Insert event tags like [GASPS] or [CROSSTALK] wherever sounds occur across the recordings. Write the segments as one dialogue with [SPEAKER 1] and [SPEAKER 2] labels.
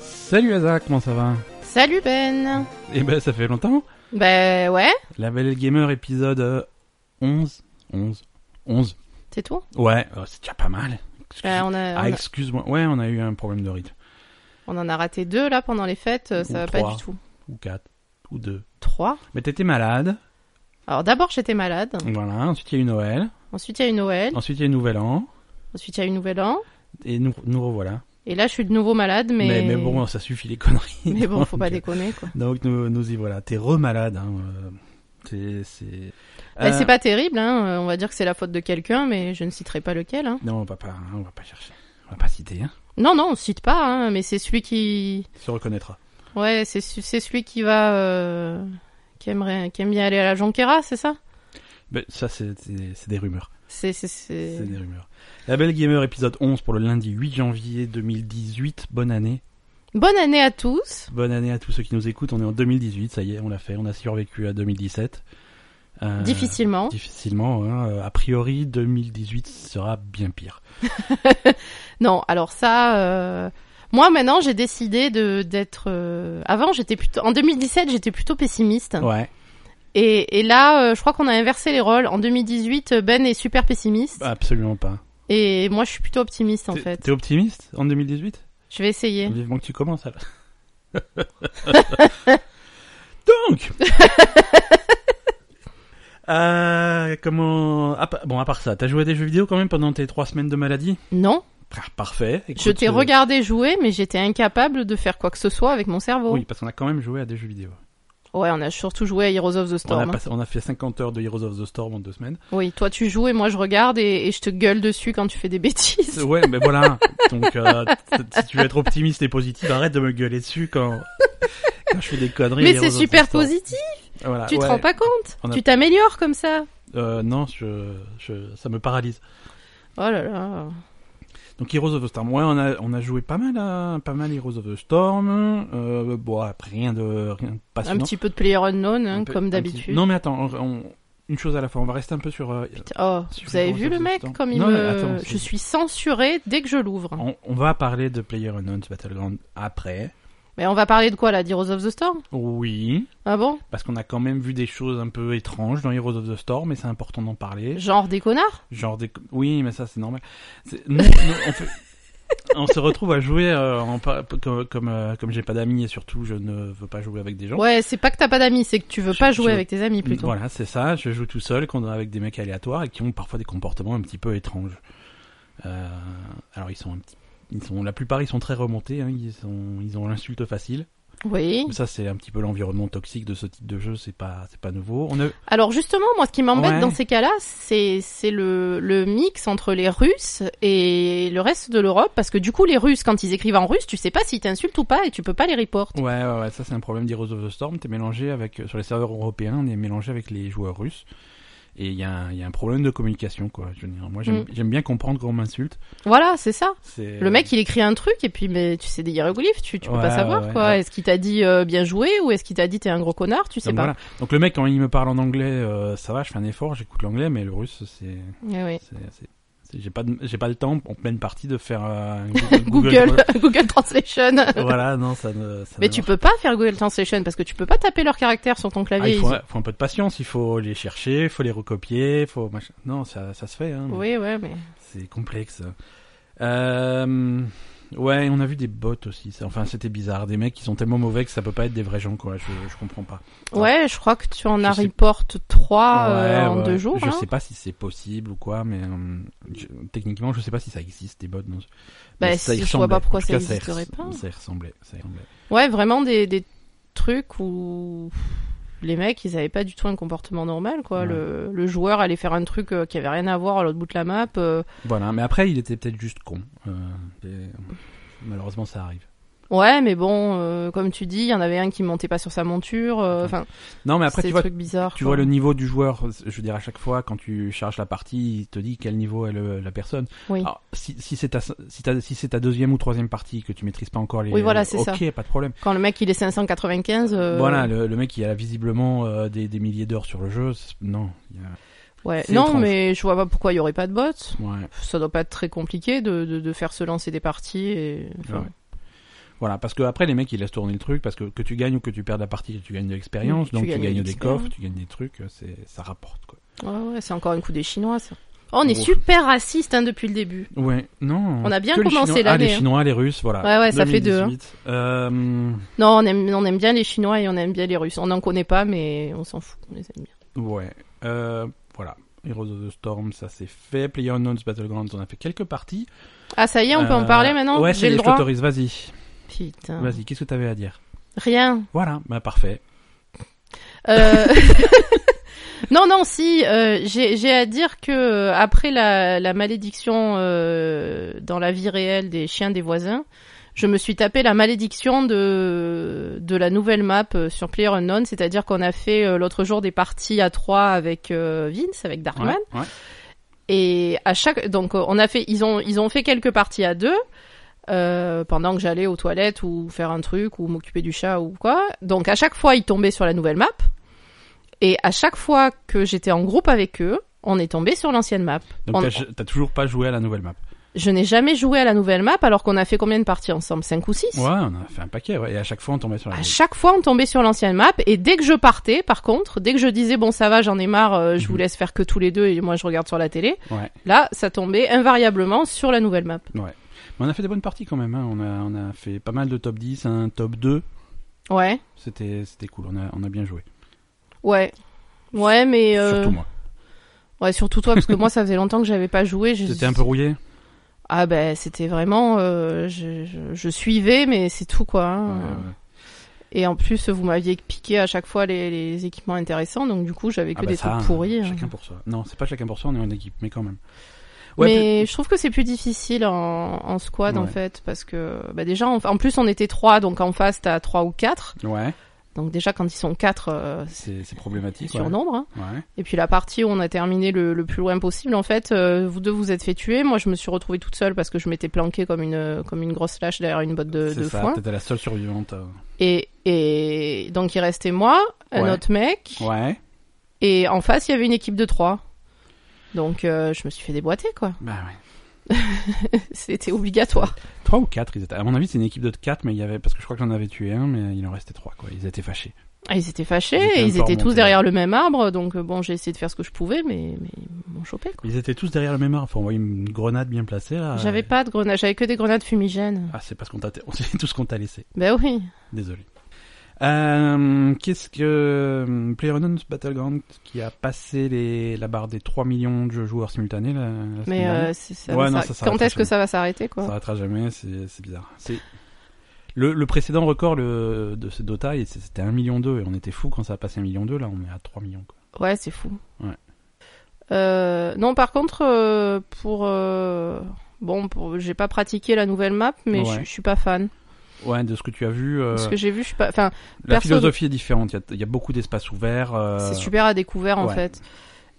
[SPEAKER 1] Salut Asa, comment ça va
[SPEAKER 2] Salut Ben
[SPEAKER 1] Eh ben ça fait longtemps.
[SPEAKER 2] Ben ouais,
[SPEAKER 1] La Belle Gamer épisode euh, 11 11 11
[SPEAKER 2] c'est tout.
[SPEAKER 1] Ouais, euh, c'est déjà pas mal. Excuse-
[SPEAKER 2] Ben, on, a,
[SPEAKER 1] Ah
[SPEAKER 2] on, a-
[SPEAKER 1] excuse-moi, ouais on a eu un problème de rythme.
[SPEAKER 2] on en a raté deux là pendant les fêtes, euh, ça
[SPEAKER 1] Ou
[SPEAKER 2] va
[SPEAKER 1] trois.
[SPEAKER 2] pas du tout.
[SPEAKER 1] Ou 4, ou 2.
[SPEAKER 2] Trois.
[SPEAKER 1] Mais t'étais malade,
[SPEAKER 2] Alors d'abord j'étais malade,
[SPEAKER 1] voilà, ensuite il y a eu Noël,
[SPEAKER 2] ensuite il y a eu Noël,
[SPEAKER 1] ensuite il y a eu Nouvel An,
[SPEAKER 2] ensuite il y a eu Nouvel An,
[SPEAKER 1] et nous, nous revoilà.
[SPEAKER 2] et là je suis de nouveau malade, mais,
[SPEAKER 1] Mais... mais bon, ça suffit les conneries.
[SPEAKER 2] [LAUGHS] Mais
[SPEAKER 1] [LAUGHS]
[SPEAKER 2] bon, faut pas
[SPEAKER 1] Donc, euh,
[SPEAKER 2] déconner quoi.
[SPEAKER 1] Donc nous, nous y voilà, t'es re-malade. Hein. euh, C'est... c'est-
[SPEAKER 2] Ben,
[SPEAKER 1] Euh,
[SPEAKER 2] c'est pas terrible, hein. euh, on va dire que c'est la faute de quelqu'un, mais je ne citerai pas lequel. Hein.
[SPEAKER 1] Non, on va pas, hein, on va pas chercher. On va pas citer, hein.
[SPEAKER 2] Non, non, on cite pas, hein, mais c'est celui qui...
[SPEAKER 1] se reconnaîtra.
[SPEAKER 2] Ouais, c'est su- c'est celui qui va... euh, Qui, aimerait... qui aime bien aller à la Jonquera, c'est ça
[SPEAKER 1] Mais Ben, ça, c'est c'est- c'est des rumeurs.
[SPEAKER 2] C'est... c'est- c'est-
[SPEAKER 1] C'est des rumeurs. La Belle Gamer épisode 11 pour le lundi 8 janvier 2018. Bonne année.
[SPEAKER 2] Bonne année à tous
[SPEAKER 1] Bonne année à tous ceux qui nous écoutent. On est en 2018, ça y est, on l'a fait. On a survécu à 2017. Euh,
[SPEAKER 2] Difficilement.
[SPEAKER 1] Difficilement. hein. Euh, A priori, 2018 sera bien pire.
[SPEAKER 2] Non, alors ça, euh, moi maintenant j'ai décidé de d'être. euh, Avant j'étais plutôt, en 2017 j'étais plutôt pessimiste.
[SPEAKER 1] Ouais.
[SPEAKER 2] Et, et là, euh, je crois qu'on a inversé les rôles. En 2018, Ben est super pessimiste
[SPEAKER 1] Bah. Absolument pas.
[SPEAKER 2] et moi je suis plutôt optimiste en
[SPEAKER 1] T'es-
[SPEAKER 2] fait.
[SPEAKER 1] T'es optimiste en 2018
[SPEAKER 2] Je vais essayer.
[SPEAKER 1] Vivement que tu commences
[SPEAKER 2] [LAUGHS]
[SPEAKER 1] alors.
[SPEAKER 2] [LAUGHS]
[SPEAKER 1] Donc Euh, Comment. à pa- bon, à part ça, t'as joué à des jeux vidéo quand même pendant tes trois semaines de maladie
[SPEAKER 2] Non,
[SPEAKER 1] Ah, Parfait. Écoute,
[SPEAKER 2] je t'ai
[SPEAKER 1] euh,
[SPEAKER 2] regardé jouer, mais j'étais incapable de faire quoi que ce soit avec mon cerveau.
[SPEAKER 1] Oui, parce qu'on a quand même joué à des jeux vidéo.
[SPEAKER 2] Ouais, on a surtout joué à Heroes of the
[SPEAKER 1] On a,
[SPEAKER 2] Storm. hein.
[SPEAKER 1] passé- on a fait 50 heures de Heroes of the Storm en deux semaines.
[SPEAKER 2] Oui, toi tu joues et moi je regarde et, et je te gueule dessus quand tu fais des bêtises.
[SPEAKER 1] Euh, Ouais, mais
[SPEAKER 2] [LAUGHS]
[SPEAKER 1] voilà. Donc, euh, t- si tu veux être optimiste et positif, arrête de me gueuler dessus quand, quand je fais des conneries. à
[SPEAKER 2] Mais
[SPEAKER 1] Heroes
[SPEAKER 2] c'est
[SPEAKER 1] of the
[SPEAKER 2] super
[SPEAKER 1] Storm.
[SPEAKER 2] positif,
[SPEAKER 1] Voilà,
[SPEAKER 2] tu te
[SPEAKER 1] ouais.
[SPEAKER 2] rends pas compte.
[SPEAKER 1] On a-
[SPEAKER 2] Tu t'améliores comme ça.
[SPEAKER 1] Euh, Non, je, je, ça me paralyse.
[SPEAKER 2] Oh là là.
[SPEAKER 1] Donc Heroes of the Storm, ouais, on a, on a joué pas mal, à, pas mal Heroes of the Storm. Euh, bon, après rien de, rien de
[SPEAKER 2] Un
[SPEAKER 1] passionnant.
[SPEAKER 2] petit peu de player unknown, hein,
[SPEAKER 1] Un peu- un
[SPEAKER 2] comme
[SPEAKER 1] petit-
[SPEAKER 2] d'habitude.
[SPEAKER 1] Non mais attends, on- on- une chose à la fois. On va rester un peu sur. euh,
[SPEAKER 2] Oh,
[SPEAKER 1] Sur
[SPEAKER 2] vous avez
[SPEAKER 1] Heroes
[SPEAKER 2] vu
[SPEAKER 1] of
[SPEAKER 2] le
[SPEAKER 1] the
[SPEAKER 2] mec
[SPEAKER 1] Storm.
[SPEAKER 2] comme il
[SPEAKER 1] Non,
[SPEAKER 2] me...
[SPEAKER 1] mais attends, c'est-
[SPEAKER 2] je suis censuré dès que je l'ouvre.
[SPEAKER 1] on, on va parler de PlayerUnknown's Battleground après.
[SPEAKER 2] Mais on va parler de quoi là D'Heroes of the Storm
[SPEAKER 1] Oui,
[SPEAKER 2] Ah bon
[SPEAKER 1] parce qu'on a quand même vu des choses un peu étranges dans Heroes of the Storm, et c'est important d'en parler.
[SPEAKER 2] Genre des connards
[SPEAKER 1] Genre des. Oui, mais ça c'est normal. C'est- nous- nous,
[SPEAKER 2] [LAUGHS]
[SPEAKER 1] on, fait- on se retrouve à jouer euh, en pa- comme comme, euh, comme j'ai pas d'amis et surtout je ne veux pas jouer avec des gens.
[SPEAKER 2] Ouais, c'est pas que t'as pas d'amis, c'est que tu veux
[SPEAKER 1] Je-
[SPEAKER 2] pas
[SPEAKER 1] je-
[SPEAKER 2] jouer avec tes amis plutôt.
[SPEAKER 1] Voilà, c'est ça. Je joue tout seul contre- avec des mecs aléatoires et qui ont parfois des comportements un petit peu étranges. Euh, alors ils sont un petit, ils sont, la plupart ils sont très remontés. hein, ils sont, ils ont l'insulte facile.
[SPEAKER 2] Oui.
[SPEAKER 1] Mais Ça c'est un petit peu l'environnement toxique de ce type de jeu. C'est pas, c'est pas nouveau. On a,
[SPEAKER 2] Alors justement, moi ce qui m'embête
[SPEAKER 1] Ouais.
[SPEAKER 2] dans ces cas-là, c'est c'est le, le mix entre les Russes et le reste de l'Europe, parce que du coup les Russes, quand ils écrivent en russe, tu sais pas s'ils t'insultent ou pas et tu peux pas les report.
[SPEAKER 1] ouais, ouais, ouais, ça c'est un problème d'Heroes of the Storm. T'es mélangé avec, sur les serveurs européens, on est mélangé avec les joueurs russes. Et il y, a un- il y a un problème de communication, quoi. Je veux dire, moi, j'aime
[SPEAKER 2] Mm.
[SPEAKER 1] j'aime bien comprendre quand on m'insulte.
[SPEAKER 2] Voilà, c'est ça.
[SPEAKER 1] C'est-
[SPEAKER 2] Le mec, il écrit un truc et puis, mais tu sais des hiéroglyphes, tu, tu peux
[SPEAKER 1] Ouais,
[SPEAKER 2] pas savoir
[SPEAKER 1] ouais,
[SPEAKER 2] quoi.
[SPEAKER 1] ouais.
[SPEAKER 2] Est-ce qu'il t'a dit euh, bien joué ou est-ce qu'il t'a dit t'es un gros connard Tu sais
[SPEAKER 1] Donc,
[SPEAKER 2] pas.
[SPEAKER 1] voilà. Donc le mec quand il me parle en anglais, euh, ça va, je fais un effort, j'écoute l'anglais, mais le russe c'est,
[SPEAKER 2] Eh oui.
[SPEAKER 1] c'est- c'est- c'est- j'ai pas, de- j'ai pas le temps en pleine partie de faire euh, un
[SPEAKER 2] [LAUGHS] Google, Google Translation.
[SPEAKER 1] voilà, non, [LAUGHS] ça ne. ça
[SPEAKER 2] mais
[SPEAKER 1] ne
[SPEAKER 2] tu
[SPEAKER 1] marche
[SPEAKER 2] peux pas faire Google Translation parce que tu peux pas taper leurs caractères sur ton
[SPEAKER 1] pas. Ah,
[SPEAKER 2] clavier.
[SPEAKER 1] il faut,
[SPEAKER 2] Ils-
[SPEAKER 1] faut un peu de patience, il faut les chercher, il faut les recopier, il faut machin. Non, ça, ça se fait, hein, mais
[SPEAKER 2] Oui, ouais, mais
[SPEAKER 1] c'est complexe. Euh, ouais, on a vu des bots aussi. ça- Enfin, c'était bizarre, des mecs qui sont tellement mauvais que ça peut pas être des vrais gens, quoi. Je, je comprends pas. Ah.
[SPEAKER 2] ouais, je crois que tu en
[SPEAKER 1] Je
[SPEAKER 2] as
[SPEAKER 1] sais-
[SPEAKER 2] report 3
[SPEAKER 1] Ouais,
[SPEAKER 2] en
[SPEAKER 1] ouais.
[SPEAKER 2] deux jours.
[SPEAKER 1] Je
[SPEAKER 2] hein.
[SPEAKER 1] sais pas si c'est possible ou quoi, mais euh, je- techniquement, je sais pas si ça existe des bots. Non.
[SPEAKER 2] Bah,
[SPEAKER 1] Mais
[SPEAKER 2] si,
[SPEAKER 1] ça y
[SPEAKER 2] je vois
[SPEAKER 1] ressemblait.
[SPEAKER 2] pas pourquoi
[SPEAKER 1] En tout
[SPEAKER 2] ça
[SPEAKER 1] cas, y
[SPEAKER 2] existerait
[SPEAKER 1] res-
[SPEAKER 2] pas.
[SPEAKER 1] Ça y ressemblait. ça y ressemblait.
[SPEAKER 2] Ouais, vraiment des, des trucs où les mecs, ils avaient pas du tout un comportement normal quoi.
[SPEAKER 1] Ouais.
[SPEAKER 2] Le, le joueur allait faire un truc euh, qui avait rien à voir à l'autre bout de la map. euh,
[SPEAKER 1] Voilà, mais après, il était peut-être juste con. Euh, et- Malheureusement, ça arrive.
[SPEAKER 2] Ouais, mais bon, euh, comme tu dis, il y en avait un qui montait pas sur sa monture. euh, Enfin,
[SPEAKER 1] Non, mais après,
[SPEAKER 2] c'est
[SPEAKER 1] tu
[SPEAKER 2] des
[SPEAKER 1] vois,
[SPEAKER 2] trucs bizarres.
[SPEAKER 1] tu
[SPEAKER 2] quoi.
[SPEAKER 1] vois le niveau du joueur. Je veux dire, à chaque fois, quand tu charges la partie, il te dit quel niveau est le- la personne.
[SPEAKER 2] Oui.
[SPEAKER 1] Alors, si, si c'est ta, si ta- si c'est ta deuxième ou troisième partie que tu maîtrises pas encore les.
[SPEAKER 2] Oui, voilà, c'est
[SPEAKER 1] Ok, pas de problème.
[SPEAKER 2] Quand le mec il est 595. euh,
[SPEAKER 1] Voilà, le, le mec, il a visiblement euh, des, des milliers d'heures sur le jeu. C'est- Non, il y a-
[SPEAKER 2] Ouais.
[SPEAKER 1] c'est
[SPEAKER 2] Non,
[SPEAKER 1] étrange.
[SPEAKER 2] mais je vois pas pourquoi il y aurait pas de bots.
[SPEAKER 1] Ouais.
[SPEAKER 2] Ça doit pas être très compliqué de, de, de faire se lancer des parties. Et... enfin,
[SPEAKER 1] Ouais. Voilà, parce que après les mecs ils laissent tourner le truc parce que que tu gagnes ou que tu perds la partie, tu gagnes de l'expérience,
[SPEAKER 2] Tu
[SPEAKER 1] donc tu
[SPEAKER 2] gagnes de
[SPEAKER 1] gagnes des
[SPEAKER 2] l'expérience.
[SPEAKER 1] coffres, tu gagnes des trucs, euh, c'est ça rapporte quoi.
[SPEAKER 2] Ouais, ouais, c'est encore un coup des Chinois, ça. Oh, on est
[SPEAKER 1] Oh.
[SPEAKER 2] super raciste hein, depuis le début.
[SPEAKER 1] Ouais, non.
[SPEAKER 2] On a bien
[SPEAKER 1] que les
[SPEAKER 2] commencé
[SPEAKER 1] Chinois- ah,
[SPEAKER 2] l'année,
[SPEAKER 1] les
[SPEAKER 2] hein.
[SPEAKER 1] Chinois, les Russes, voilà.
[SPEAKER 2] Ouais, ouais, ça fait deux, hein.
[SPEAKER 1] 2018. Euh,
[SPEAKER 2] Non, on aime, on aime bien les Chinois et on aime bien les Russes. On n'en connaît pas, mais on s'en fout, on les aime bien.
[SPEAKER 1] ouais. Euh, voilà. Heroes of the Storm, ça c'est fait. PlayerUnknown's Battlegrounds, on a fait quelques parties.
[SPEAKER 2] Ah, ça y est, on peut en
[SPEAKER 1] Euh,
[SPEAKER 2] parler maintenant
[SPEAKER 1] Ouais, c'est
[SPEAKER 2] J'ai le
[SPEAKER 1] je
[SPEAKER 2] droit.
[SPEAKER 1] t'autorise, vas-y.
[SPEAKER 2] Putain.
[SPEAKER 1] Vas-y, qu'est-ce que t'avais à dire
[SPEAKER 2] Rien.
[SPEAKER 1] Voilà, bah parfait.
[SPEAKER 2] Euh, [LAUGHS] non, non, si, euh, j'ai j'ai à dire que euh, après la, la malédiction euh, dans la vie réelle des chiens des voisins, je me suis tapé la malédiction de, de la nouvelle map euh, sur PlayerUnknown, c'est-à-dire qu'on a fait euh, l'autre jour des parties à trois avec euh, Vince, avec Darkman.
[SPEAKER 1] Ouais, ouais.
[SPEAKER 2] Et à chaque donc euh, on a fait ils ont ils ont fait quelques parties à deux euh, pendant que j'allais aux toilettes ou faire un truc ou m'occuper du chat ou quoi. Donc à chaque fois ils tombaient sur la nouvelle map et à chaque fois que j'étais en groupe avec eux, on est tombé sur l'ancienne map.
[SPEAKER 1] Donc
[SPEAKER 2] On-
[SPEAKER 1] t'as- t'as toujours pas joué à la nouvelle map.
[SPEAKER 2] Je n'ai jamais joué à la nouvelle map alors qu'on a fait combien de parties ensemble, cinq ou six
[SPEAKER 1] Ouais, on a fait un paquet, ouais, et à chaque fois on tombait sur la
[SPEAKER 2] À
[SPEAKER 1] nouvelle.
[SPEAKER 2] chaque fois, on tombait sur l'ancienne map, et dès que je partais, par contre, dès que je disais bon ça va, j'en ai marre, euh, je vous
[SPEAKER 1] Mhm.
[SPEAKER 2] laisse faire que tous les deux et moi je regarde sur la télé,
[SPEAKER 1] Ouais.
[SPEAKER 2] là ça tombait invariablement sur la nouvelle map.
[SPEAKER 1] Mais on a fait des bonnes parties quand même, hein. on, a, on a fait pas mal de top 10, un top 2,
[SPEAKER 2] Ouais,
[SPEAKER 1] c'était c'était cool, on a, on a bien joué.
[SPEAKER 2] ouais, ouais, mais euh,
[SPEAKER 1] Surtout moi.
[SPEAKER 2] ouais surtout toi parce que moi ça faisait longtemps que j'avais pas joué.
[SPEAKER 1] [LAUGHS]
[SPEAKER 2] je-
[SPEAKER 1] C'était un peu rouillé
[SPEAKER 2] Ah ben c'était vraiment, euh, je, je- je suivais mais c'est tout quoi. hein.
[SPEAKER 1] Ouais, ouais.
[SPEAKER 2] Et en plus vous m'aviez piqué à chaque fois les, les équipements intéressants, donc du coup j'avais que
[SPEAKER 1] Ah bah
[SPEAKER 2] des
[SPEAKER 1] ça,
[SPEAKER 2] trucs pourris. hein.
[SPEAKER 1] Chacun pour soi. Non, c'est pas chacun pour soi, on est en équipe, mais quand même.
[SPEAKER 2] mais je trouve que c'est plus difficile en, en squad en
[SPEAKER 1] Ouais.
[SPEAKER 2] fait parce que bah déjà en, en plus on était trois donc en face t'as trois ou quatre
[SPEAKER 1] plus- Ouais,
[SPEAKER 2] donc déjà quand ils sont quatre euh, c'est
[SPEAKER 1] c'est c'est problématique. ouais.
[SPEAKER 2] surnombre hein.
[SPEAKER 1] Ouais.
[SPEAKER 2] et puis la partie où on a terminé le, le plus loin possible en fait euh, vous deux vous êtes fait tuer moi je me suis retrouvée toute seule parce que je m'étais planquée comme une euh, comme une grosse lâche derrière une botte de,
[SPEAKER 1] C'est
[SPEAKER 2] de
[SPEAKER 1] ça,
[SPEAKER 2] foin
[SPEAKER 1] t'étais la seule survivante. euh.
[SPEAKER 2] et et donc il restait moi un
[SPEAKER 1] Ouais.
[SPEAKER 2] autre mec
[SPEAKER 1] Ouais.
[SPEAKER 2] et en face il y avait une équipe de trois donc euh, je me suis fait déboîter quoi [LAUGHS]
[SPEAKER 1] Bah ouais.
[SPEAKER 2] c'était obligatoire
[SPEAKER 1] 3 ou 4, ils étaient. À mon avis, c'est une équipe de 4, mais il y avait. Parce que je crois que j'en avais tué un, mais il en restait 3, quoi. Ils étaient fâchés.
[SPEAKER 2] Ah, ils étaient fâchés,
[SPEAKER 1] Ils étaient
[SPEAKER 2] et
[SPEAKER 1] un
[SPEAKER 2] ils
[SPEAKER 1] peu
[SPEAKER 2] étaient tous
[SPEAKER 1] remontés.
[SPEAKER 2] derrière le même arbre, donc euh, bon, j'ai essayé de faire ce que je pouvais, mais, mais ils m'ont chopé, quoi.
[SPEAKER 1] Ils étaient tous derrière le même arbre. Faut envoyer une grenade bien placée, là.
[SPEAKER 2] J'avais pas de grenades, j'avais que des grenades fumigènes.
[SPEAKER 1] Ah, c'est parce qu'on t'a. [LAUGHS] on sait tout ce qu'on t'a laissé.
[SPEAKER 2] Ben oui.
[SPEAKER 1] Désolé. Euh, Qu'est-ce que PlayerUnknown's Battleground qui a passé les, la barre des 3 millions de joueurs simultanés la, la semaine
[SPEAKER 2] Mais
[SPEAKER 1] dernière
[SPEAKER 2] euh, c'est- ça
[SPEAKER 1] Ouais,
[SPEAKER 2] va
[SPEAKER 1] non,
[SPEAKER 2] s'arr-
[SPEAKER 1] ça s'arrête
[SPEAKER 2] Quand est-ce que
[SPEAKER 1] jamais.
[SPEAKER 2] ça va s'arrêter,
[SPEAKER 1] Ça
[SPEAKER 2] quoi
[SPEAKER 1] s'arrêtera jamais, c'est c'est bizarre. C'est le, le précédent record le, de ce Dota, et c'est- c'était 1 million et on était fou quand ça a passé 1 million là on est à 3 millions. Quoi.
[SPEAKER 2] Ouais, c'est fou.
[SPEAKER 1] Ouais.
[SPEAKER 2] Euh, non, par contre, euh, pour... euh, Bon, pour... j'ai pas pratiqué la nouvelle map, mais
[SPEAKER 1] Ouais.
[SPEAKER 2] je- je suis pas fan.
[SPEAKER 1] Ouais, de ce que tu as vu, euh,
[SPEAKER 2] Ce que j'ai vu, je suis pas... Enfin,
[SPEAKER 1] la
[SPEAKER 2] perso-
[SPEAKER 1] philosophie est différente, il y a- il y, a beaucoup d'espaces ouverts. euh,
[SPEAKER 2] C'est super à découvert en
[SPEAKER 1] ouais.
[SPEAKER 2] fait.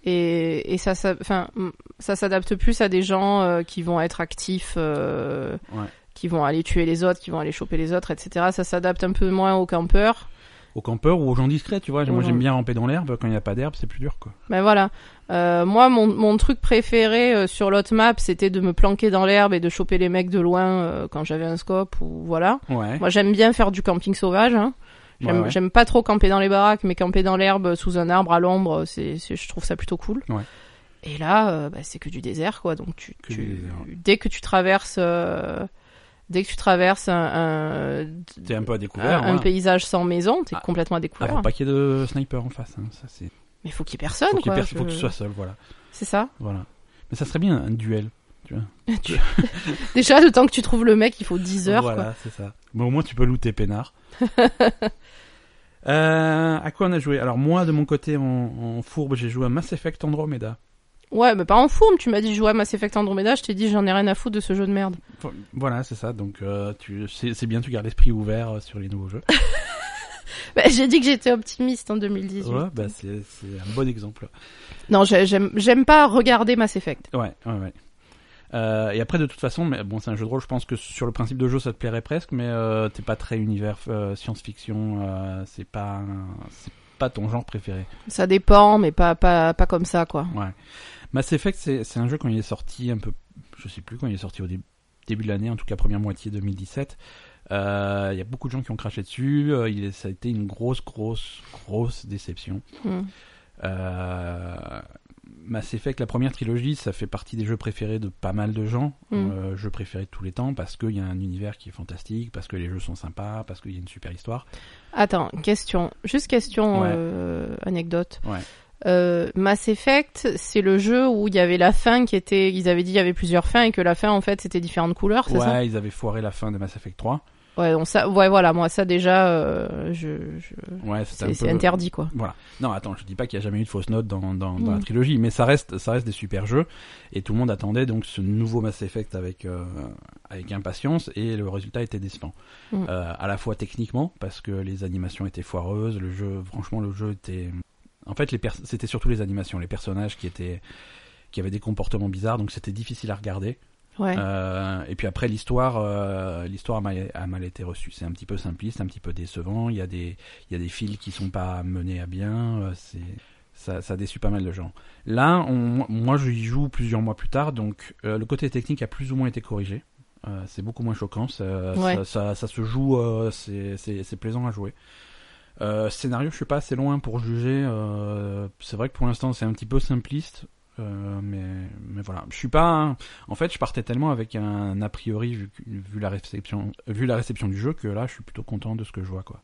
[SPEAKER 2] Et, et ça, ça, enfin, mm, ça s'adapte plus à des gens euh, qui vont être actifs, euh,
[SPEAKER 1] Ouais.
[SPEAKER 2] qui vont aller tuer les autres, qui vont aller choper les autres, etc. Ça s'adapte un peu moins aux campeurs.
[SPEAKER 1] Aux campeurs ou aux gens discrets, tu vois. Moi
[SPEAKER 2] Aux gens-
[SPEAKER 1] j'aime bien ramper dans l'herbe, quand il n'y a pas d'herbe c'est plus dur quoi.
[SPEAKER 2] Mais Ben voilà. Euh, moi, mon, mon truc préféré euh, sur l'autre map, c'était de me planquer dans l'herbe et de choper les mecs de loin euh, quand j'avais un scope ou voilà.
[SPEAKER 1] Ouais.
[SPEAKER 2] Moi, j'aime bien faire du camping sauvage. Hein. J'aime
[SPEAKER 1] Ouais, ouais.
[SPEAKER 2] j'aime pas trop camper dans les baraques, mais camper dans l'herbe sous un arbre à l'ombre, c'est, c'est- je trouve ça plutôt cool.
[SPEAKER 1] Ouais.
[SPEAKER 2] Et là, euh, bah, c'est que du désert, quoi. Donc tu,
[SPEAKER 1] Que
[SPEAKER 2] tu-
[SPEAKER 1] du désert, ouais.
[SPEAKER 2] dès que tu traverses, euh, dès que tu traverses un, un,
[SPEAKER 1] T'es un peu à
[SPEAKER 2] un-
[SPEAKER 1] découvert.
[SPEAKER 2] un
[SPEAKER 1] voilà.
[SPEAKER 2] paysage sans maison, t'es
[SPEAKER 1] Ah.
[SPEAKER 2] complètement à
[SPEAKER 1] Ah,
[SPEAKER 2] découvert.
[SPEAKER 1] faut pas qu'il y ait de snipers en face, hein. ça c'est.
[SPEAKER 2] mais faut qu'il y ait personne,
[SPEAKER 1] Faut qu'il y
[SPEAKER 2] quoi.
[SPEAKER 1] ait pers- faut
[SPEAKER 2] Je-
[SPEAKER 1] que tu sois seul, voilà.
[SPEAKER 2] C'est ça.
[SPEAKER 1] Voilà. Mais ça serait bien un duel.
[SPEAKER 2] Tu- Déjà, le temps que tu trouves le mec, il faut 10 heures.
[SPEAKER 1] Voilà,
[SPEAKER 2] Quoi.
[SPEAKER 1] c'est ça. Mais au moins, tu peux looter
[SPEAKER 2] [LAUGHS]
[SPEAKER 1] peinard. Euh, à quoi on a joué Alors moi, de mon côté, en, en fourbe, j'ai joué à Mass Effect Andromeda.
[SPEAKER 2] Ouais, mais pas en fourme. Tu m'as dit jouer à Mass Effect Andromeda. Je t'ai dit j'en ai rien à foutre de ce jeu de merde. [LAUGHS]
[SPEAKER 1] Enfin, Voilà, c'est ça. Donc euh, tu, c'est, c'est bien, tu gardes l'esprit ouvert euh, sur les nouveaux jeux.
[SPEAKER 2] Bah, j'ai dit que j'étais optimiste en 2018.
[SPEAKER 1] ouais, bah, c'est, c'est un bon exemple.
[SPEAKER 2] Non, j'ai- j'aime j'aime pas regarder Mass Effect.
[SPEAKER 1] Ouais, ouais, ouais. Euh, et après, de toute façon, mais bon, c'est un jeu de rôle. Je pense que sur le principe de jeu, ça te plairait presque, mais euh, t'es pas très univers euh, science-fiction. euh, c'est pas, c'est pas ton genre préféré.
[SPEAKER 2] Ça dépend, mais pas pas pas comme ça quoi.
[SPEAKER 1] Ouais. Mass Effect, c'est c'est un jeu quand il est sorti un peu, je sais plus quand il est sorti au dé- début de l'année, en tout cas première moitié 2017. Euh, Il y a beaucoup de gens qui ont craché dessus. Euh, il est- ça a été une grosse, grosse, grosse déception.
[SPEAKER 2] Hmm.
[SPEAKER 1] Euh, Mass Effect, la première trilogie, ça fait partie des jeux préférés de pas mal de gens.
[SPEAKER 2] Mm.
[SPEAKER 1] Euh, jeux préférés de tous les temps parce qu'il y a un univers qui est fantastique, parce que les jeux sont sympas, parce qu'il y a une super histoire.
[SPEAKER 2] Attends, question. Juste question,
[SPEAKER 1] Ouais.
[SPEAKER 2] euh, anecdote.
[SPEAKER 1] Ouais.
[SPEAKER 2] Euh, Mass Effect, c'est le jeu où il y avait la fin qui était, ils avaient dit il y avait plusieurs fins et que la fin en fait c'était différentes couleurs, c'est
[SPEAKER 1] Ouais,
[SPEAKER 2] ça
[SPEAKER 1] ils avaient foiré la fin de Mass Effect 3.
[SPEAKER 2] Ouais, donc ça, ouais, voilà, moi ça déjà, euh, je, je-
[SPEAKER 1] Ouais, c'était un
[SPEAKER 2] c'est c'est
[SPEAKER 1] peu-
[SPEAKER 2] interdit quoi.
[SPEAKER 1] Voilà. Non, attends, je dis pas qu'il y a jamais eu de fausse note dans, dans, dans
[SPEAKER 2] Mm.
[SPEAKER 1] la trilogie, mais ça reste, ça reste des super jeux et tout le monde attendait donc ce nouveau Mass Effect avec euh, avec impatience et le résultat était décevant.
[SPEAKER 2] Mm.
[SPEAKER 1] Euh, à la fois techniquement parce que les animations étaient foireuses, le jeu, franchement, le jeu était, en fait, les pers- c'était surtout les animations, les personnages qui étaient qui avaient des comportements bizarres, donc c'était difficile à regarder.
[SPEAKER 2] Ouais.
[SPEAKER 1] Euh, et puis après l'histoire, euh, l'histoire a mal, a mal été reçue. C'est un petit peu simpliste, un petit peu décevant. Il y a des, il y a des fils qui sont pas menés à bien. euh, c'est, ça, ça déçu pas mal de gens. Là, on, moi, je y joue plusieurs mois plus tard, donc euh, le côté technique a plus ou moins été corrigé. Euh, c'est beaucoup moins choquant. Ça,
[SPEAKER 2] Ouais.
[SPEAKER 1] ça, ça- ça se joue, euh, c'est, c'est, c'est plaisant à jouer. Euh, scénario, je suis pas assez loin pour juger. euh, c'est vrai que pour l'instant, c'est un petit peu simpliste. euh, mais, mais voilà, je suis pas. un- en fait, je partais tellement avec un a priori vu, que- vu la réception, vu la réception du jeu que là, je suis plutôt content de ce que je vois quoi.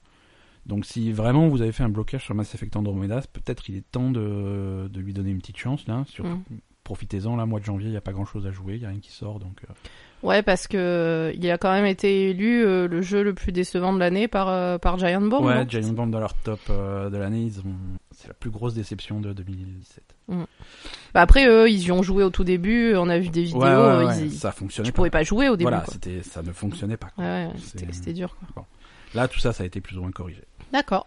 [SPEAKER 1] Donc, si vraiment vous avez fait un blocage sur Mass Effect Andromeda, c'est peut-être il est temps de, de lui donner une petite chance là. Surtout,
[SPEAKER 2] Mm.
[SPEAKER 1] profitez-en là, mois de janvier, il y a pas grand-chose à jouer, il y a rien qui sort donc. euh,
[SPEAKER 2] Ouais, parce que euh, il a quand même été élu euh, le jeu le plus décevant de l'année par euh, par Giant Bomb.
[SPEAKER 1] ouais,
[SPEAKER 2] non
[SPEAKER 1] Giant Bomb dans leur top euh, de l'année, ils ont... c'est la plus grosse déception de 2017.
[SPEAKER 2] Bah après, eux, ils y ont joué au tout début. On a vu des vidéos.
[SPEAKER 1] ouais, ouais,
[SPEAKER 2] euh,
[SPEAKER 1] ouais,
[SPEAKER 2] ils y-
[SPEAKER 1] ça fonctionnait.
[SPEAKER 2] Tu
[SPEAKER 1] pas.
[SPEAKER 2] pouvais pas jouer au début.
[SPEAKER 1] Voilà,
[SPEAKER 2] quoi.
[SPEAKER 1] c'était, ça ne fonctionnait pas. quoi.
[SPEAKER 2] Ouais, ouais,
[SPEAKER 1] C'est-
[SPEAKER 2] c'était c'était dur. quoi.
[SPEAKER 1] Là, tout ça, ça a été plus ou moins corrigé.
[SPEAKER 2] D'accord.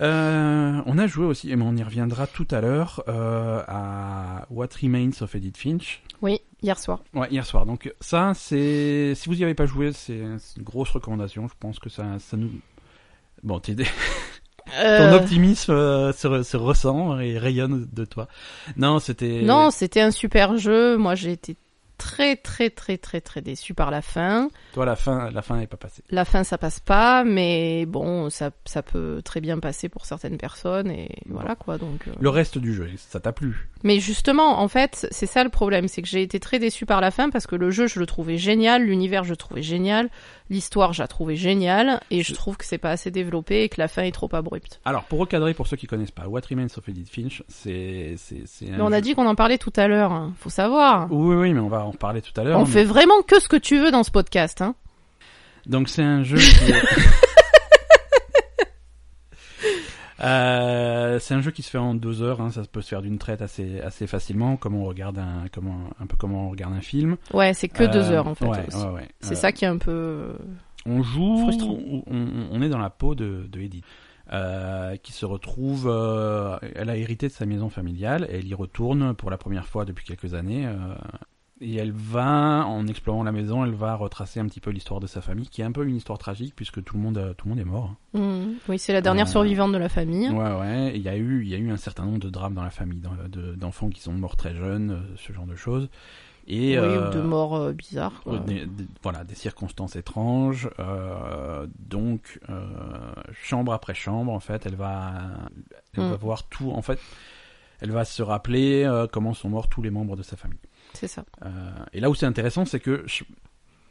[SPEAKER 1] Euh, on a joué aussi, et on y reviendra tout à l'heure, euh, à What Remains of Edith Finch.
[SPEAKER 2] Oui, hier soir.
[SPEAKER 1] Ouais, hier soir. Donc ça, c'est si vous n'y avez pas joué, c'est c'est une grosse recommandation. Je pense que ça, ça nous. Bon, t'es Ton
[SPEAKER 2] Euh,
[SPEAKER 1] optimisme euh, se, re- se ressent et rayonne de toi. Non, c'était.
[SPEAKER 2] Non, c'était un super jeu. Moi, j'ai été très, très, très, très, très déçu par la fin.
[SPEAKER 1] Toi, la fin, la fin n'est pas passée.
[SPEAKER 2] La fin, ça passe pas, mais bon, ça, ça peut très bien passer pour certaines personnes et voilà quoi. Donc. euh.
[SPEAKER 1] Le reste du jeu, ça t'a plu
[SPEAKER 2] Mais justement, en fait, c'est ça le problème, c'est que j'ai été très déçu par la fin parce que le jeu, je le trouvais génial, l'univers, je le trouvais génial, l'histoire, je la trouvais géniale, et je trouve que c'est pas assez développé et que la fin est trop abrupte.
[SPEAKER 1] Alors, pour recadrer, pour ceux qui connaissent pas, What Remains of Edith Finch, c'est c'est c'est. un
[SPEAKER 2] Mais on a
[SPEAKER 1] jeu-
[SPEAKER 2] dit qu'on en parlait tout à l'heure, hein. faut savoir.
[SPEAKER 1] Oui, oui, mais on va en parler tout à l'heure.
[SPEAKER 2] On
[SPEAKER 1] mais-
[SPEAKER 2] fait vraiment que ce que tu veux dans ce podcast, hein.
[SPEAKER 1] Donc c'est un jeu. Qui...
[SPEAKER 2] [LAUGHS]
[SPEAKER 1] Euh, c'est un jeu qui se fait en deux heures. hein. Ça peut se faire d'une traite assez assez facilement, comme on regarde un comme un, un peu comme on regarde un film.
[SPEAKER 2] Ouais, c'est que deux
[SPEAKER 1] Euh,
[SPEAKER 2] heures en fait.
[SPEAKER 1] ouais,
[SPEAKER 2] aussi.
[SPEAKER 1] ouais, ouais.
[SPEAKER 2] C'est
[SPEAKER 1] Euh,
[SPEAKER 2] ça qui est un peu.
[SPEAKER 1] on joue,
[SPEAKER 2] Frustrant.
[SPEAKER 1] on, on- on est dans la peau de, de Edith, euh, qui se retrouve, euh, elle a hérité de sa maison familiale, et elle y retourne pour la première fois depuis quelques années, euh, et elle va, en explorant la maison, elle va retracer un petit peu l'histoire de sa famille, qui est un peu une histoire tragique, puisque tout le monde, euh, tout le monde est mort.
[SPEAKER 2] Mm. Oui, c'est la dernière
[SPEAKER 1] Euh,
[SPEAKER 2] survivante de la famille.
[SPEAKER 1] Ouais, ouais. Il y a eu, il y a eu un certain nombre de drames dans la famille, dans- de- d'enfants qui sont morts très jeunes, euh, ce genre de choses. Et
[SPEAKER 2] oui,
[SPEAKER 1] euh,
[SPEAKER 2] ou de morts euh, bizarres. quoi.
[SPEAKER 1] euh, des- des- voilà, des circonstances étranges. euh, donc, euh, chambre après chambre, en fait, elle va, elle
[SPEAKER 2] Mm.
[SPEAKER 1] va voir tout. En fait, elle va se rappeler euh, comment sont morts tous les membres de sa famille.
[SPEAKER 2] C'est ça.
[SPEAKER 1] Euh, et là où c'est intéressant, c'est que ch-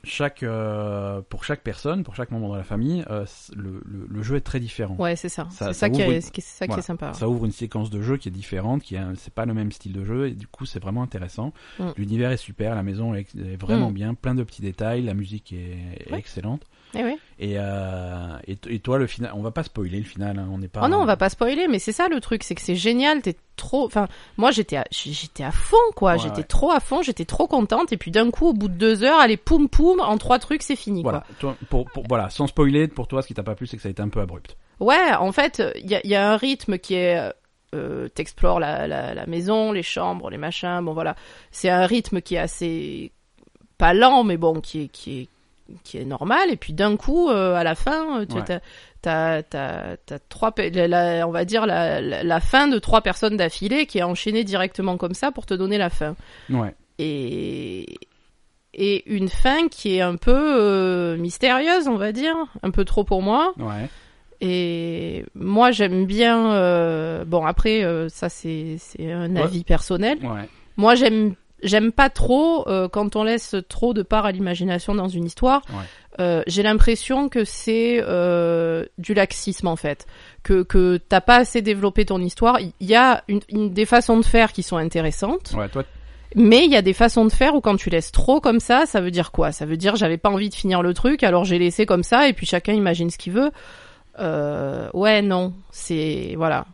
[SPEAKER 1] chaque, euh, pour chaque personne, pour chaque membre de la famille, euh, c- le, le- le jeu est très différent.
[SPEAKER 2] Ouais, c'est ça.
[SPEAKER 1] Ça-
[SPEAKER 2] c'est ça,
[SPEAKER 1] ça
[SPEAKER 2] qui
[SPEAKER 1] ouvre
[SPEAKER 2] est,
[SPEAKER 1] une-
[SPEAKER 2] c'est ça qui
[SPEAKER 1] Voilà.
[SPEAKER 2] est sympa.
[SPEAKER 1] Ça ouvre une séquence de jeu qui est différente, qui est un- c'est pas le même style de jeu et du coup c'est vraiment intéressant.
[SPEAKER 2] Mm.
[SPEAKER 1] L'univers est super, la maison est, est vraiment
[SPEAKER 2] Mm.
[SPEAKER 1] bien, plein de petits détails, la musique est, est
[SPEAKER 2] Ouais.
[SPEAKER 1] excellente.
[SPEAKER 2] Eh oui.
[SPEAKER 1] Et, euh, et, t- et toi le final, on va pas spoiler le final, hein, on n'est pas.
[SPEAKER 2] Oh non, on va pas spoiler, mais c'est ça le truc, c'est que c'est génial. T'es trop. Enfin, moi j'étais, à... j'étais à fond quoi.
[SPEAKER 1] Ouais,
[SPEAKER 2] j'étais
[SPEAKER 1] ouais.
[SPEAKER 2] trop à fond, j'étais trop contente. Et puis d'un coup, au bout de deux heures, allez poum poum, en trois trucs, c'est fini.
[SPEAKER 1] Voilà, toi, pour, pour- voilà, sans spoiler, pour toi ce qui t'a pas plu c'est que ça a été un peu abrupt.
[SPEAKER 2] Quoi. Ouais, en fait, il y a, y a un rythme qui est. Euh, T'explores la, la, la maison, les chambres, les machins. Bon voilà, c'est un rythme qui est assez pas lent, mais bon, qui est qui est qui est normal. Et puis d'un coup, euh, à la fin, euh, tu
[SPEAKER 1] Ouais.
[SPEAKER 2] t'as t'as t'as t'as trois, pe- la- la- on va dire la, la, la fin de trois personnes d'affilée qui est enchaînée directement comme ça pour te donner la fin.
[SPEAKER 1] Ouais.
[SPEAKER 2] Et et une fin qui est un peu euh, mystérieuse, on va dire, un peu trop pour moi.
[SPEAKER 1] Ouais.
[SPEAKER 2] Et moi, j'aime bien. euh, bon, après, euh, ça c'est c'est un
[SPEAKER 1] Ouais.
[SPEAKER 2] avis personnel.
[SPEAKER 1] Ouais.
[SPEAKER 2] Moi, j'aime j'aime pas trop euh, quand on laisse trop de part à l'imagination dans une histoire. Euh, J'ai l'impression que c'est euh, du laxisme en fait, que que t'as pas assez développé ton histoire. Il y a une, une- des façons de faire qui sont intéressantes.
[SPEAKER 1] Ouais, toi,
[SPEAKER 2] Mais il y a des façons de faire où quand tu laisses trop comme ça, ça veut dire quoi Ça veut dire j'avais pas envie de finir le truc, alors j'ai laissé comme ça et puis chacun imagine ce qu'il veut. Euh, ouais, non, c'est voilà.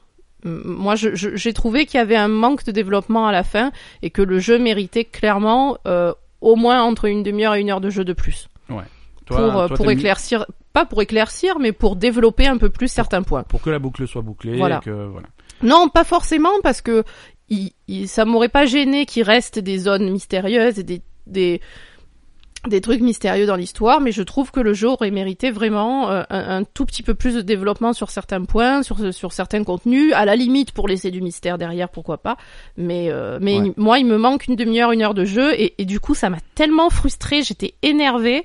[SPEAKER 2] M- Moi, je- je- j'ai trouvé qu'il y avait un manque de développement à la fin et que le jeu méritait clairement euh, au moins entre une demi-heure et une heure de jeu de plus
[SPEAKER 1] toi,
[SPEAKER 2] pour euh,
[SPEAKER 1] toi,
[SPEAKER 2] pour
[SPEAKER 1] t'aimes-
[SPEAKER 2] éclaircir, pas pour éclaircir, mais pour développer un peu plus certains points.
[SPEAKER 1] pour que la boucle soit bouclée.
[SPEAKER 2] Voilà.
[SPEAKER 1] Et que, voilà.
[SPEAKER 2] Non, pas forcément, parce que il, il- ça m'aurait pas gêné qu'il reste des zones mystérieuses et des, des, des trucs mystérieux dans l'histoire, mais je trouve que le jeu aurait mérité vraiment euh, un, un tout petit peu plus de développement sur certains points, sur, sur certains contenus, à la limite pour laisser du mystère derrière, pourquoi pas. Mais, euh, mais
[SPEAKER 1] Ouais.
[SPEAKER 2] il- moi, il me manque une demi-heure, une heure de jeu, et, et du coup, ça m'a tellement frustrée, j'étais énervée.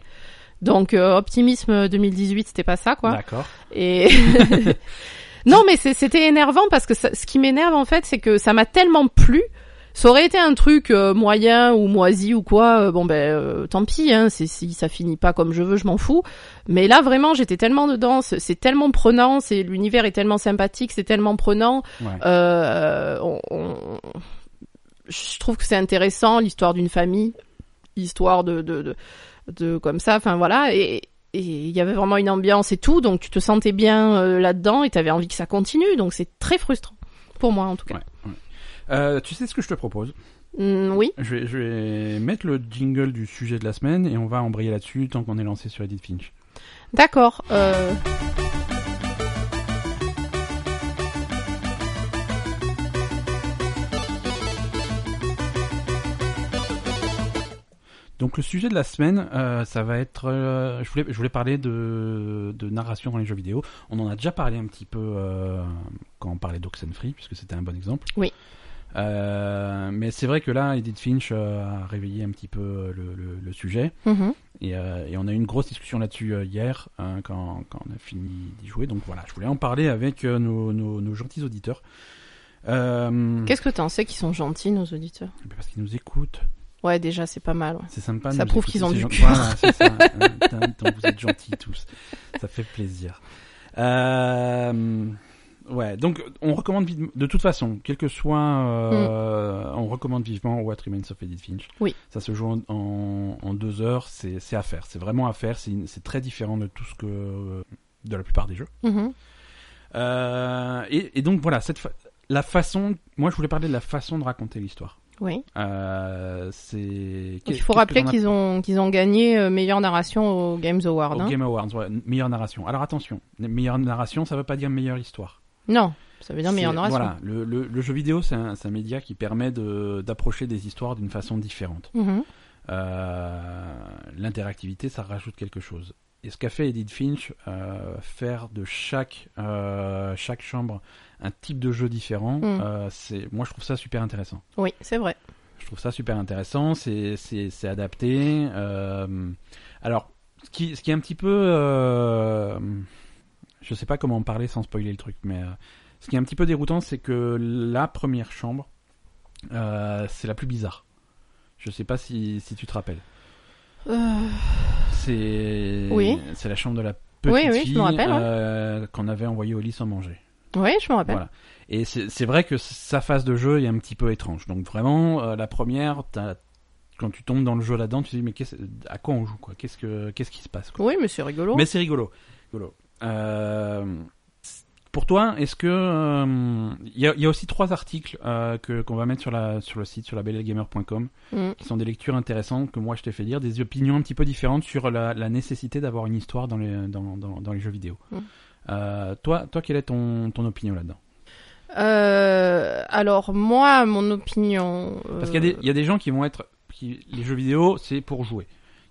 [SPEAKER 2] Donc, euh, optimisme 2018, c'était pas ça, quoi.
[SPEAKER 1] D'accord.
[SPEAKER 2] Et [LAUGHS] non, mais c'est- c'était énervant parce que ça- ce qui m'énerve en fait, c'est que ça m'a tellement plu. Ça aurait été un truc euh, moyen ou moisi ou quoi. euh, bon ben, euh, tant pis. Hein, c'est- si ça finit pas comme je veux, je m'en fous. Mais là, vraiment, j'étais tellement dedans. C'est c'est tellement prenant. C'est l'univers est tellement sympathique. C'est tellement prenant.
[SPEAKER 1] Ouais.
[SPEAKER 2] Euh, on- on- je trouve que c'est intéressant l'histoire d'une famille, l'histoire de, de, de, de- comme ça. Enfin voilà, et et il y avait vraiment une ambiance et tout, donc tu te sentais bien euh, là-dedans et t'avais envie que ça continue. Donc c'est très frustrant pour moi en tout cas.
[SPEAKER 1] Euh, tu sais ce que je te propose
[SPEAKER 2] Mm, oui.
[SPEAKER 1] je vais, je vais mettre le jingle du sujet de la semaine et on va embrayer là-dessus tant qu'on est lancé sur Edith Finch.
[SPEAKER 2] D'accord. Euh...
[SPEAKER 1] Donc le sujet de la semaine, euh, ça va être, euh, je voulais, je voulais parler de, de narration dans les jeux vidéo. On en a déjà parlé un petit peu euh, quand on parlait d'Oxenfree, puisque c'était un bon exemple.
[SPEAKER 2] Oui.
[SPEAKER 1] Euh, mais c'est vrai que là, Edith Finch euh, a réveillé un petit peu euh, le, le- le sujet.
[SPEAKER 2] mhm.
[SPEAKER 1] Et, euh, et on a eu une grosse discussion là-dessus euh, hier, hein, quand, quand on a fini d'y jouer. Donc voilà, je voulais en parler avec euh, nos, nos- nos gentils auditeurs. Euh,
[SPEAKER 2] Qu'est-ce que t'en sais qu'ils sont gentils nos auditeurs
[SPEAKER 1] parce qu'ils nous écoutent.
[SPEAKER 2] Ouais, déjà c'est pas mal. ouais.
[SPEAKER 1] C'est sympa. de
[SPEAKER 2] Ça
[SPEAKER 1] nous
[SPEAKER 2] prouve
[SPEAKER 1] écouter,
[SPEAKER 2] qu'ils ont
[SPEAKER 1] ces
[SPEAKER 2] du
[SPEAKER 1] gens-
[SPEAKER 2] cœur.
[SPEAKER 1] Voilà, c'est ça. Euh, putain, tant que vous êtes gentils tous. Ça fait plaisir. Euh, ouais, donc on recommande vivement, de toute façon, quel que soit, euh, on recommande vivement What Remains of Edith Finch.
[SPEAKER 2] Oui.
[SPEAKER 1] Ça se joue en, en, en deux heures, c'est c'est à faire, c'est vraiment à faire, c'est une- c'est très différent de tout ce que, de la plupart des jeux.
[SPEAKER 2] Mhm.
[SPEAKER 1] Euh, et, et donc voilà, cette fa- la façon, moi je voulais parler de la façon de raconter l'histoire.
[SPEAKER 2] Oui.
[SPEAKER 1] Euh, c'est.
[SPEAKER 2] Donc,
[SPEAKER 1] qu'est-
[SPEAKER 2] il faut
[SPEAKER 1] qu'est-ce que
[SPEAKER 2] rappeler
[SPEAKER 1] t'en as
[SPEAKER 2] qu'ils ont qu'ils ont gagné euh, meilleure narration aux Games Awards.
[SPEAKER 1] Au
[SPEAKER 2] hein.
[SPEAKER 1] Game Awards, ouais, meilleure narration. Alors attention, meilleure narration, ça veut pas dire meilleure histoire.
[SPEAKER 2] Non, ça veut dire meilleure
[SPEAKER 1] C'est-
[SPEAKER 2] narration.
[SPEAKER 1] Voilà, le, le- le jeu vidéo, c'est un, c'est un média qui permet de- d'approcher des histoires d'une façon différente.
[SPEAKER 2] Mhm.
[SPEAKER 1] Euh, L'interactivité, ça rajoute quelque chose. Et ce qu'a fait Edith Finch, euh, faire de chaque, euh, chaque chambre un type de jeu différent,
[SPEAKER 2] Mm.
[SPEAKER 1] euh, c'est- moi je trouve ça super intéressant.
[SPEAKER 2] Oui, c'est vrai.
[SPEAKER 1] Je trouve ça super intéressant, c'est c'est- c'est adapté. euh, alors, ce qui, ce qui est un petit peu... euh, je sais pas comment en parler sans spoiler le truc, mais euh, ce qui est un petit peu déroutant, c'est que la première chambre, euh, c'est la plus bizarre. Je sais pas si, si tu te rappelles.
[SPEAKER 2] Euh,
[SPEAKER 1] C'est
[SPEAKER 2] Oui.
[SPEAKER 1] c'est la chambre de la petite
[SPEAKER 2] Oui, oui, je
[SPEAKER 1] fille
[SPEAKER 2] me rappelle, ouais.
[SPEAKER 1] euh, qu'on avait envoyée au lit sans manger.
[SPEAKER 2] Oui, je me rappelle.
[SPEAKER 1] Voilà. Et c'est c'est vrai que sa phase de jeu est un petit peu étrange. Donc vraiment, euh, la première, t'as- quand tu tombes dans le jeu là-dedans, tu te dis mais qu'est-ce- à quoi on joue quoi Qu'est-ce que qu'est-ce qui se passe quoi
[SPEAKER 2] Oui, mais c'est rigolo.
[SPEAKER 1] Mais c'est rigolo. rigolo. Euh, pour toi, est-ce que euh, il y, a- il y a aussi trois articles euh, que qu'on va mettre sur la sur le site sur la bellelgamer.com
[SPEAKER 2] Mm.
[SPEAKER 1] qui sont des lectures intéressantes que moi je t'ai fait lire, des opinions un petit peu différentes sur la, la nécessité d'avoir une histoire dans les dans, dans, dans les jeux vidéo.
[SPEAKER 2] Mm.
[SPEAKER 1] Euh, toi toi quelle est ton ton opinion là-dedans
[SPEAKER 2] Euh, alors moi, mon opinion. euh,
[SPEAKER 1] Parce qu'il y, a des- il y a des gens qui vont être. Qui, les jeux vidéo, c'est pour jouer.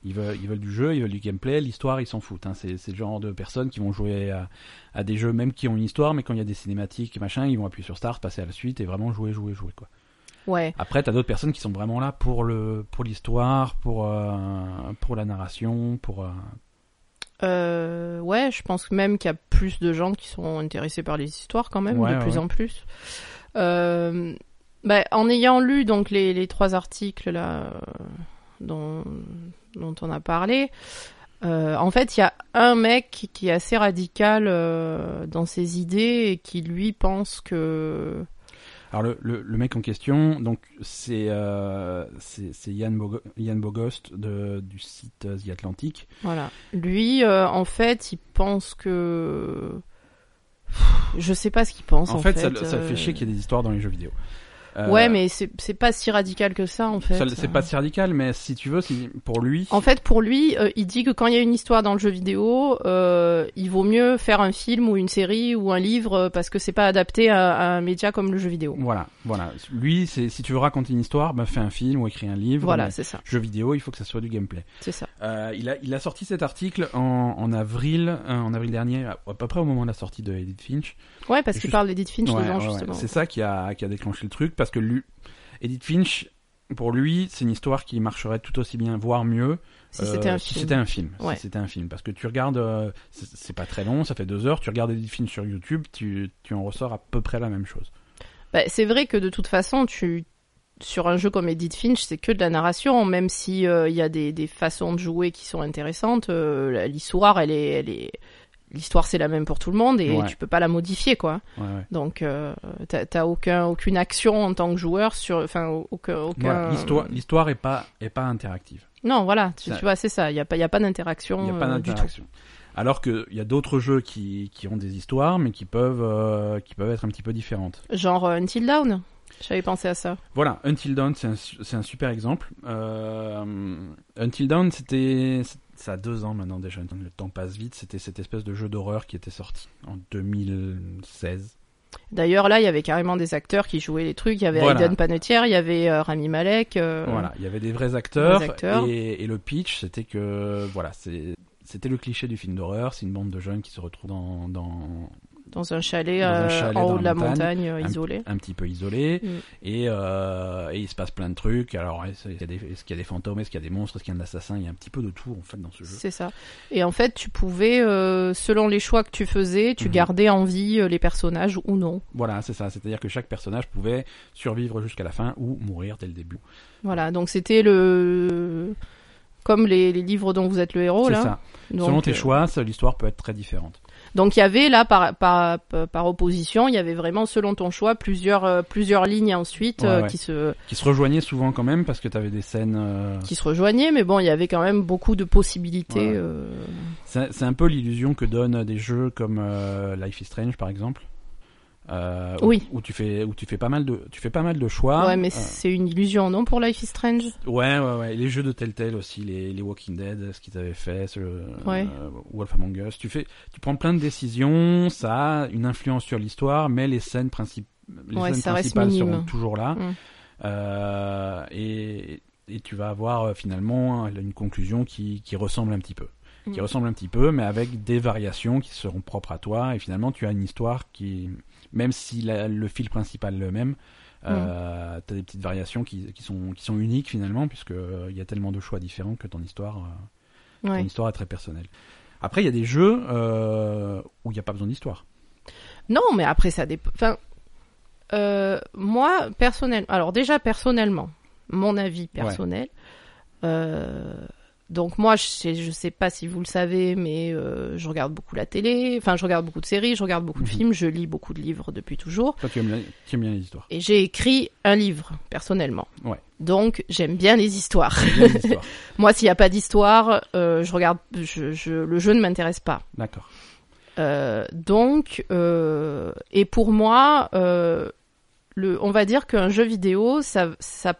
[SPEAKER 1] Ils veulent, ils veulent du jeu, ils veulent du gameplay, l'histoire, ils s'en foutent. Hein. C'est c'est le genre de personnes qui vont jouer à, à des jeux, même qui ont une histoire, mais quand il y a des cinématiques, machin, ils vont appuyer sur Start, passer à la suite et vraiment jouer, jouer, jouer. Quoi.
[SPEAKER 2] Ouais.
[SPEAKER 1] Après, t'as d'autres personnes qui sont vraiment là pour le pour l'histoire, pour euh, pour la narration, pour euh,
[SPEAKER 2] Euh, ouais, je pense même qu'il y a plus de gens qui sont intéressés par les histoires quand même,
[SPEAKER 1] Ouais,
[SPEAKER 2] de plus
[SPEAKER 1] ouais.
[SPEAKER 2] en plus. Euh, bah, en ayant lu donc les, les trois articles là euh, dont, dont on a parlé, euh, en fait, il y a un mec qui- qui est assez radical euh, dans ses idées et qui lui pense que
[SPEAKER 1] Alors le, le, le mec en question, donc c'est euh, c'est c'est Yann, Bogo- Yann Bogost de, du site euh, The Atlantic.
[SPEAKER 2] Voilà. Lui, euh, en fait, il pense que. Je sais pas ce qu'il pense. En,
[SPEAKER 1] En fait, ça, le- ça le
[SPEAKER 2] euh,
[SPEAKER 1] fait chier qu'il y ait des histoires dans les jeux vidéo. Euh,
[SPEAKER 2] Ouais, mais c'est c'est pas si radical que ça, en fait.
[SPEAKER 1] ça- c'est pas si radical, mais si tu veux, si- pour lui,
[SPEAKER 2] En fait, pour lui, euh, il dit que quand il y a une histoire dans le jeu vidéo, euh, il vaut mieux faire un film ou une série ou un livre euh, parce que c'est pas adapté à, à un média comme le jeu vidéo.
[SPEAKER 1] voilà, voilà. Lui, c'est si tu veux raconter une histoire, bah, fais un film ou écris un livre.
[SPEAKER 2] Voilà,
[SPEAKER 1] mais
[SPEAKER 2] c'est ça,
[SPEAKER 1] Jeu vidéo, il faut que ça soit du gameplay.
[SPEAKER 2] c'est ça.
[SPEAKER 1] Euh, il, a, il a sorti cet article en, en avril, euh, en avril dernier, à, à peu près au moment de la sortie de Edith Finch.
[SPEAKER 2] Ouais, parce qu'il
[SPEAKER 1] Juste-
[SPEAKER 2] parle d'Edith Finch
[SPEAKER 1] Ouais,
[SPEAKER 2] dedans,
[SPEAKER 1] ouais, ouais.
[SPEAKER 2] justement.
[SPEAKER 1] C'est ça qui a, qui a déclenché le truc, parce que lui, Edith Finch, pour lui, c'est une histoire qui marcherait tout aussi bien, voire mieux,
[SPEAKER 2] Si
[SPEAKER 1] euh,
[SPEAKER 2] c'était un
[SPEAKER 1] si
[SPEAKER 2] film.
[SPEAKER 1] c'était un film. Si
[SPEAKER 2] Ouais.
[SPEAKER 1] c'était un film. Parce que tu regardes, euh, c'est c'est pas très long, ça fait deux heures, tu regardes Edith Finch sur YouTube, tu, tu en ressors à peu près la même chose.
[SPEAKER 2] Bah, c'est vrai que de toute façon, tu sur un jeu comme Edith Finch, c'est que de la narration, même si euh, il y a des, des façons de jouer qui sont intéressantes. euh, la- l'histoire, elle est, elle est, l'histoire, c'est la même pour tout le monde et
[SPEAKER 1] Ouais.
[SPEAKER 2] tu peux pas la modifier, quoi.
[SPEAKER 1] Ouais, ouais.
[SPEAKER 2] Donc, euh, t'as t'as aucun, aucune action en tant que joueur sur, enfin, aucun,
[SPEAKER 1] Voilà,
[SPEAKER 2] aucun.
[SPEAKER 1] l'histoire- L'histoire est pas, est pas interactive.
[SPEAKER 2] Non, voilà, tu,
[SPEAKER 1] Ça-
[SPEAKER 2] tu vois, c'est ça. Il y a pas, il y a pas d'interaction.
[SPEAKER 1] Il n'y a pas
[SPEAKER 2] euh, du tout.
[SPEAKER 1] d'interaction. Alors qu'il y a d'autres jeux qui, qui ont des histoires, mais qui peuvent, euh, qui peuvent être un petit peu différentes.
[SPEAKER 2] Genre euh, Until Dawn. J'avais pensé à ça.
[SPEAKER 1] Voilà, Until Dawn, c'est un, su- c'est un super exemple. Euh, Until Dawn, c'était. c'est- Ça a deux ans maintenant déjà, le temps passe vite. C'était cette espèce de jeu d'horreur qui était sorti en 2016.
[SPEAKER 2] D'ailleurs, là, il y avait carrément des acteurs qui jouaient les trucs. Il y avait
[SPEAKER 1] Voilà.
[SPEAKER 2] Aidan Panettiere, il y avait euh, Rami Malek. euh,
[SPEAKER 1] Voilà, il y avait des vrais acteurs.
[SPEAKER 2] Des acteurs.
[SPEAKER 1] Et, et le pitch, c'était que. Voilà, c'est- c'était le cliché du film d'horreur. C'est une bande de jeunes qui se retrouvent dans, dans-
[SPEAKER 2] dans un chalet,
[SPEAKER 1] Dans un
[SPEAKER 2] euh,
[SPEAKER 1] chalet
[SPEAKER 2] en
[SPEAKER 1] dans
[SPEAKER 2] haut
[SPEAKER 1] la
[SPEAKER 2] de la
[SPEAKER 1] montagne,
[SPEAKER 2] montagne, euh,
[SPEAKER 1] un-
[SPEAKER 2] isolé.
[SPEAKER 1] un petit peu isolés.
[SPEAKER 2] Mm.
[SPEAKER 1] Et, euh, et il se passe plein de trucs. Alors, est-ce qu'il y, a des- est-ce qu'il y a des fantômes Est-ce qu'il y a des monstres Est-ce qu'il y a de l'assassin Il y a un petit peu de tout, en fait, dans ce jeu.
[SPEAKER 2] C'est ça. Et en fait, tu pouvais, euh, selon les choix que tu faisais, tu
[SPEAKER 1] Mhm.
[SPEAKER 2] gardais en vie euh, les personnages ou non.
[SPEAKER 1] Voilà, c'est ça. C'est-à-dire que chaque personnage pouvait survivre jusqu'à la fin ou mourir dès le début.
[SPEAKER 2] Voilà. Donc c'était le comme les, les livres dont vous êtes le
[SPEAKER 1] c'est
[SPEAKER 2] héros Oh là.
[SPEAKER 1] ça.
[SPEAKER 2] Donc,
[SPEAKER 1] Selon tes
[SPEAKER 2] euh,
[SPEAKER 1] choix, ça, l'histoire peut être très différente.
[SPEAKER 2] Donc il y avait là par, par par opposition, il y avait vraiment selon ton choix plusieurs euh, plusieurs lignes ensuite
[SPEAKER 1] Ouais,
[SPEAKER 2] euh,
[SPEAKER 1] ouais.
[SPEAKER 2] qui se
[SPEAKER 1] Qui se rejoignaient souvent quand même parce que t'avais des scènes. euh,
[SPEAKER 2] qui se rejoignaient, mais bon, il y avait quand même beaucoup de possibilités.
[SPEAKER 1] Ouais.
[SPEAKER 2] euh,
[SPEAKER 1] C'est c'est un peu l'illusion que donnent des jeux comme euh, Life is Strange par exemple. Euh, où-
[SPEAKER 2] Oui.
[SPEAKER 1] Où, tu fais où tu fais pas mal de tu fais pas mal de choix.
[SPEAKER 2] ouais, mais
[SPEAKER 1] Euh,
[SPEAKER 2] c'est une illusion, non, pour Life is Strange.
[SPEAKER 1] Ouais, ouais, ouais. Et Les jeux de Telltale aussi, les, les Walking Dead, ce qu'ils avaient fait, ce,
[SPEAKER 2] Ouais.
[SPEAKER 1] euh, Wolf Among Us. Tu, fais, tu prends plein de décisions, ça a une influence sur l'histoire, mais les scènes, princip- les
[SPEAKER 2] Ouais,
[SPEAKER 1] scènes
[SPEAKER 2] ça reste
[SPEAKER 1] principales
[SPEAKER 2] minime.
[SPEAKER 1] seront toujours là.
[SPEAKER 2] Mm.
[SPEAKER 1] Euh, et, et tu vas avoir euh, finalement une conclusion qui, qui ressemble un petit peu. Qui
[SPEAKER 2] Mm.
[SPEAKER 1] ressemble un petit peu, mais avec des variations qui seront propres à toi. Et finalement, tu as une histoire qui, même si la- le fil principal est le même,
[SPEAKER 2] Mm.
[SPEAKER 1] euh, t'as des petites variations qui, qui sont, qui sont uniques finalement, puisque euh, il y a tellement de choix différents que ton histoire, euh, ton
[SPEAKER 2] Ouais.
[SPEAKER 1] histoire est très personnelle. Après, il y a des jeux euh, où il n'y a pas besoin d'histoire.
[SPEAKER 2] Non, mais après ça dépend. Enfin, euh, moi personnellement. Alors déjà personnellement, mon avis personnel. euh, donc moi, je sais, je sais pas si vous le savez, mais euh, je regarde beaucoup la télé. Enfin, je regarde beaucoup de séries, je regarde beaucoup de
[SPEAKER 1] Mhm.
[SPEAKER 2] films, je lis beaucoup de livres depuis toujours.
[SPEAKER 1] Toi, tu aimes, la- tu aimes bien les
[SPEAKER 2] [LAUGHS]
[SPEAKER 1] histoires.
[SPEAKER 2] Et j'ai écrit un livre personnellement.
[SPEAKER 1] Ouais.
[SPEAKER 2] Donc j'aime bien les histoires.
[SPEAKER 1] Tu aimes bien les histoires.
[SPEAKER 2] moi, s'il n'y a pas d'histoire, euh, je regarde. Je, je, le jeu ne m'intéresse pas.
[SPEAKER 1] D'accord.
[SPEAKER 2] Euh, donc, euh, et pour moi, euh, le, on va dire qu'un jeu vidéo, ça, ça,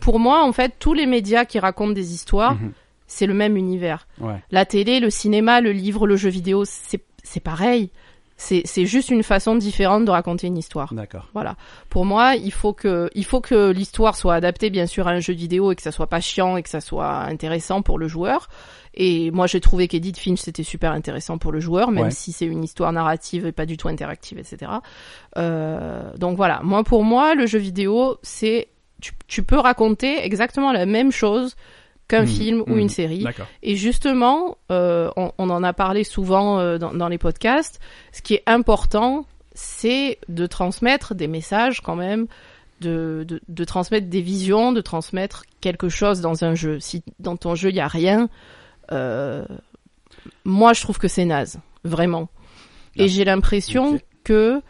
[SPEAKER 2] pour moi, en fait, tous les médias qui racontent des histoires,
[SPEAKER 1] Mhm.
[SPEAKER 2] c'est le même univers.
[SPEAKER 1] Ouais.
[SPEAKER 2] La télé, le cinéma, le livre, le jeu vidéo, c'est c'est pareil. C'est c'est juste une façon différente de raconter une histoire.
[SPEAKER 1] D'accord.
[SPEAKER 2] Voilà. Pour moi, il faut que il faut que l'histoire soit adaptée bien sûr à un jeu vidéo et que ça soit pas chiant et que ça soit intéressant pour le joueur. Et moi, j'ai trouvé qu'Edith Finch c'était super intéressant pour le joueur, même
[SPEAKER 1] Ouais.
[SPEAKER 2] si c'est une histoire narrative et pas du tout interactive, etc. Euh, donc voilà. Moi, pour moi, le jeu vidéo, c'est tu, tu peux raconter exactement la même chose qu'un
[SPEAKER 1] Mhm.
[SPEAKER 2] film ou
[SPEAKER 1] Mhm.
[SPEAKER 2] une série.
[SPEAKER 1] D'accord.
[SPEAKER 2] Et justement, euh, on, on en a parlé souvent euh, dans, dans les podcasts, ce qui est important, c'est de transmettre des messages quand même, de, de, de transmettre des visions, de transmettre quelque chose dans un jeu. Si dans ton jeu, il n'y a rien, euh, moi, je trouve que c'est naze, vraiment.
[SPEAKER 1] Ah.
[SPEAKER 2] Et j'ai l'impression
[SPEAKER 1] Ok.
[SPEAKER 2] que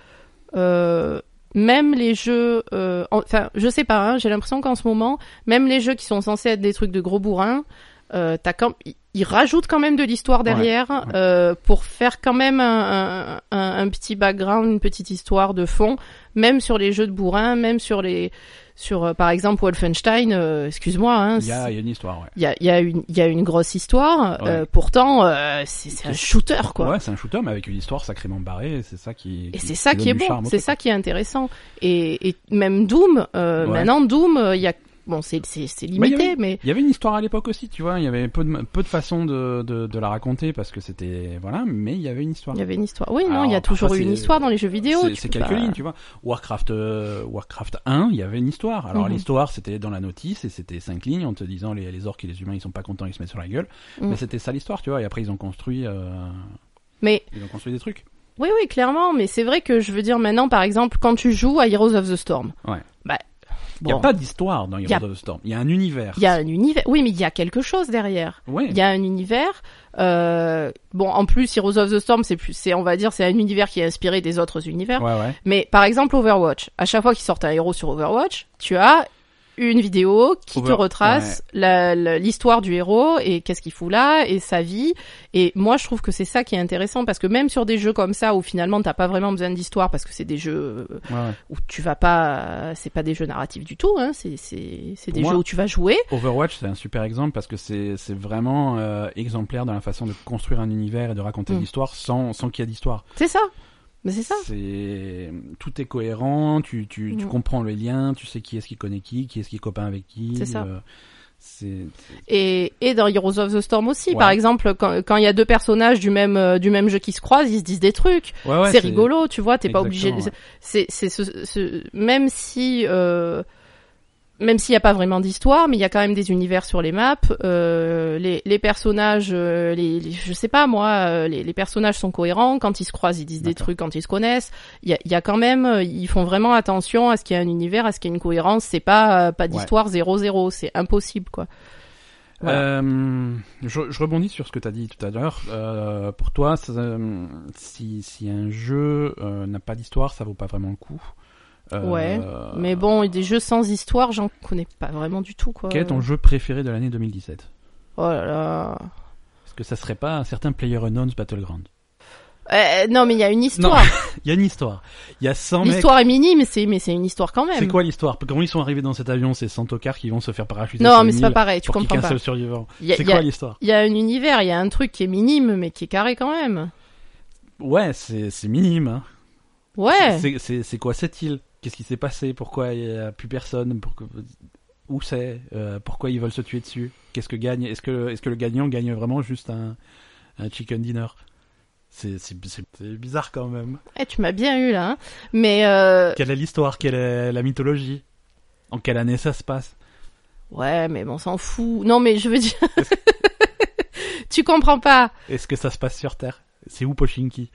[SPEAKER 2] euh, même les jeux... euh, en- enfin, je sais pas, hein, j'ai l'impression qu'en ce moment, même les jeux qui sont censés être des trucs de gros bourrins, euh, t'as quand... ils- ils rajoutent quand même de l'histoire derrière euh, pour faire quand même un, un- un- un petit background, une petite histoire de fond, même sur les jeux de bourrins, même sur les... Sur, euh, par exemple, Wolfenstein, euh, excuse-moi, hein,
[SPEAKER 1] Il y a, il y a une histoire, ouais.
[SPEAKER 2] il y a, il y, a une- il y a une grosse histoire.
[SPEAKER 1] Ouais.
[SPEAKER 2] euh, pourtant, euh, c'est c'est un shooter, quoi.
[SPEAKER 1] Ouais, c'est un shooter, mais avec une histoire sacrément barrée, et c'est ça qui.
[SPEAKER 2] Et c'est ça qui est
[SPEAKER 1] donne du
[SPEAKER 2] bon,
[SPEAKER 1] charme au
[SPEAKER 2] c'est
[SPEAKER 1] truc.
[SPEAKER 2] ça qui est intéressant. Et, et même Doom, euh,
[SPEAKER 1] Ouais.
[SPEAKER 2] maintenant Doom, euh, il y a bon, c'est c'est c'est
[SPEAKER 1] Bah, il y
[SPEAKER 2] limité, mais
[SPEAKER 1] Il y avait une histoire à l'époque aussi, tu vois. Il y avait peu de, peu de façons de, de, de la raconter parce que c'était. Voilà, mais il y avait une histoire.
[SPEAKER 2] il y avait une histoire. Oui, non,
[SPEAKER 1] Alors,
[SPEAKER 2] il y a toujours
[SPEAKER 1] parfois,
[SPEAKER 2] eu une
[SPEAKER 1] c'est-
[SPEAKER 2] histoire dans les jeux vidéo.
[SPEAKER 1] C'est-
[SPEAKER 2] tu
[SPEAKER 1] C'est
[SPEAKER 2] peux
[SPEAKER 1] quelques
[SPEAKER 2] pas-
[SPEAKER 1] lignes, tu vois. Warcraft, euh, Warcraft 1, il y avait une histoire. Alors
[SPEAKER 2] Mhm.
[SPEAKER 1] l'histoire, c'était dans la notice et c'était cinq lignes en te disant les, les orques et les humains, ils sont pas contents, ils se mettent sur la gueule.
[SPEAKER 2] Mhm.
[SPEAKER 1] Mais c'était ça l'histoire, tu vois. Et après, ils ont construit, euh,
[SPEAKER 2] Mais
[SPEAKER 1] ils ont construit des trucs.
[SPEAKER 2] oui, oui, clairement. Mais c'est vrai que je veux dire maintenant, par exemple, quand tu joues à Heroes of the Storm,
[SPEAKER 1] Ouais.
[SPEAKER 2] bah,
[SPEAKER 1] Il y a
[SPEAKER 2] bon,
[SPEAKER 1] pas d'histoire dans Heroes
[SPEAKER 2] Y a-
[SPEAKER 1] of the Storm. Il y a un univers.
[SPEAKER 2] il y a un univers. Oui, mais il y a quelque chose derrière.
[SPEAKER 1] Ouais.
[SPEAKER 2] Il y a un univers. Euh, bon, en plus, Heroes of the Storm, c'est plus, c'est, on va dire, c'est un univers qui est inspiré des autres univers.
[SPEAKER 1] Ouais, ouais.
[SPEAKER 2] Mais par exemple, Overwatch. À chaque fois qu'ils sortent un héros sur Overwatch, tu as une vidéo qui te
[SPEAKER 1] Over-
[SPEAKER 2] retrace la- la- l'histoire du héros et qu'est-ce qu'il fout là et sa vie. Et moi, je trouve que c'est ça qui est intéressant parce que même sur des jeux comme ça où finalement t'as pas vraiment besoin d'histoire parce que c'est des jeux euh,
[SPEAKER 1] ouais, ouais.
[SPEAKER 2] où tu vas pas, c'est pas des jeux narratifs du tout. Hein, c'est c'est c'est
[SPEAKER 1] Pour
[SPEAKER 2] des
[SPEAKER 1] moi-
[SPEAKER 2] jeux où tu vas jouer.
[SPEAKER 1] Overwatch, c'est un super exemple parce que c'est c'est vraiment euh, exemplaire dans la façon de construire un univers et de raconter
[SPEAKER 2] Mm.
[SPEAKER 1] l'histoire sans, sans qu'il y ait d'histoire.
[SPEAKER 2] C'est ça. Mais c'est ça.
[SPEAKER 1] C'est tout est cohérent, tu, tu, tu
[SPEAKER 2] Mm.
[SPEAKER 1] comprends le lien, tu sais qui est-ce qui connaît qui, qui est-ce qui est copain avec qui.
[SPEAKER 2] C'est ça.
[SPEAKER 1] euh, c'est
[SPEAKER 2] Et, et dans Heroes of the Storm aussi,
[SPEAKER 1] Ouais.
[SPEAKER 2] par exemple, quand quand il y a deux personnages du même euh, du même jeu qui se croisent, ils se disent des trucs.
[SPEAKER 1] ouais, ouais,
[SPEAKER 2] c'est rigolo, tu vois, t'es pas obligé.
[SPEAKER 1] Exactement,
[SPEAKER 2] de- C'est c'est ce, ce- même si euh, même s'il n'y a pas vraiment d'histoire, mais il y a quand même des univers sur les maps. euh, les, les personnages, euh, les, les- je sais pas moi, euh, les, les personnages sont cohérents. Quand ils se croisent, ils disent des
[SPEAKER 1] D'accord.
[SPEAKER 2] trucs. Quand ils se connaissent, il y a, il y a quand même, euh, ils font vraiment attention à ce qu'il y ait un univers, à ce qu'il y ait une cohérence. C'est pas euh, pas d'histoire zéro zéro, c'est impossible quoi. Voilà.
[SPEAKER 1] Euh, je, je rebondis sur ce que tu as dit tout à l'heure. Euh, pour toi, ça, euh, si, si un jeu euh, n'a pas d'histoire, ça vaut pas vraiment le coup. Euh,
[SPEAKER 2] Ouais, Mais bon, des jeux sans histoire, j'en connais pas vraiment du tout quoi.
[SPEAKER 1] Quel est ton jeu préféré de l'année 2017
[SPEAKER 2] Oh là là.
[SPEAKER 1] Est-ce que ça serait pas un certain PlayerUnknown's Battleground [LAUGHS]
[SPEAKER 2] Euh, non, mais il y a une histoire.
[SPEAKER 1] Il y a une histoire. Il y a 100 mecs.
[SPEAKER 2] L'histoire est minime, mais c'est mais c'est une histoire quand même.
[SPEAKER 1] C'est quoi l'histoire Comment ils sont arrivés dans cet avion C'est 100 tocards qui vont se faire parachuter sur
[SPEAKER 2] non, mais
[SPEAKER 1] une
[SPEAKER 2] c'est pas
[SPEAKER 1] île
[SPEAKER 2] pareil, tu
[SPEAKER 1] pour qu'il y ait
[SPEAKER 2] comprends
[SPEAKER 1] qu'un
[SPEAKER 2] pas.
[SPEAKER 1] seul survivant.
[SPEAKER 2] Il y a,
[SPEAKER 1] C'est
[SPEAKER 2] il y a-
[SPEAKER 1] quoi l'histoire
[SPEAKER 2] il y a un univers, il y a un truc qui est minime, mais qui est carré quand même.
[SPEAKER 1] Ouais, c'est c'est minime. hein.
[SPEAKER 2] Ouais.
[SPEAKER 1] C'est- C'est c'est quoi cette île Qu'est-ce qui s'est passé Pourquoi il n'y a plus personne Pourquoi- Où c'est Euh, Pourquoi ils veulent se tuer dessus Qu'est-ce que gagne Est-ce que, est que le gagnant gagne vraiment juste un, un chicken dinner C'est c'est- c'est- c'est bizarre quand même.
[SPEAKER 2] Eh, tu m'as bien eu là. hein. Mais euh,
[SPEAKER 1] Quelle est l'histoire Quelle est la mythologie En quelle année ça se passe
[SPEAKER 2] ouais, mais bon, on s'en fout. Non, mais je veux dire, [LAUGHS] tu comprends pas.
[SPEAKER 1] Est-ce que ça se passe sur Terre C'est où Pochinki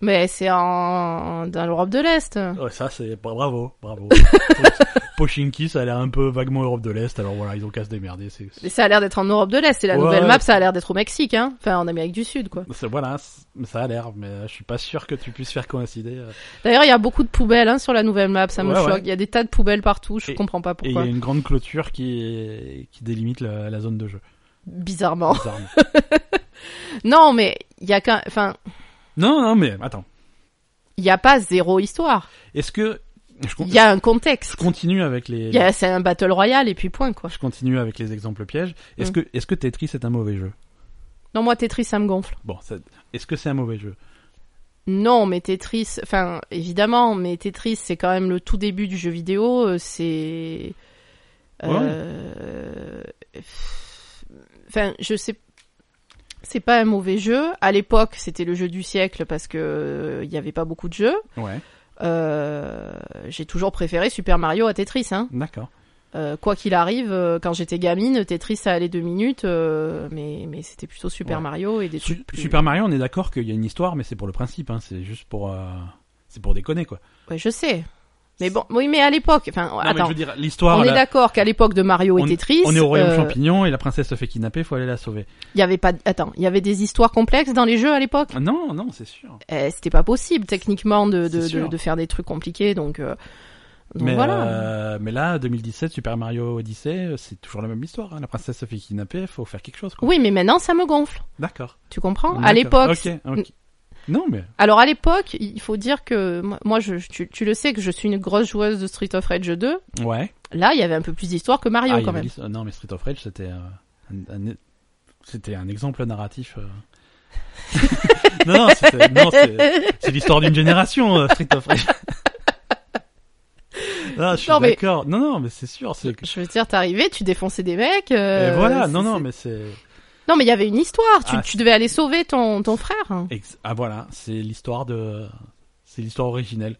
[SPEAKER 2] Mais c'est en dans l'Europe de l'Est.
[SPEAKER 1] Ouais, Oh, ça c'est bravo, bravo. [LAUGHS] Pochinki, ça a l'air un peu vaguement Europe de l'Est, alors voilà, ils ont qu'à se démerder. c'est-
[SPEAKER 2] Mais ça a l'air d'être en Europe de l'Est. Et la
[SPEAKER 1] Ouais.
[SPEAKER 2] nouvelle map, ça a l'air d'être au Mexique, hein. Enfin, en Amérique du Sud, quoi.
[SPEAKER 1] c'est- Voilà, c'est- ça a l'air, mais euh, je suis pas sûr que tu puisses faire coïncider. euh.
[SPEAKER 2] D'ailleurs, il y a beaucoup de poubelles hein, sur la nouvelle map. Ça me
[SPEAKER 1] Ouais, ouais.
[SPEAKER 2] choque. Il y a des tas de poubelles partout. Je
[SPEAKER 1] Et-
[SPEAKER 2] comprends pas
[SPEAKER 1] Et il y
[SPEAKER 2] pourquoi.
[SPEAKER 1] a une grande clôture qui, est- qui délimite la, la zone de jeu.
[SPEAKER 2] Bizarrement.
[SPEAKER 1] Bizarrement.
[SPEAKER 2] Non, mais il y a qu'un, enfin,
[SPEAKER 1] [LAUGHS] non, non, mais attends.
[SPEAKER 2] il y a pas zéro histoire.
[SPEAKER 1] Est-ce que je, con-
[SPEAKER 2] Il y a un
[SPEAKER 1] je
[SPEAKER 2] contexte.
[SPEAKER 1] continue avec les
[SPEAKER 2] Il y a- c'est un battle royale et puis point quoi.
[SPEAKER 1] je continue avec les exemples pièges. Est-ce
[SPEAKER 2] Mm.
[SPEAKER 1] que est-ce que Tetris est un mauvais jeu
[SPEAKER 2] Non, moi Tetris ça me gonfle.
[SPEAKER 1] Bon, ça- est-ce que c'est un mauvais jeu
[SPEAKER 2] Non, mais Tetris, enfin évidemment, mais Tetris c'est quand même le tout début du jeu vidéo, euh, c'est euh, enfin je sais c'est pas un mauvais jeu. À l'époque, c'était le jeu du siècle parce que euh, il y avait pas beaucoup de jeux.
[SPEAKER 1] Ouais,
[SPEAKER 2] Euh, j'ai toujours préféré Super Mario à Tetris hein.
[SPEAKER 1] d'accord.
[SPEAKER 2] Euh, quoi qu'il arrive, euh, quand j'étais gamine, Tetris ça allait deux minutes, euh, mais mais c'était plutôt Super
[SPEAKER 1] Ouais.
[SPEAKER 2] Mario et des
[SPEAKER 1] Su-
[SPEAKER 2] trucs plus.
[SPEAKER 1] Super Mario, on est d'accord qu'il y a une histoire, mais c'est pour le principe, hein, c'est juste pour, euh, c'est pour déconner quoi.
[SPEAKER 2] Ouais, je sais. Mais bon, oui, mais à l'époque, enfin,
[SPEAKER 1] Non, mais je
[SPEAKER 2] Bah, attends.
[SPEAKER 1] veux dire, l'histoire,
[SPEAKER 2] on est
[SPEAKER 1] la-
[SPEAKER 2] d'accord qu'à l'époque de Mario et Tetris,
[SPEAKER 1] on est au royaume
[SPEAKER 2] euh,
[SPEAKER 1] champignon et la princesse se fait kidnapper, faut aller la sauver.
[SPEAKER 2] il y avait pas, attends, il y avait des histoires complexes dans les jeux à l'époque.
[SPEAKER 1] Non, non, c'est sûr.
[SPEAKER 2] Eh, C'était pas possible techniquement de
[SPEAKER 1] C'est
[SPEAKER 2] de, de,
[SPEAKER 1] sûr.
[SPEAKER 2] de faire des trucs compliqués, donc, euh, donc
[SPEAKER 1] mais,
[SPEAKER 2] voilà.
[SPEAKER 1] euh, mais là, 2017, Super Mario Odyssey, euh, c'est toujours la même histoire. hein. La princesse se fait kidnapper, faut faire quelque chose. Quoi.
[SPEAKER 2] Oui, mais maintenant ça me gonfle.
[SPEAKER 1] D'accord.
[SPEAKER 2] Tu comprends
[SPEAKER 1] D'accord.
[SPEAKER 2] À l'époque,
[SPEAKER 1] Ok, ok. Non, mais
[SPEAKER 2] Alors à l'époque, il faut dire que moi- moi, je, tu, tu le sais que je suis une grosse joueuse de Street of Rage 2.
[SPEAKER 1] ouais.
[SPEAKER 2] Là, il y avait un peu plus d'histoire que Mario
[SPEAKER 1] Ah, il y
[SPEAKER 2] quand
[SPEAKER 1] avait
[SPEAKER 2] même.
[SPEAKER 1] l'his- euh, non, mais Street of Rage, c'était euh, un, un- c'était un exemple narratif. euh.
[SPEAKER 2] [LAUGHS]
[SPEAKER 1] non, non, c'était- non, c'est c'est l'histoire d'une génération, euh, Street
[SPEAKER 2] [LAUGHS]
[SPEAKER 1] of Rage. Ah, je suis
[SPEAKER 2] Non, mais-
[SPEAKER 1] d'accord. Non, non, mais c'est sûr. c'est que-
[SPEAKER 2] [LAUGHS] Je veux dire, t'arrivais, tu défonçais des mecs. euh,
[SPEAKER 1] Et voilà,
[SPEAKER 2] c'est-
[SPEAKER 1] non, non,
[SPEAKER 2] c'est-
[SPEAKER 1] mais c'est.
[SPEAKER 2] Non, mais il y avait une histoire. Tu,
[SPEAKER 1] Ah,
[SPEAKER 2] tu devais aller sauver ton, ton frère. hein.
[SPEAKER 1] Ex- Ah, voilà, c'est l'histoire de. C'est l'histoire originelle.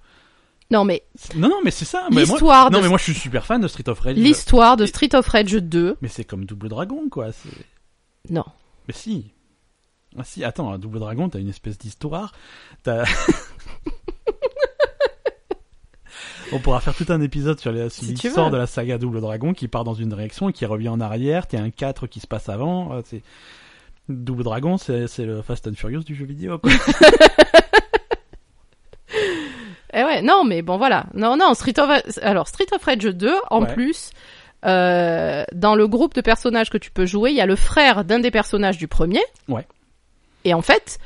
[SPEAKER 2] Non, mais
[SPEAKER 1] C'est- Non, non, mais c'est ça. Ah, mais moi-
[SPEAKER 2] l'histoire
[SPEAKER 1] Non,
[SPEAKER 2] de
[SPEAKER 1] mais moi, je suis super fan de Street of Rage.
[SPEAKER 2] l'histoire de Street of Rage 2.
[SPEAKER 1] Mais c'est comme Double Dragon, quoi. c'est-
[SPEAKER 2] Non.
[SPEAKER 1] Mais si. Ah, si, attends, un Double Dragon, t'as une espèce d'histoire. T'as. [LAUGHS] On pourra faire tout un épisode sur les- sur
[SPEAKER 2] Si tu
[SPEAKER 1] l'histoire
[SPEAKER 2] veux.
[SPEAKER 1] de la saga Double Dragon qui part dans une direction et qui revient en arrière. T'es un 4 qui se passe avant. euh, C'est... Double Dragon, c'est, c'est le Fast and Furious du jeu vidéo.
[SPEAKER 2] [LAUGHS]
[SPEAKER 1] quoi.
[SPEAKER 2] Eh ouais, non, mais bon, voilà. Non, non, Street of, alors Street of Rage 2, en
[SPEAKER 1] Ouais.
[SPEAKER 2] plus, euh, dans le groupe de personnages que tu peux jouer, il y a le frère d'un des personnages du premier.
[SPEAKER 1] Ouais.
[SPEAKER 2] Et en fait,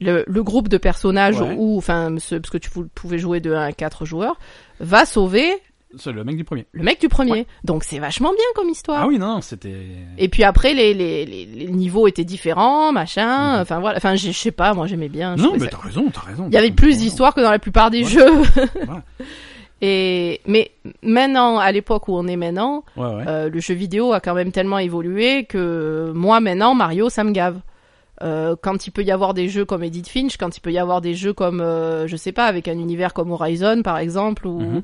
[SPEAKER 2] le, le groupe de personnages
[SPEAKER 1] Ouais.
[SPEAKER 2] ou, enfin, ce- parce que tu pou- pouvais jouer de 1 à 4 joueurs, va sauver
[SPEAKER 1] C'est le mec du premier.
[SPEAKER 2] le mec du premier.
[SPEAKER 1] Ouais.
[SPEAKER 2] Donc c'est vachement bien comme histoire.
[SPEAKER 1] Ah oui, non, non, c'était.
[SPEAKER 2] Et puis après, les, les, les, les niveaux étaient différents, machin.
[SPEAKER 1] Mhm.
[SPEAKER 2] Enfin voilà, enfin j'ai- je sais pas, moi j'aimais bien. je
[SPEAKER 1] non,
[SPEAKER 2] trouvais
[SPEAKER 1] mais
[SPEAKER 2] ça
[SPEAKER 1] t'as raison, t'as raison.
[SPEAKER 2] il y avait
[SPEAKER 1] t'as
[SPEAKER 2] plus
[SPEAKER 1] raison.
[SPEAKER 2] d'histoires que dans la plupart des
[SPEAKER 1] Voilà.
[SPEAKER 2] jeux.
[SPEAKER 1] Voilà.
[SPEAKER 2] Et mais maintenant, à l'époque où on est maintenant,
[SPEAKER 1] Ouais, ouais.
[SPEAKER 2] euh, le jeu vidéo a quand même tellement évolué que moi maintenant Mario, ça me gave. Euh, quand il peut y avoir des jeux comme Edith Finch, quand il peut y avoir des jeux comme euh, je sais pas avec un univers comme Horizon par exemple ou
[SPEAKER 1] Mhm.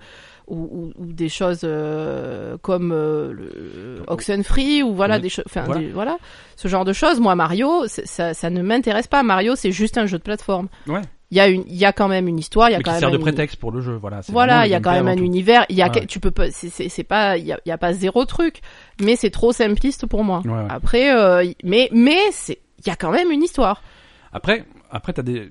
[SPEAKER 2] ou, ou- ou des choses euh, comme euh, le Oxenfree ou voilà
[SPEAKER 1] Oui.
[SPEAKER 2] des choses enfin
[SPEAKER 1] Voilà.
[SPEAKER 2] des- voilà ce genre de choses moi Mario c'est- ça, ça ne m'intéresse pas Mario c'est juste un jeu de plateforme
[SPEAKER 1] Ouais.
[SPEAKER 2] il y a une il y a quand même une histoire il y a
[SPEAKER 1] mais
[SPEAKER 2] quand
[SPEAKER 1] qui
[SPEAKER 2] même
[SPEAKER 1] sert de
[SPEAKER 2] un-
[SPEAKER 1] prétexte pour le jeu, voilà. c'est vraiment
[SPEAKER 2] voilà
[SPEAKER 1] le
[SPEAKER 2] il y a quand
[SPEAKER 1] gameplay
[SPEAKER 2] même un
[SPEAKER 1] avant tout.
[SPEAKER 2] univers il y a
[SPEAKER 1] Ouais.
[SPEAKER 2] que- tu peux pas c'est- c'est c'est pas il y a, il y a pas zéro truc mais c'est trop simpliste pour moi
[SPEAKER 1] Ouais, ouais.
[SPEAKER 2] après euh, y- mais mais c'est il y a quand même une histoire
[SPEAKER 1] Après, après t'as des.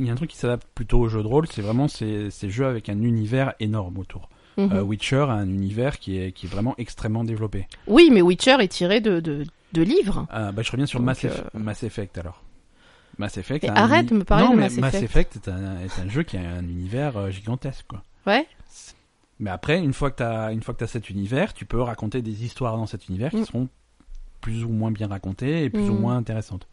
[SPEAKER 1] Il y a un truc qui s'adapte plutôt aux jeux de rôle, c'est vraiment ces, ces jeux avec un univers énorme autour.
[SPEAKER 2] Mhm.
[SPEAKER 1] Euh, Witcher a un univers qui est, qui est vraiment extrêmement développé.
[SPEAKER 2] oui mais Witcher est tiré de de, de livres
[SPEAKER 1] Euh, bah, je reviens sur
[SPEAKER 2] Donc,
[SPEAKER 1] Mass, Eff-
[SPEAKER 2] euh,
[SPEAKER 1] Mass Effect alors. Mass Effect.
[SPEAKER 2] Mais
[SPEAKER 1] a un
[SPEAKER 2] arrête de me parler
[SPEAKER 1] non,
[SPEAKER 2] de
[SPEAKER 1] mais
[SPEAKER 2] Mass
[SPEAKER 1] Mass
[SPEAKER 2] Effect.
[SPEAKER 1] Effect est un, est un jeu qui a un univers euh, gigantesque quoi.
[SPEAKER 2] ouais
[SPEAKER 1] Mais après, une fois que t'as, une fois que t'as cet univers, tu peux raconter des histoires dans cet univers
[SPEAKER 2] Mm.
[SPEAKER 1] qui seront plus ou moins bien racontées et plus ou
[SPEAKER 2] Mm.
[SPEAKER 1] moins intéressantes.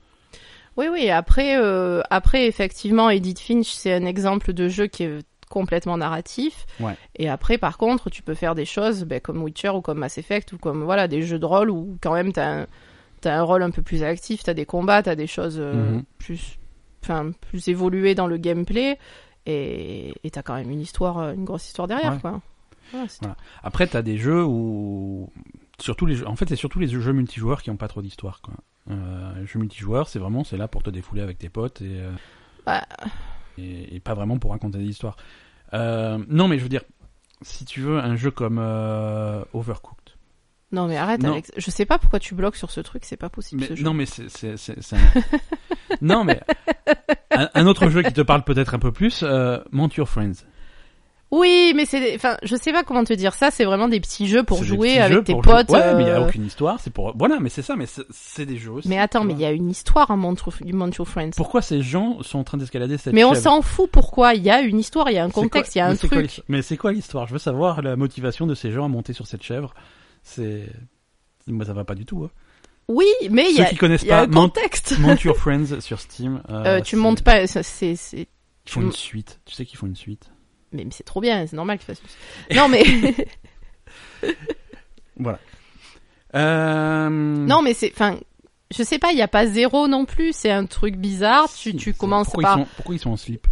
[SPEAKER 2] Oui, oui. Après, euh, après, effectivement, Edith Finch, c'est un exemple de jeu qui est complètement narratif.
[SPEAKER 1] Ouais.
[SPEAKER 2] Et après, par contre, tu peux faire des choses ben, comme Witcher ou comme Mass Effect ou comme voilà des jeux de rôle où quand même t'as un, t'as un rôle un peu plus actif, t'as des combats, t'as des choses euh,
[SPEAKER 1] Mhm.
[SPEAKER 2] plus, enfin, plus évoluées dans le gameplay. Et et t'as quand même une histoire, euh, une grosse histoire derrière,
[SPEAKER 1] Ouais.
[SPEAKER 2] quoi. Voilà, c'est
[SPEAKER 1] Voilà. Après, t'as des jeux où, surtout les jeux, en fait, c'est surtout les jeux multijoueurs qui ont pas trop d'histoire, quoi. Euh, les jeux multijoueurs, c'est vraiment, c'est là pour te défouler avec tes potes et, euh,
[SPEAKER 2] Bah.
[SPEAKER 1] et, et pas vraiment pour raconter des histoires. Euh, non, mais je veux dire, si tu veux un jeu comme euh, Overcooked,
[SPEAKER 2] tout. Non, mais arrête,
[SPEAKER 1] Non.
[SPEAKER 2] Alex. Je sais pas pourquoi tu bloques sur ce truc. C'est pas possible.
[SPEAKER 1] mais,
[SPEAKER 2] ce jeu.
[SPEAKER 1] non, mais c'est, c'est, c'est, c'est un- [LAUGHS] non, mais un, un autre jeu qui te parle peut-être un peu plus, euh, Mount Your Friends.
[SPEAKER 2] Oui, mais c'est, des- enfin, je sais pas comment te dire ça. C'est vraiment des petits jeux pour
[SPEAKER 1] C'est des
[SPEAKER 2] jouer
[SPEAKER 1] petits
[SPEAKER 2] avec
[SPEAKER 1] jeux
[SPEAKER 2] tes
[SPEAKER 1] pour jouer-
[SPEAKER 2] potes.
[SPEAKER 1] Ouais, mais il y a
[SPEAKER 2] euh,
[SPEAKER 1] aucune histoire. C'est pour, voilà, mais c'est ça, mais c'est, c'est des jeux. aussi,
[SPEAKER 2] mais attends,
[SPEAKER 1] tu
[SPEAKER 2] mais
[SPEAKER 1] vois.
[SPEAKER 2] il y a une histoire à Manchu, Manchu Friends.
[SPEAKER 1] Pourquoi ces gens sont en train d'escalader cette
[SPEAKER 2] mais on
[SPEAKER 1] chèvre
[SPEAKER 2] s'en fout. Pourquoi Il y a une histoire, il y a un
[SPEAKER 1] C'est quoi-
[SPEAKER 2] contexte, il y a un
[SPEAKER 1] mais c'est quoi
[SPEAKER 2] truc.
[SPEAKER 1] l'histoire- mais c'est quoi l'histoire Je veux savoir la motivation de ces gens à monter sur cette chèvre. C'est. Moi, ça va pas du tout. hein.
[SPEAKER 2] Oui, mais il y
[SPEAKER 1] Ceux
[SPEAKER 2] a,
[SPEAKER 1] qui connaissent
[SPEAKER 2] il y a
[SPEAKER 1] pas,
[SPEAKER 2] un
[SPEAKER 1] monte,
[SPEAKER 2] contexte. [LAUGHS]
[SPEAKER 1] monte Your Friends sur Steam. euh,
[SPEAKER 2] Euh, tu
[SPEAKER 1] c'est-
[SPEAKER 2] montes pas. ça, C'est, c'est-
[SPEAKER 1] Ils font une suite. Tu sais qu'ils font une suite.
[SPEAKER 2] Mais, mais c'est trop bien, c'est normal qu'ils fassent. une-
[SPEAKER 1] [LAUGHS]
[SPEAKER 2] Non mais
[SPEAKER 1] Voilà. Euh...
[SPEAKER 2] non mais c'est enfin je sais pas, il y a pas zéro non plus, c'est un truc bizarre. Tu,
[SPEAKER 1] si,
[SPEAKER 2] tu
[SPEAKER 1] c'est-
[SPEAKER 2] commences
[SPEAKER 1] pourquoi
[SPEAKER 2] par
[SPEAKER 1] Ils sont, pourquoi ils sont en slip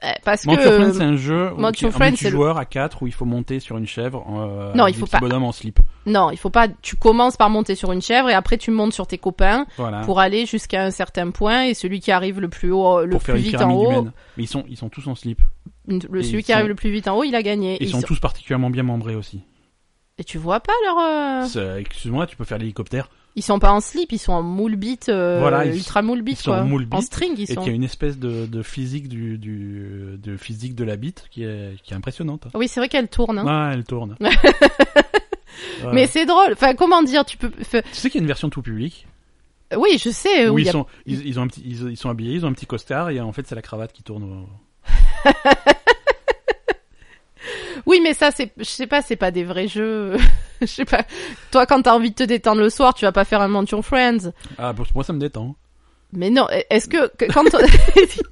[SPEAKER 2] Eh, parce
[SPEAKER 1] Mount Your Friend, c'est
[SPEAKER 2] que
[SPEAKER 1] un jeu où
[SPEAKER 2] Mount
[SPEAKER 1] qui-
[SPEAKER 2] Your
[SPEAKER 1] un
[SPEAKER 2] Friend, c'est le-
[SPEAKER 1] multijoueur à 4 où il faut monter sur une chèvre euh,
[SPEAKER 2] Non,
[SPEAKER 1] avec
[SPEAKER 2] il
[SPEAKER 1] des
[SPEAKER 2] faut
[SPEAKER 1] petits
[SPEAKER 2] pas.
[SPEAKER 1] bonhommes en slip.
[SPEAKER 2] non, il faut pas tu commences par monter sur une chèvre et après tu montes sur tes copains
[SPEAKER 1] Voilà.
[SPEAKER 2] pour aller jusqu'à un certain point et celui qui arrive le plus haut le
[SPEAKER 1] Pour faire
[SPEAKER 2] plus
[SPEAKER 1] une
[SPEAKER 2] vite en
[SPEAKER 1] pyramide
[SPEAKER 2] haut,
[SPEAKER 1] humaine. Mais ils sont, ils sont tous en slip.
[SPEAKER 2] le
[SPEAKER 1] Et
[SPEAKER 2] celui
[SPEAKER 1] ils
[SPEAKER 2] qui arrive
[SPEAKER 1] sont-
[SPEAKER 2] le plus vite en haut, il a gagné.
[SPEAKER 1] Ils,
[SPEAKER 2] Ils
[SPEAKER 1] sont,
[SPEAKER 2] sont-
[SPEAKER 1] tous particulièrement bien membrés aussi.
[SPEAKER 2] Et tu vois pas leur euh,
[SPEAKER 1] C'est- Excuse-moi, tu peux faire l'hélicoptère.
[SPEAKER 2] ils sont pas en slip, ils sont en moule bit euh,
[SPEAKER 1] Voilà, ils-
[SPEAKER 2] ultra moule bit
[SPEAKER 1] ils sont
[SPEAKER 2] quoi.
[SPEAKER 1] en moule
[SPEAKER 2] en
[SPEAKER 1] bit,
[SPEAKER 2] string ils
[SPEAKER 1] Et
[SPEAKER 2] sont.
[SPEAKER 1] qu'il y a une espèce de, de physique du, du de physique de la bite qui est, qui est impressionnante.
[SPEAKER 2] Oui, c'est vrai qu'elle tourne. hein.
[SPEAKER 1] Ah, elle
[SPEAKER 2] [LAUGHS]
[SPEAKER 1] tourne. Voilà.
[SPEAKER 2] Mais c'est drôle. Enfin, comment dire, tu peux. enfin,
[SPEAKER 1] tu sais qu'il y a une version tout public
[SPEAKER 2] Oui, je sais.
[SPEAKER 1] où
[SPEAKER 2] Euh, oui,
[SPEAKER 1] ils
[SPEAKER 2] y a-
[SPEAKER 1] sont ils, ils ont un petit ils, ils sont habillés, ils ont un petit costard et en fait c'est la cravate qui tourne. au-
[SPEAKER 2] oui, mais ça, c'est. Je sais pas, c'est pas des vrais jeux. [LAUGHS] je sais pas. Toi, quand t'as envie de te détendre le soir, tu vas pas faire un Mount Your Friends.
[SPEAKER 1] Ah, pour moi ça me détend.
[SPEAKER 2] Mais non. e-, Est-ce que que- quand on...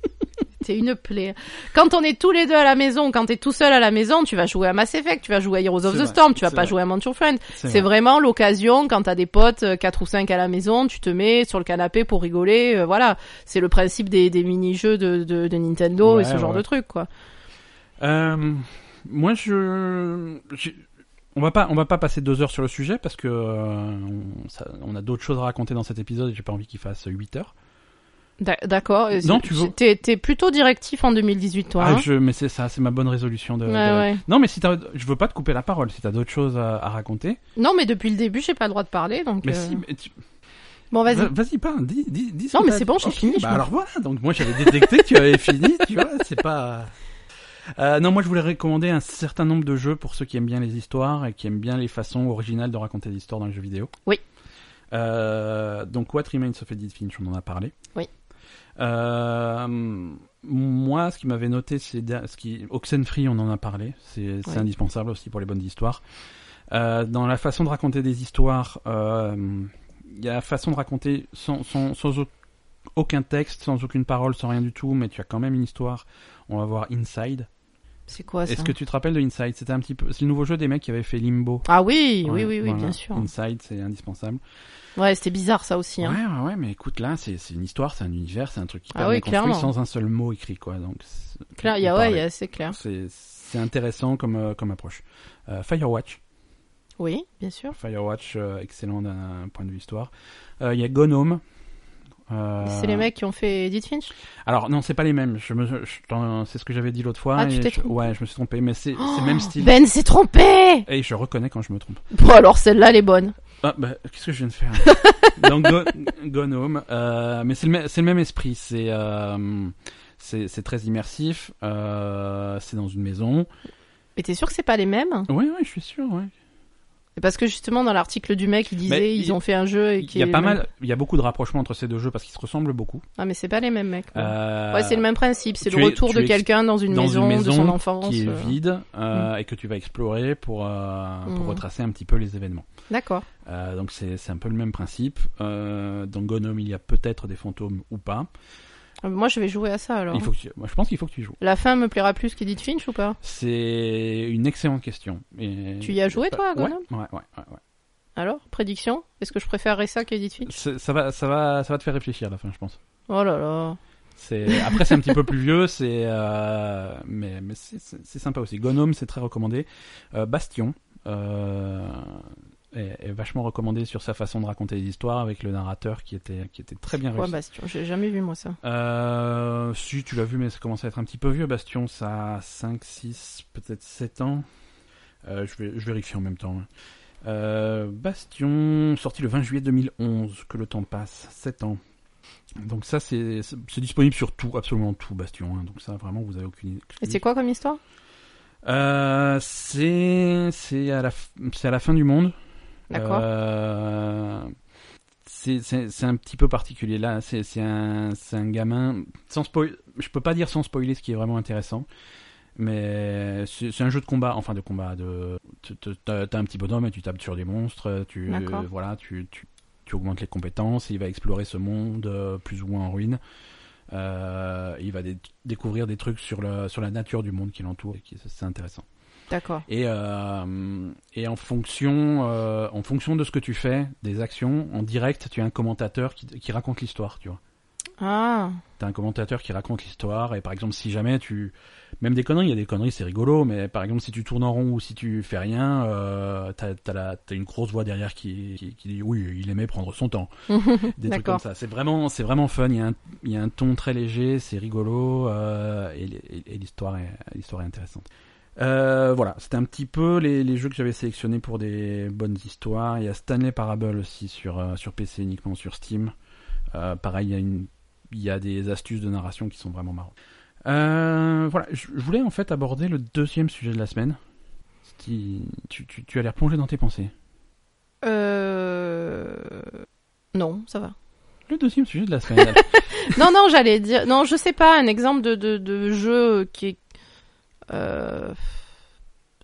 [SPEAKER 2] [LAUGHS] T'es une plaie. Quand on est tous les deux à la maison, quand t'es tout seul à la maison, tu vas jouer à Mass Effect, tu vas jouer à Heroes of
[SPEAKER 1] C'est
[SPEAKER 2] the
[SPEAKER 1] vrai,
[SPEAKER 2] Storm, tu vas
[SPEAKER 1] c'est
[SPEAKER 2] pas
[SPEAKER 1] vrai.
[SPEAKER 2] jouer à Mount Your Friends. C'est vraiment l'occasion quand t'as des potes euh, quatre ou cinq à la maison, tu te mets sur le canapé pour rigoler, euh, voilà. C'est le principe des, des mini-jeux de, de, de Nintendo et
[SPEAKER 1] Ouais,
[SPEAKER 2] ce genre
[SPEAKER 1] ouais.
[SPEAKER 2] de truc, quoi.
[SPEAKER 1] Euh, moi, je, je- on va pas, on va pas passer deux heures sur le sujet parce que euh, on, ça- on a d'autres choses à raconter dans cet épisode et j'ai pas envie qu'il fasse 8 heures.
[SPEAKER 2] D'a- D'accord. euh,
[SPEAKER 1] Non,
[SPEAKER 2] c'est-
[SPEAKER 1] tu veux-
[SPEAKER 2] T'es t'es plutôt directif en 2018, toi.
[SPEAKER 1] Ah,
[SPEAKER 2] hein.
[SPEAKER 1] je, euh, mais c'est ça, c'est ma bonne résolution de.
[SPEAKER 2] Ouais,
[SPEAKER 1] de-
[SPEAKER 2] ouais.
[SPEAKER 1] Non, mais si t'as, je veux pas te couper la parole. Si t'as d'autres choses à, à raconter,
[SPEAKER 2] Non, mais depuis le début, j'ai pas le droit de parler, donc.
[SPEAKER 1] mais
[SPEAKER 2] euh,
[SPEAKER 1] si, Bah, mais tu-
[SPEAKER 2] Bon, vas-y.
[SPEAKER 1] va- vas-y, pas, dis, dis, dis ce
[SPEAKER 2] Non,
[SPEAKER 1] que
[SPEAKER 2] mais
[SPEAKER 1] t'as
[SPEAKER 2] c'est
[SPEAKER 1] dit.
[SPEAKER 2] bon, j'ai
[SPEAKER 1] Ok,
[SPEAKER 2] fini, je
[SPEAKER 1] Bah
[SPEAKER 2] m'en-
[SPEAKER 1] alors voilà, donc moi j'avais détecté que tu avais [LAUGHS] fini, tu vois, c'est pas. Euh, non, moi je voulais recommander un certain nombre de jeux pour ceux qui aiment bien les histoires et qui aiment bien les façons originales de raconter des histoires dans les jeux vidéo.
[SPEAKER 2] Oui.
[SPEAKER 1] Euh, donc What Remains of Edith Finch, on en a parlé.
[SPEAKER 2] Oui.
[SPEAKER 1] Euh, moi, ce qui m'avait noté, c'est da- ce qui Oxenfree, on en a parlé. C'est c'est
[SPEAKER 2] Oui.
[SPEAKER 1] indispensable aussi pour les bonnes histoires. Euh, dans la façon de raconter des histoires, euh, il y a la façon de raconter sans, sans, sans au- aucun texte, sans aucune parole, sans rien du tout, mais tu as quand même une histoire. On va voir Inside.
[SPEAKER 2] C'est quoi ça
[SPEAKER 1] Est-ce que tu te rappelles de Inside C'était un petit peu, c'est le nouveau jeu des mecs qui avaient fait Limbo.
[SPEAKER 2] Ah oui, oui,
[SPEAKER 1] Ouais,
[SPEAKER 2] oui, oui,
[SPEAKER 1] voilà.
[SPEAKER 2] bien sûr.
[SPEAKER 1] Inside, c'est indispensable.
[SPEAKER 2] Ouais, c'était bizarre ça aussi.
[SPEAKER 1] Ouais,
[SPEAKER 2] Hein.
[SPEAKER 1] ouais, ouais, mais écoute, là, c'est c'est une histoire, c'est un univers, c'est un truc qui
[SPEAKER 2] Ah oui,
[SPEAKER 1] construit
[SPEAKER 2] clairement.
[SPEAKER 1] sans un seul mot écrit, quoi. Donc, c'est-
[SPEAKER 2] Claire,
[SPEAKER 1] on
[SPEAKER 2] y a, ouais,
[SPEAKER 1] parlait.
[SPEAKER 2] y a- c'est clair.
[SPEAKER 1] C'est c'est intéressant comme, euh, comme approche. Euh, Firewatch.
[SPEAKER 2] Oui, bien sûr.
[SPEAKER 1] Firewatch, euh, excellent d'un point de vue histoire. Euh, Il y a Gone Home. Euh,
[SPEAKER 2] C'est les mecs qui ont fait Edith Finch.
[SPEAKER 1] Alors non, c'est pas les mêmes. Je me, je t'en- c'est ce que j'avais dit l'autre fois.
[SPEAKER 2] Ah, tu
[SPEAKER 1] et
[SPEAKER 2] t'es
[SPEAKER 1] je-
[SPEAKER 2] trompé.
[SPEAKER 1] Ouais, je me suis trompé, mais c'est c'est le même style.
[SPEAKER 2] [GASPS] Ben s'est trompé.
[SPEAKER 1] Et je reconnais quand je me trompe.
[SPEAKER 2] Bon alors celle-là, elle est bonne.
[SPEAKER 1] Ah, bah, qu'est-ce que je viens de [LAUGHS] faire Donc, Go- Gone Home, euh, mais c'est le, mê- c'est le même esprit. C'est euh, c'est c'est très immersif. euh, c'est dans une maison.
[SPEAKER 2] Mais t'es sûr que c'est pas les mêmes
[SPEAKER 1] Ouais, ouais, je suis sûr. Ouais.
[SPEAKER 2] Parce que justement, dans l'article du mec, il disait
[SPEAKER 1] Mais
[SPEAKER 2] ils
[SPEAKER 1] il-
[SPEAKER 2] ont fait un jeu et
[SPEAKER 1] Il
[SPEAKER 2] qui
[SPEAKER 1] y a
[SPEAKER 2] est
[SPEAKER 1] pas
[SPEAKER 2] le même.
[SPEAKER 1] mal, il y a beaucoup de rapprochements entre ces deux jeux parce qu'ils se ressemblent beaucoup.
[SPEAKER 2] Ah, mais c'est pas les mêmes mecs. Ouais,
[SPEAKER 1] Euh,
[SPEAKER 2] Ouais, c'est le même principe. C'est
[SPEAKER 1] tu
[SPEAKER 2] le
[SPEAKER 1] es-
[SPEAKER 2] retour
[SPEAKER 1] tu
[SPEAKER 2] de
[SPEAKER 1] es ex-
[SPEAKER 2] quelqu'un dans, une
[SPEAKER 1] dans une
[SPEAKER 2] maison de
[SPEAKER 1] maison
[SPEAKER 2] son enfance.
[SPEAKER 1] qui est
[SPEAKER 2] euh.
[SPEAKER 1] vide euh, et que tu vas explorer pour euh, pour
[SPEAKER 2] Mm.
[SPEAKER 1] retracer un petit peu les événements.
[SPEAKER 2] D'accord.
[SPEAKER 1] Euh, donc c'est c'est un peu le même principe. Euh, dans Gone Home, il y a peut-être des fantômes ou pas.
[SPEAKER 2] Euh, Moi, je vais jouer à ça alors.
[SPEAKER 1] Il faut que tu- moi, je pense qu'il faut que tu y joues.
[SPEAKER 2] La fin me plaira plus qu'Edith Finch ou pas
[SPEAKER 1] C'est une excellente question. Et-
[SPEAKER 2] Tu y as joué, toi, à
[SPEAKER 1] ouais,
[SPEAKER 2] Gone
[SPEAKER 1] ouais,
[SPEAKER 2] Home
[SPEAKER 1] ouais, ouais, ouais.
[SPEAKER 2] Alors, prédiction Est-ce que je préférerais ça qu'Edith Finch
[SPEAKER 1] C'est- Ça va, ça va, ça va te faire réfléchir à la fin, je pense.
[SPEAKER 2] Oh là
[SPEAKER 1] Ah
[SPEAKER 2] là.
[SPEAKER 1] C'est après c'est un petit peu plus vieux, c'est euh, mais mais c'est- c'est c'est sympa aussi. Gone Home, c'est très recommandé. Euh, Bastion euh, est, est vachement recommandé sur sa façon de raconter les histoires avec le narrateur qui était qui était très bien
[SPEAKER 2] Quoi,
[SPEAKER 1] réussi.
[SPEAKER 2] Bastion bah, J'ai jamais vu moi ça.
[SPEAKER 1] Euh, si tu l'as vu, mais ça commence à être un petit peu vieux. Bastion, ça a 5, 6, peut-être 7 ans. Euh, je, vais, je vérifie en même temps. hein. Euh, Bastion, sorti le 20 juillet 2011, que le temps passe, 7 ans. Donc ça, c'est c'est- c'est disponible sur tout, absolument tout, Bastion. hein. Donc ça, vraiment, vous avez aucune
[SPEAKER 2] Et
[SPEAKER 1] excuse.
[SPEAKER 2] c'est quoi comme histoire
[SPEAKER 1] Euh, C'est c'est à, la f- c'est à la fin du monde.
[SPEAKER 2] D'accord.
[SPEAKER 1] Euh, c'est- c'est c'est un petit peu particulier là. C'est c'est un, c'est un gamin. Sans spoil, je peux pas dire sans spoiler ce qui est vraiment intéressant. Mais c'est c'est un jeu de combat, enfin de combat. De, tu- tu- t'as t'as un petit bonhomme et tu tapes sur des monstres. Tu
[SPEAKER 2] D'accord.
[SPEAKER 1] voilà, tu, tu, tu augmentes les compétences. Et il va explorer ce monde euh, plus ou moins en ruine. Euh, il va dé- découvrir des trucs sur, le, sur la nature du monde qui l'entoure, et qui, c'est intéressant.
[SPEAKER 2] D'accord.
[SPEAKER 1] Et, euh, et en, fonction, euh, en fonction de ce que tu fais, des actions, en direct, tu as un commentateur qui, qui raconte l'histoire, tu vois.
[SPEAKER 2] Ah,
[SPEAKER 1] T'as un commentateur qui raconte l'histoire et par exemple si jamais tu même des conneries, il y a des conneries, c'est rigolo, mais par exemple si tu tournes en rond ou si tu fais rien, euh, t'as t'as la- t'as une grosse voix derrière qui, qui, qui dit oui, il aimait prendre son temps, des trucs
[SPEAKER 2] D'accord.
[SPEAKER 1] comme ça. C'est vraiment c'est vraiment fun. Il y a un il y a un ton très léger, c'est rigolo euh, et, et- et l'histoire est l'histoire est intéressante. Euh, voilà, c'était un petit peu les, les jeux que j'avais sélectionnés pour des bonnes histoires. Il y a Stanley Parable aussi sur euh, sur PC uniquement sur Steam. Euh, pareil, il y a une il y a des astuces de narration qui sont vraiment marrantes. Euh, voilà, je je voulais en fait aborder le deuxième sujet de la semaine. Ce qui- Tu, tu, tu as l'air plongé dans tes pensées.
[SPEAKER 2] Euh... Non, ça va.
[SPEAKER 1] Le deuxième sujet de la semaine. alors.
[SPEAKER 2] [LAUGHS] Non, non, j'allais dire. Non, je sais pas, un exemple de, de, de jeu qui est. Euh...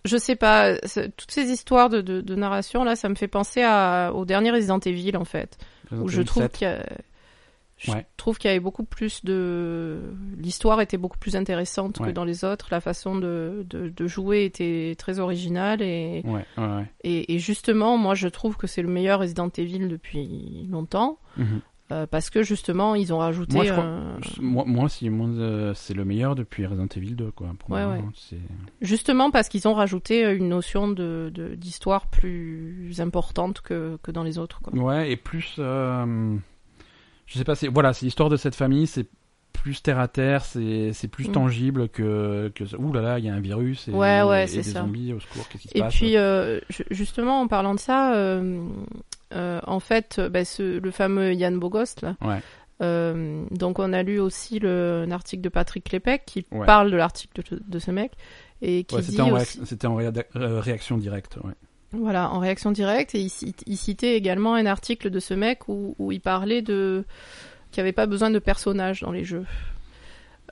[SPEAKER 2] Je sais pas, c'est- toutes ces histoires de, de, de narration là, ça me fait penser à, au dernier Resident Evil en fait, où
[SPEAKER 1] Resident
[SPEAKER 2] je
[SPEAKER 1] Evil
[SPEAKER 2] trouve
[SPEAKER 1] 7.
[SPEAKER 2] qu'il y a. Je
[SPEAKER 1] Ouais.
[SPEAKER 2] trouve qu'il y avait beaucoup plus de l'histoire était beaucoup plus intéressante
[SPEAKER 1] Ouais.
[SPEAKER 2] que dans les autres. La façon de, de, de jouer était très originale et,
[SPEAKER 1] Ouais, ouais, ouais.
[SPEAKER 2] et, et justement, moi je trouve que c'est le meilleur Resident Evil depuis longtemps
[SPEAKER 1] Mhm.
[SPEAKER 2] euh, parce que justement ils ont rajouté. euh,
[SPEAKER 1] Moi, je crois-
[SPEAKER 2] un-
[SPEAKER 1] Moi, moi, si, moi, euh, c'est le meilleur depuis Resident Evil 2, quoi. Pour
[SPEAKER 2] Ouais,
[SPEAKER 1] moi,
[SPEAKER 2] ouais.
[SPEAKER 1] hein, c'est-
[SPEAKER 2] Justement parce qu'ils ont rajouté euh, une notion de de- d'histoire plus importante que, que dans les autres. Quoi.
[SPEAKER 1] Ouais, et plus. euh, je sais pas, c'est. Voilà, c'est l'histoire de cette famille, c'est plus terre à terre, c'est c'est plus
[SPEAKER 2] Mm.
[SPEAKER 1] tangible que. que Ouh là là, il y a un virus et,
[SPEAKER 2] Ouais, ouais,
[SPEAKER 1] et
[SPEAKER 2] c'est
[SPEAKER 1] des
[SPEAKER 2] ça.
[SPEAKER 1] zombies, au secours, qu'est-ce qui se
[SPEAKER 2] Et
[SPEAKER 1] passe
[SPEAKER 2] puis euh, ju- justement en parlant de ça, euh, euh, en fait, euh, bah, ce, le fameux Yann Bogost là.
[SPEAKER 1] Ouais.
[SPEAKER 2] Euh, donc on a lu aussi le, un article de Patrick Lepec qui
[SPEAKER 1] Ouais.
[SPEAKER 2] parle de l'article de, de ce mec et qui
[SPEAKER 1] Ouais,
[SPEAKER 2] dit
[SPEAKER 1] c'était en,
[SPEAKER 2] aussi-
[SPEAKER 1] réac- c'était en réada- euh, réaction directe. Ouais.
[SPEAKER 2] Voilà, en réaction directe. Et il, cite- il citait également un article de ce mec où, où il parlait de qu'il n'y avait pas besoin de personnages dans les jeux.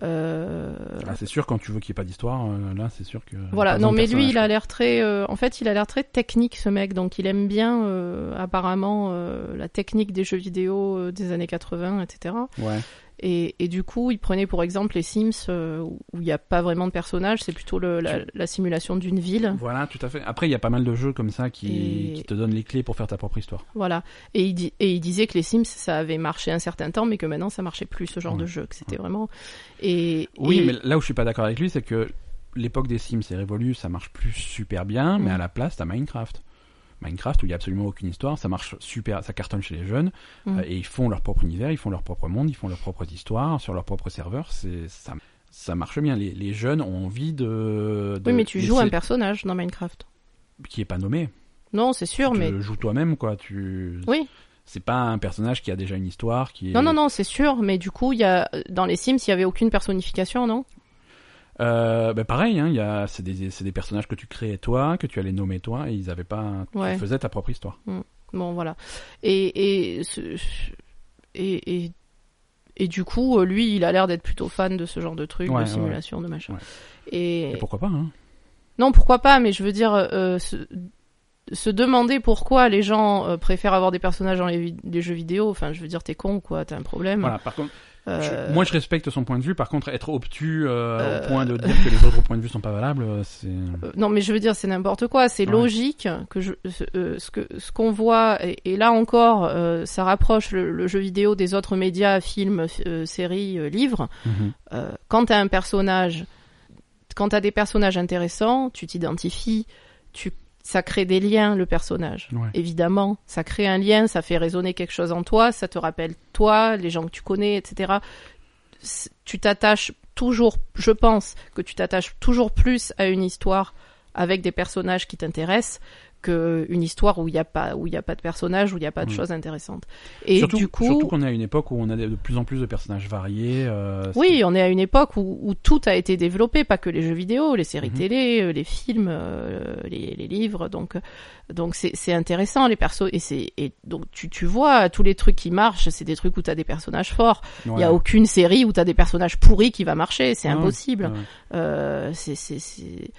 [SPEAKER 2] Euh,
[SPEAKER 1] Ah, c'est sûr, quand tu veux qu'il n'y ait pas d'histoire, euh, là, c'est sûr que.
[SPEAKER 2] voilà,
[SPEAKER 1] pas
[SPEAKER 2] non
[SPEAKER 1] besoin de
[SPEAKER 2] mais lui, il a
[SPEAKER 1] personnage,
[SPEAKER 2] l'air très... euh, en fait, il a l'air très technique, ce mec. Donc il aime bien, euh, apparemment, euh, la technique des jeux vidéo euh, des années 80, etc.
[SPEAKER 1] quoi. Ouais.
[SPEAKER 2] Et, et du coup, il prenait pour exemple les Sims, euh, où où il n'y a pas vraiment de personnages, c'est plutôt le- la, la simulation d'une ville.
[SPEAKER 1] Voilà, tout à fait. Après, il y a pas mal de jeux comme ça qui,
[SPEAKER 2] Et-
[SPEAKER 1] qui te donnent les clés pour faire ta propre histoire.
[SPEAKER 2] Voilà. Et il, dit, et il disait que les Sims, ça avait marché un certain temps, mais que maintenant, ça marchait plus ce genre
[SPEAKER 1] Ouais.
[SPEAKER 2] de jeu, que c'était vraiment. Et,
[SPEAKER 1] Oui,
[SPEAKER 2] et-
[SPEAKER 1] mais là où je suis pas d'accord avec lui, c'est que l'époque des Sims est révolue, ça marche plus super bien, mais
[SPEAKER 2] Mm.
[SPEAKER 1] à la place, t'as Minecraft. Minecraft où il y a absolument aucune histoire, ça marche super, ça cartonne chez les jeunes
[SPEAKER 2] Mm.
[SPEAKER 1] euh, et ils font leur propre univers, ils font leur propre monde, ils font leurs propres histoires sur leur propre serveur, c'est ça ça marche bien. Les, les jeunes ont envie de, de
[SPEAKER 2] oui, mais tu
[SPEAKER 1] des-
[SPEAKER 2] joues un personnage dans Minecraft.
[SPEAKER 1] qui est pas nommé.
[SPEAKER 2] Non, c'est sûr,
[SPEAKER 1] tu
[SPEAKER 2] mais.
[SPEAKER 1] le joues toi-même quoi, tu
[SPEAKER 2] Oui.
[SPEAKER 1] c'est pas un personnage qui a déjà une histoire qui est...
[SPEAKER 2] Non, non, non, c'est sûr, mais du coup, il y a... dans les Sims, il y avait aucune personnification, non
[SPEAKER 1] Euh, bah pareil, hein, il y a, c'est des, c'est des personnages que tu créais toi, que tu allais nommer toi, et ils avaient pas,
[SPEAKER 2] Ouais.
[SPEAKER 1] tu faisais ta propre histoire.
[SPEAKER 2] Bon, voilà. Et. Et. ce- et, et... et du coup, euh, lui, il a l'air d'être plutôt fan de ce genre de truc,
[SPEAKER 1] Ouais,
[SPEAKER 2] de
[SPEAKER 1] ouais.
[SPEAKER 2] simulation, de machin.
[SPEAKER 1] Ouais.
[SPEAKER 2] Et,
[SPEAKER 1] Et pourquoi pas, hein
[SPEAKER 2] Non, pourquoi pas, mais je veux dire, euh, se, se demander pourquoi les gens euh, préfèrent avoir des personnages dans les, vi- les jeux vidéo, enfin, je veux dire, t'es con, quoi, t'as un problème.
[SPEAKER 1] Voilà, par contre, je-
[SPEAKER 2] Hmm. Euh,
[SPEAKER 1] moi je respecte son point de vue, par contre être obtus euh,
[SPEAKER 2] Euh,
[SPEAKER 1] au point de dire que les autres points de vue sont pas valables, euh, c'est...
[SPEAKER 2] euh, non, mais je veux dire, c'est n'importe quoi, c'est
[SPEAKER 1] Ouais.
[SPEAKER 2] logique que je, ce, euh, ce que ce qu'on voit, et, et là encore, euh, ça rapproche le, le jeu vidéo des autres médias, films, f- euh, séries, euh, livres.
[SPEAKER 1] Mhm.
[SPEAKER 2] Euh, quand t'as un personnage, quand t'as des personnages intéressants, tu t'identifies, tu, ça crée des liens, le personnage.
[SPEAKER 1] Ouais.
[SPEAKER 2] Évidemment, ça crée un lien, ça fait résonner quelque chose en toi, ça te rappelle toi, les gens que tu connais, etc. C'est- Tu t'attaches toujours, je pense que tu t'attaches toujours plus à une histoire avec des personnages qui t'intéressent qu'une histoire où il n'y a pas où il y a pas de personnages, où il n'y a pas de
[SPEAKER 1] Mm.
[SPEAKER 2] choses intéressantes. Et
[SPEAKER 1] surtout,
[SPEAKER 2] du coup,
[SPEAKER 1] surtout qu'on est à une époque où on a de de plus en plus de personnages variés. euh, c'est-
[SPEAKER 2] oui, on est à une époque où, où tout a été développé, pas que les jeux vidéo, les séries
[SPEAKER 1] Mhm.
[SPEAKER 2] télé, euh, les films, euh, les, les livres. Donc, euh, donc c'est c'est intéressant les persos et c'est et donc tu tu vois tous les trucs qui marchent, c'est des trucs où t'as des personnages forts. Il
[SPEAKER 1] ouais.
[SPEAKER 2] y a aucune série où t'as des personnages pourris qui va marcher, c'est
[SPEAKER 1] Ouais,
[SPEAKER 2] impossible.
[SPEAKER 1] Ouais.
[SPEAKER 2] Euh, c'est c'est c'est-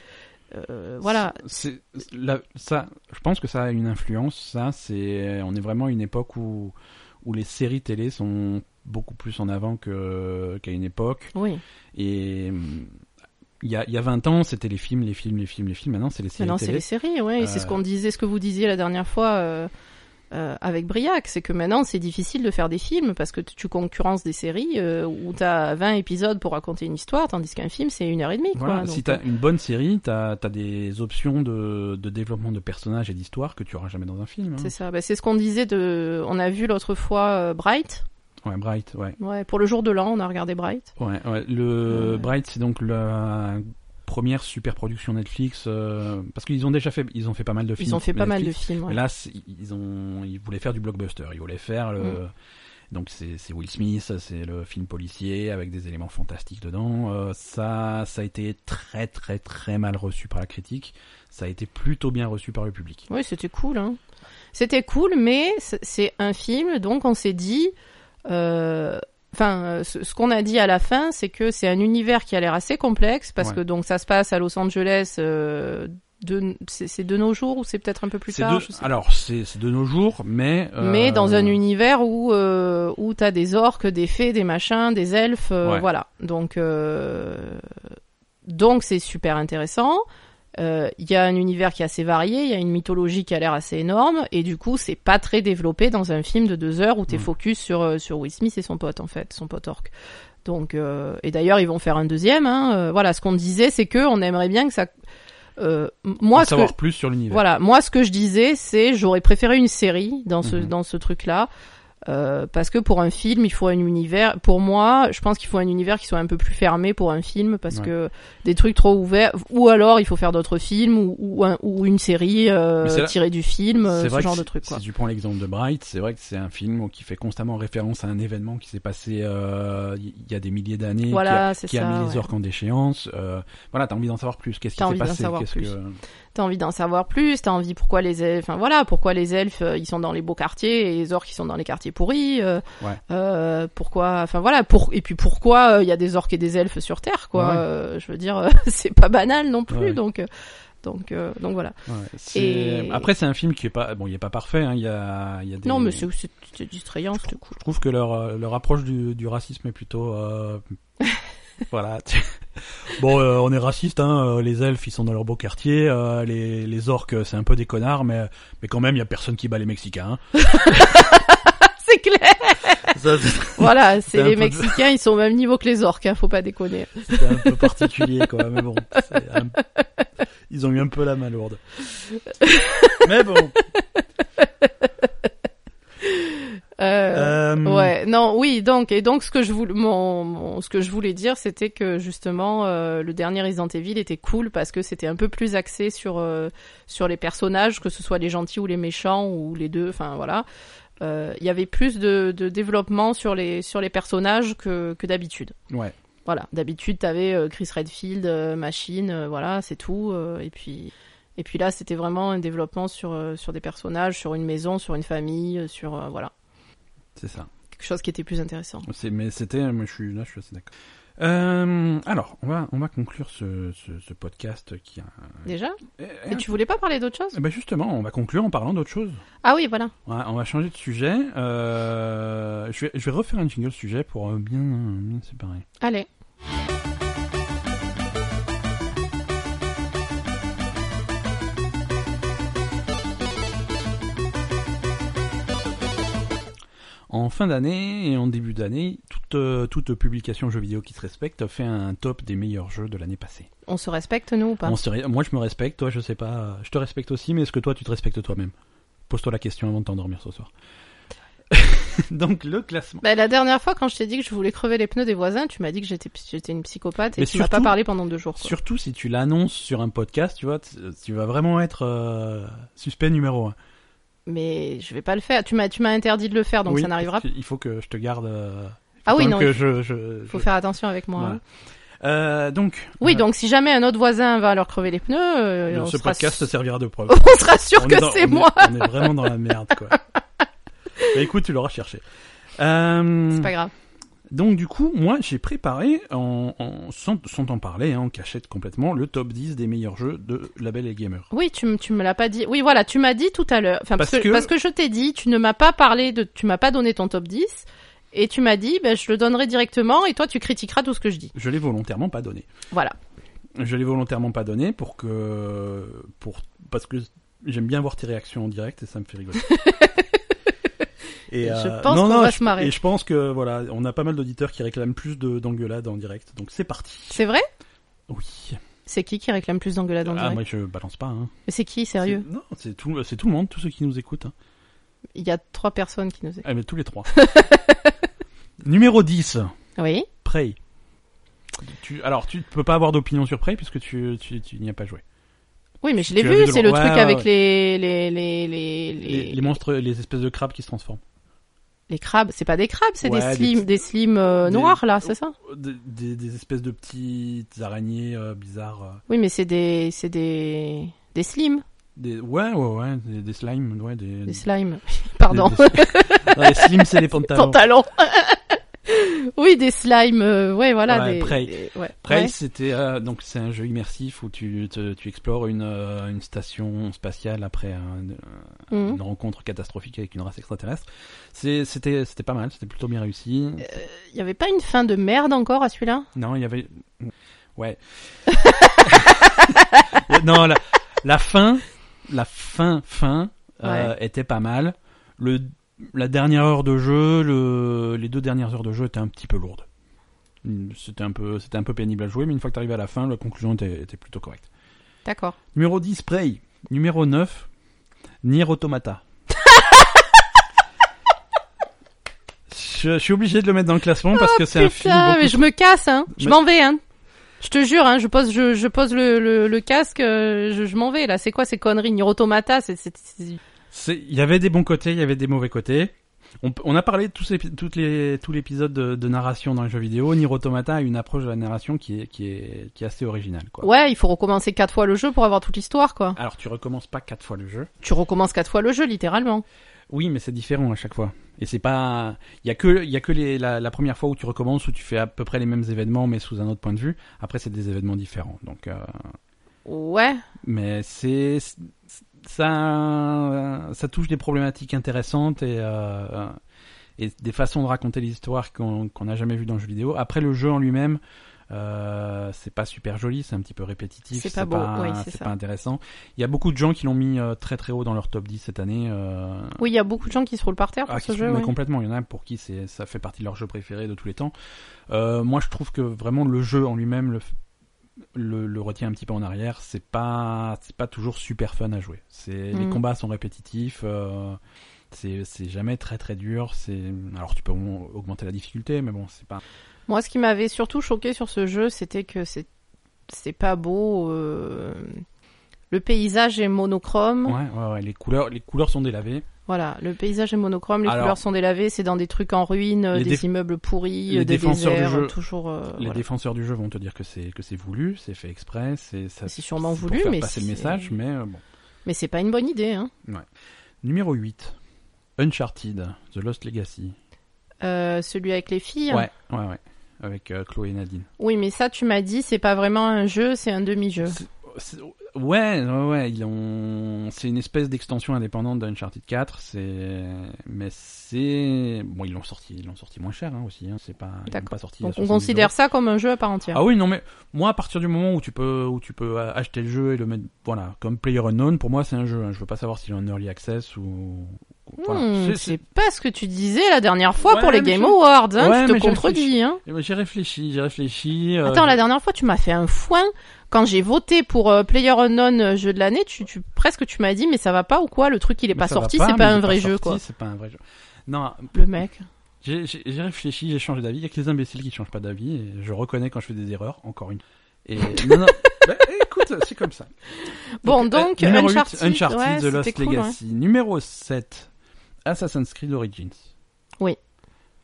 [SPEAKER 2] euh, voilà.
[SPEAKER 1] C'est, c'est- la- ça, je pense que ça a une influence. Ça, c'est, on est vraiment à une époque où, où les séries télé sont beaucoup plus en avant que qu'à une époque.
[SPEAKER 2] Oui.
[SPEAKER 1] Et hum, il y a, il y a 20 ans, c'était les films, les films, les films, les films. Maintenant, c'est les séries.
[SPEAKER 2] Maintenant, c'est
[SPEAKER 1] télé.
[SPEAKER 2] les séries, ouais. et C'est ce
[SPEAKER 1] Euh,
[SPEAKER 2] qu'on disait, ce que vous disiez la dernière fois euh, euh, avec Briac, c'est que maintenant, c'est difficile de faire des films parce que t- tu concurrences des séries euh, où t'as 20 épisodes pour raconter une histoire, tandis qu'un film, c'est une heure et demie, quoi.
[SPEAKER 1] Voilà,
[SPEAKER 2] Donc, euh.
[SPEAKER 1] si t'as une bonne série, t'as as des options de, de développement de personnages et d'histoires que tu auras jamais dans un film. hein.
[SPEAKER 2] C'est ça. Bah, c'est ce qu'on disait de. On a vu l'autre fois euh, Bright.
[SPEAKER 1] Ouais, Bright, ouais.
[SPEAKER 2] Ouais, pour le jour de l'an, on a regardé Bright.
[SPEAKER 1] Ouais, ouais. Le
[SPEAKER 2] Ouais.
[SPEAKER 1] Bright, c'est donc la première super production Netflix euh, parce qu'ils ont déjà fait, ils ont fait pas mal de films.
[SPEAKER 2] Ils ont fait pas mal de
[SPEAKER 1] Netflix.
[SPEAKER 2] films. ouais.
[SPEAKER 1] Mais Là, c'est- ils ont, ils voulaient faire du blockbuster. Ils voulaient faire le.
[SPEAKER 2] Mm.
[SPEAKER 1] Donc c'est c'est Will Smith, c'est le film policier avec des éléments fantastiques dedans. Euh, ça, ça a été très très très mal reçu par la critique. Ça a été plutôt bien reçu par le public.
[SPEAKER 2] Oui, c'était cool. Hein. C'était cool, mais c- c'est un film, donc on s'est dit. euh, Enfin, euh, ce ce qu'on a dit à la fin, c'est que c'est un univers qui a l'air assez complexe parce
[SPEAKER 1] Ouais.
[SPEAKER 2] que donc ça se passe à Los Angeles. euh, de, c'est c'est de nos jours ou c'est peut-être un peu plus
[SPEAKER 1] C'est
[SPEAKER 2] tard.
[SPEAKER 1] de-
[SPEAKER 2] je sais pas.
[SPEAKER 1] alors c'est c'est de nos jours, mais euh,
[SPEAKER 2] Mais dans un univers où euh, où t'as des orques, des fées, des machins, des elfes, euh,
[SPEAKER 1] Ouais.
[SPEAKER 2] voilà. Donc euh, donc c'est super intéressant. Euh, Il y a un univers qui est assez varié, il y a une mythologie qui a l'air assez énorme, et du coup c'est pas très développé dans un film de deux heures où t'es
[SPEAKER 1] Mm.
[SPEAKER 2] focus sur euh, sur Will Smith et son pote en fait, son pote orque. Donc euh, et d'ailleurs ils vont faire un deuxième. Hein, euh, voilà, ce qu'on disait c'est que on aimerait bien que ça. Euh, m- moi
[SPEAKER 1] en
[SPEAKER 2] ce que
[SPEAKER 1] savoir plus sur l'univers.
[SPEAKER 2] voilà, moi ce que je disais, c'est j'aurais préféré une série dans ce
[SPEAKER 1] Mhm.
[SPEAKER 2] dans ce truc-là. euh, parce que pour un film, il faut un univers. Pour moi, je pense qu'il faut un univers qui soit un peu plus fermé pour un film, parce
[SPEAKER 1] Ouais.
[SPEAKER 2] que des trucs trop ouverts, ou alors il faut faire d'autres films ou, ou, un- ou une série euh,
[SPEAKER 1] Mais c'est là-
[SPEAKER 2] tirée du film, euh,
[SPEAKER 1] C'est
[SPEAKER 2] ce
[SPEAKER 1] vrai
[SPEAKER 2] genre
[SPEAKER 1] que
[SPEAKER 2] de truc.
[SPEAKER 1] si-
[SPEAKER 2] Quoi.
[SPEAKER 1] Si tu prends l'exemple de Bright, c'est vrai que c'est un film qui fait constamment référence à un événement qui s'est passé euh, il y a des milliers d'années, qui a-
[SPEAKER 2] Voilà, c'est
[SPEAKER 1] qui a,
[SPEAKER 2] ça.
[SPEAKER 1] mis les
[SPEAKER 2] ouais.
[SPEAKER 1] orques en déchéance. Euh, voilà, t'as envie d'en savoir plus. Qu'est-ce qui
[SPEAKER 2] T'as
[SPEAKER 1] s'est
[SPEAKER 2] envie d'en
[SPEAKER 1] passé
[SPEAKER 2] savoir
[SPEAKER 1] Qu'est-ce
[SPEAKER 2] plus.
[SPEAKER 1] que-
[SPEAKER 2] T'as envie d'en savoir plus, t'as envie pourquoi les elfes, enfin voilà, pourquoi les elfes euh, ils sont dans les beaux quartiers et les orques ils sont dans les quartiers pourris. euh,
[SPEAKER 1] Ouais.
[SPEAKER 2] euh, pourquoi, enfin voilà, pour et puis pourquoi euh, il y a des orques et des elfes sur Terre quoi.
[SPEAKER 1] Ouais.
[SPEAKER 2] euh, je veux dire, euh, [LAUGHS] c'est pas banal non plus
[SPEAKER 1] Ouais.
[SPEAKER 2] donc euh, donc euh, donc voilà.
[SPEAKER 1] Ouais, c'est-
[SPEAKER 2] Et-
[SPEAKER 1] Après, c'est un film qui est pas bon, il est pas parfait. hein, Il y a, il y a des...
[SPEAKER 2] Non mais c'est c'est- c'est distrayant, c'était cool.
[SPEAKER 1] Je trouve que leur euh, leur approche du, du racisme est plutôt
[SPEAKER 2] [LAUGHS]
[SPEAKER 1] euh, voilà. [LAUGHS] bon, euh, on est raciste. Hein, euh, les elfes, ils sont dans leur beau quartier. euh, les les orques, c'est un peu des connards, mais mais quand même, il y a personne qui bat les Mexicains.
[SPEAKER 2] c'est clair.
[SPEAKER 1] hein. Ça, c'est-
[SPEAKER 2] Voilà,
[SPEAKER 1] un
[SPEAKER 2] c'est les
[SPEAKER 1] peu de-
[SPEAKER 2] Mexicains, ils sont au même niveau que les orques, hein, faut pas déconner.
[SPEAKER 1] C'était un peu particulier, quoi. Mais bon, c'est un- ils ont eu un peu la main lourde. Mais bon.
[SPEAKER 2] Euh,
[SPEAKER 1] euh,
[SPEAKER 2] Ouais, non, oui, donc et donc ce que je voulais, mon, mon- ce que je voulais dire, c'était que justement euh, le dernier Resident Evil était cool parce que c'était un peu plus axé sur euh, sur les personnages, que ce soit les gentils ou les méchants ou les deux, enfin voilà. Euh, Il y avait plus de, de développement sur les sur les personnages que que d'habitude.
[SPEAKER 1] Ouais.
[SPEAKER 2] Voilà, d'habitude t'avais euh, Chris Redfield, euh, Machine, euh, voilà, c'est tout, euh, et puis. Et puis là, c'était vraiment un développement sur, euh, sur des personnages, sur une maison, sur une famille, euh, sur euh, voilà
[SPEAKER 1] C'est ça.
[SPEAKER 2] quelque chose qui était plus intéressant.
[SPEAKER 1] C'est, mais c'était, mais je suis là, je suis assez d'accord. Euh, alors, on va, on va conclure ce, ce, ce podcast qui a.
[SPEAKER 2] Déjà
[SPEAKER 1] Eh, eh,
[SPEAKER 2] Mais tu voulais pas parler d'autre chose
[SPEAKER 1] eh ben justement, on va conclure en parlant d'autre chose.
[SPEAKER 2] Ah oui, voilà.
[SPEAKER 1] Ouais, on va changer de sujet. Euh, je, vais, je vais refaire un jingle sujet pour euh, bien, bien séparer.
[SPEAKER 2] Allez.
[SPEAKER 1] En fin d'année et en début d'année, toute, euh, toute publication jeux vidéo qui se respecte fait un top des meilleurs jeux de l'année passée.
[SPEAKER 2] On se respecte, nous, ou pas
[SPEAKER 1] On se ré- Moi, je me respecte, toi, je sais pas. euh, Je te respecte aussi, mais est-ce que toi, tu te respectes toi-même Pose-toi la question avant de t'endormir ce soir. [LAUGHS] Donc, le classement.
[SPEAKER 2] Bah, La dernière fois, quand je t'ai dit que je voulais crever les pneus des voisins, tu m'as dit que j'étais j'étais une psychopathe et
[SPEAKER 1] Mais
[SPEAKER 2] tu m'as
[SPEAKER 1] surtout-
[SPEAKER 2] pas parlé pendant deux jours. quoi.
[SPEAKER 1] Surtout si tu l'annonces sur un podcast, tu vois, t- tu vas vraiment être euh, suspect numéro un.
[SPEAKER 2] Mais je vais pas le faire. Tu m'as tu m'as interdit de le faire, donc
[SPEAKER 1] Oui,
[SPEAKER 2] ça n'arrivera
[SPEAKER 1] parce
[SPEAKER 2] pas.
[SPEAKER 1] qu'il faut que je te garde. euh, il faut
[SPEAKER 2] Ah oui,
[SPEAKER 1] quand même
[SPEAKER 2] non,
[SPEAKER 1] que
[SPEAKER 2] il
[SPEAKER 1] je, je-
[SPEAKER 2] Faut
[SPEAKER 1] je-
[SPEAKER 2] faire attention avec moi.
[SPEAKER 1] voilà.
[SPEAKER 2] hein.
[SPEAKER 1] Euh, donc.
[SPEAKER 2] Oui,
[SPEAKER 1] euh,
[SPEAKER 2] donc si jamais un autre voisin va leur crever les pneus, euh,
[SPEAKER 1] le-
[SPEAKER 2] on,
[SPEAKER 1] ce
[SPEAKER 2] sera
[SPEAKER 1] podcast
[SPEAKER 2] [LAUGHS] su-
[SPEAKER 1] servira de preuve.
[SPEAKER 2] on sera sûr
[SPEAKER 1] On est
[SPEAKER 2] que
[SPEAKER 1] dans- on
[SPEAKER 2] c'est
[SPEAKER 1] est- Hmm.
[SPEAKER 2] moi.
[SPEAKER 1] on est vraiment dans la merde,
[SPEAKER 2] [LAUGHS]
[SPEAKER 1] quoi. Bah, écoute, tu l'auras cherché. Euh,
[SPEAKER 2] C'est pas grave.
[SPEAKER 1] Donc du coup, moi j'ai préparé, en, en- sans, sans t'en parler, hein, en cachette complètement, le top 10 des meilleurs jeux de Label et Gamer.
[SPEAKER 2] Oui, tu, me- tu me l'as pas dit. Oui, voilà, tu m'as dit tout à l'heure. Enfin, parce,
[SPEAKER 1] Parce
[SPEAKER 2] que,
[SPEAKER 1] que-
[SPEAKER 2] parce que je t'ai dit, tu ne m'as pas parlé de, tu m'as pas donné ton top 10. Et tu m'as dit, ben, je le donnerai directement et toi tu critiqueras tout ce que je dis.
[SPEAKER 1] Je l'ai volontairement pas donné.
[SPEAKER 2] Voilà.
[SPEAKER 1] Je l'ai volontairement pas donné pour que, pour, parce que j'aime bien voir tes réactions en direct et ça me fait
[SPEAKER 2] [LAUGHS]
[SPEAKER 1] rigoler.
[SPEAKER 2] Et je pense qu'on va
[SPEAKER 1] euh, je-
[SPEAKER 2] se marrer.
[SPEAKER 1] Et je pense que voilà, on a pas mal d'auditeurs qui réclament plus de d'engueulades en direct. Donc c'est parti.
[SPEAKER 2] C'est vrai
[SPEAKER 1] Oui.
[SPEAKER 2] C'est qui qui réclame plus d'engueulade en
[SPEAKER 1] ah
[SPEAKER 2] direct
[SPEAKER 1] moi je balance pas. Hein.
[SPEAKER 2] Mais c'est qui, sérieux
[SPEAKER 1] C'est- Non, c'est tout, c'est tout le monde, tous ceux qui nous écoutent. hein.
[SPEAKER 2] Il y a trois personnes qui nous écoutent.
[SPEAKER 1] Ah mais tous les
[SPEAKER 2] [LAUGHS]
[SPEAKER 1] trois. Numéro 10,
[SPEAKER 2] Oui.
[SPEAKER 1] Prey. Tu, alors tu peux pas avoir d'opinion sur Prey puisque tu, tu, tu n'y as pas joué.
[SPEAKER 2] Oui, mais je l'ai
[SPEAKER 1] Tu l'as vu
[SPEAKER 2] vu,
[SPEAKER 1] de
[SPEAKER 2] c'est le
[SPEAKER 1] loin.
[SPEAKER 2] truc
[SPEAKER 1] Ouais,
[SPEAKER 2] avec
[SPEAKER 1] ouais,
[SPEAKER 2] les les les les
[SPEAKER 1] Les,
[SPEAKER 2] les,
[SPEAKER 1] les monstres, les espèces de crabes qui se transforment.
[SPEAKER 2] les crabes, c'est pas des crabes, c'est
[SPEAKER 1] Ouais,
[SPEAKER 2] des
[SPEAKER 1] des
[SPEAKER 2] slims,
[SPEAKER 1] petits-
[SPEAKER 2] des slims euh,
[SPEAKER 1] des-
[SPEAKER 2] noirs là, c'est ça
[SPEAKER 1] Des, des, des espèces de petites araignées euh, bizarres. euh.
[SPEAKER 2] Oui, mais c'est des c'est des des slims,
[SPEAKER 1] Des, ouais ouais ouais, des, des slimes, ouais des.
[SPEAKER 2] des slimes. [LAUGHS] Pardon.
[SPEAKER 1] Des,
[SPEAKER 2] [LAUGHS]
[SPEAKER 1] des- Ouais, les slimes c'est les pantalons.
[SPEAKER 2] Pantalon. [LAUGHS] oui, des slimes. euh, ouais, voilà.
[SPEAKER 1] Ouais,
[SPEAKER 2] des,
[SPEAKER 1] Prey.
[SPEAKER 2] des- ouais,
[SPEAKER 1] Prey,
[SPEAKER 2] ouais.
[SPEAKER 1] c'était euh, donc c'est un jeu immersif où tu te- tu explores une euh, une station spatiale après un-
[SPEAKER 2] Mhm.
[SPEAKER 1] une rencontre catastrophique avec une race extraterrestre. C'est- C'était c'était pas mal, c'était plutôt bien réussi.
[SPEAKER 2] Il y avait pas une fin de merde encore à celui-là
[SPEAKER 1] Non, il y avait ouais. non, la la fin, la fin fin euh, était pas mal. Le la dernière heure de jeu, le, les deux dernières heures de jeu étaient un petit peu lourdes. C'était un peu c'était un peu pénible à jouer, mais une fois que t'arrivais à la fin, la conclusion était, était plutôt correcte.
[SPEAKER 2] D'accord.
[SPEAKER 1] Numéro 10, Prey. Numéro 9, Nier
[SPEAKER 2] [LAUGHS]
[SPEAKER 1] Automata. je, je suis obligé de le mettre dans le classement parce que c'est un film.
[SPEAKER 2] Oh, Putain,
[SPEAKER 1] beaucoup
[SPEAKER 2] mais je me casse, hein. Je
[SPEAKER 1] Mais-
[SPEAKER 2] m'en vais, hein. Je te jure, hein, je pose, je, je pose le, le, le casque, euh, je, je m'en vais là. C'est quoi ces conneries Nier Automata, c'est, c'est, c'est-
[SPEAKER 1] C'est- Il y avait des bons côtés, il y avait des mauvais côtés. On, p- on a parlé de tous, ces- toutes les, tout l'épisode de, de narration dans les jeux vidéo. Nier Automata a une approche de la narration qui est, qui est, qui est assez originale. Quoi.
[SPEAKER 2] Ouais, il faut recommencer quatre fois le jeu pour avoir toute l'histoire, quoi.
[SPEAKER 1] Alors tu recommences pas quatre fois le jeu.
[SPEAKER 2] Tu recommences quatre fois le jeu, littéralement.
[SPEAKER 1] Oui, mais c'est différent à chaque fois. Et c'est pas, il y a que, il y a que les, la, la première fois où tu recommences où tu fais à peu près les mêmes événements mais sous un autre point de vue. Après c'est des événements différents. Donc, euh,
[SPEAKER 2] Ouais.
[SPEAKER 1] mais c'est, c'est- ça, ça touche des problématiques intéressantes et euh, et des façons de raconter l'histoire qu'on qu'on n'a jamais vu dans le jeu vidéo. Après le jeu en lui-même. Euh, c'est pas super joli, c'est un petit peu répétitif,
[SPEAKER 2] C'est pas beau, oui, c'est
[SPEAKER 1] c'est
[SPEAKER 2] ça.
[SPEAKER 1] pas intéressant. Il y a beaucoup de gens qui l'ont mis euh, très très haut dans leur top 10 cette année. euh,
[SPEAKER 2] Oui, il y a beaucoup de gens qui se roulent par terre pour
[SPEAKER 1] ah,
[SPEAKER 2] ce
[SPEAKER 1] qui-
[SPEAKER 2] jeu.
[SPEAKER 1] mais
[SPEAKER 2] ouais.
[SPEAKER 1] complètement. Il y en a pour qui c'est, ça fait partie de leur jeu préféré de tous les temps. Euh, moi, je trouve que vraiment le jeu en lui-même le, f- le, le retient un petit peu en arrière. C'est pas, c'est pas toujours super fun à jouer. C'est, les
[SPEAKER 2] Mm.
[SPEAKER 1] combats sont répétitifs. euh, c'est, c'est jamais très très dur. C'est, alors tu peux au moins augmenter la difficulté, mais bon, c'est pas.
[SPEAKER 2] Moi, ce qui m'avait surtout choqué sur ce jeu, c'était que c'est, c'est pas beau. euh, Le paysage est monochrome.
[SPEAKER 1] Ouais, ouais, ouais, les couleurs, les couleurs sont délavées.
[SPEAKER 2] Voilà, le paysage est monochrome, les
[SPEAKER 1] Alors-
[SPEAKER 2] couleurs sont délavées, c'est dans des trucs en ruine, euh,
[SPEAKER 1] Les
[SPEAKER 2] des
[SPEAKER 1] déf-
[SPEAKER 2] immeubles pourris,
[SPEAKER 1] les
[SPEAKER 2] euh, des
[SPEAKER 1] défenseurs du
[SPEAKER 2] déserts,
[SPEAKER 1] jeu-
[SPEAKER 2] toujours. euh,
[SPEAKER 1] les
[SPEAKER 2] voilà.
[SPEAKER 1] défenseurs du jeu vont te dire que c'est, que c'est voulu, c'est fait exprès, c'est, ça.
[SPEAKER 2] C'est sûrement
[SPEAKER 1] pour
[SPEAKER 2] voulu,
[SPEAKER 1] faire
[SPEAKER 2] mais
[SPEAKER 1] passer le
[SPEAKER 2] c'est-
[SPEAKER 1] message, mais euh, bon.
[SPEAKER 2] Mais c'est pas une bonne idée. Hein.
[SPEAKER 1] Numéro 8. Uncharted, The Lost Legacy.
[SPEAKER 2] Euh, celui avec les filles.
[SPEAKER 1] Ouais, ouais, ouais. Avec euh, Chloé et Nadine.
[SPEAKER 2] Oui, mais ça, tu m'as dit, c'est pas vraiment un jeu, c'est un demi-jeu.
[SPEAKER 1] C'est- c'est- Ouais, ouais, ouais. Ils ont... C'est une espèce d'extension indépendante d'Uncharted 4. C'est... Mais c'est. Bon, ils l'ont sorti, ils l'ont sorti moins cher hein, aussi. hein, C'est pas... ils l'ont
[SPEAKER 2] D'accord.
[SPEAKER 1] pas sorti à
[SPEAKER 2] Donc on
[SPEAKER 1] 70
[SPEAKER 2] considère
[SPEAKER 1] euros.
[SPEAKER 2] ça comme un jeu à part entière.
[SPEAKER 1] Ah oui, non, mais moi, à partir du moment où tu peux, où tu peux euh, acheter le jeu et le mettre. Voilà, comme Player Unknown, pour moi, c'est un jeu. hein, Je veux pas savoir s'il est en early access ou. voilà.
[SPEAKER 2] Hmm,
[SPEAKER 1] C'est- c'est-
[SPEAKER 2] c'est pas ce que tu disais la dernière fois
[SPEAKER 1] Ouais,
[SPEAKER 2] pour les
[SPEAKER 1] mais
[SPEAKER 2] Game
[SPEAKER 1] je-
[SPEAKER 2] Awards. Hein,
[SPEAKER 1] Ouais,
[SPEAKER 2] tu te
[SPEAKER 1] mais je
[SPEAKER 2] contredis.
[SPEAKER 1] réfléchis.
[SPEAKER 2] Hein.
[SPEAKER 1] J'ai réfléchi, j'ai réfléchi. euh,
[SPEAKER 2] Attends, la dernière fois, tu m'as fait un foin. Quand j'ai voté pour euh, Player Unknown jeu de l'année, tu, tu presque tu m'as dit mais ça va pas ou quoi Le truc il est
[SPEAKER 1] mais
[SPEAKER 2] pas
[SPEAKER 1] ça va
[SPEAKER 2] sorti, c'est
[SPEAKER 1] mais
[SPEAKER 2] pas
[SPEAKER 1] il
[SPEAKER 2] un
[SPEAKER 1] est
[SPEAKER 2] vrai jeu
[SPEAKER 1] sorti,
[SPEAKER 2] quoi.
[SPEAKER 1] C'est pas un vrai jeu. Non,
[SPEAKER 2] Le mec.
[SPEAKER 1] J'ai j'ai- j'ai réfléchi, j'ai changé d'avis. Il y a que les imbéciles qui changent pas d'avis. Et je reconnais quand je fais des erreurs, encore une.
[SPEAKER 2] [LAUGHS]
[SPEAKER 1] Et non, non. Bah, écoute, c'est comme ça.
[SPEAKER 2] Bon,
[SPEAKER 1] euh,
[SPEAKER 2] donc,
[SPEAKER 1] numéro huit,
[SPEAKER 2] Uncharted,
[SPEAKER 1] Uncharted
[SPEAKER 2] ouais,
[SPEAKER 1] The
[SPEAKER 2] c'était
[SPEAKER 1] Lost
[SPEAKER 2] cool, hein.
[SPEAKER 1] Legacy. Numéro 7, Assassin's Creed Origins.
[SPEAKER 2] Oui.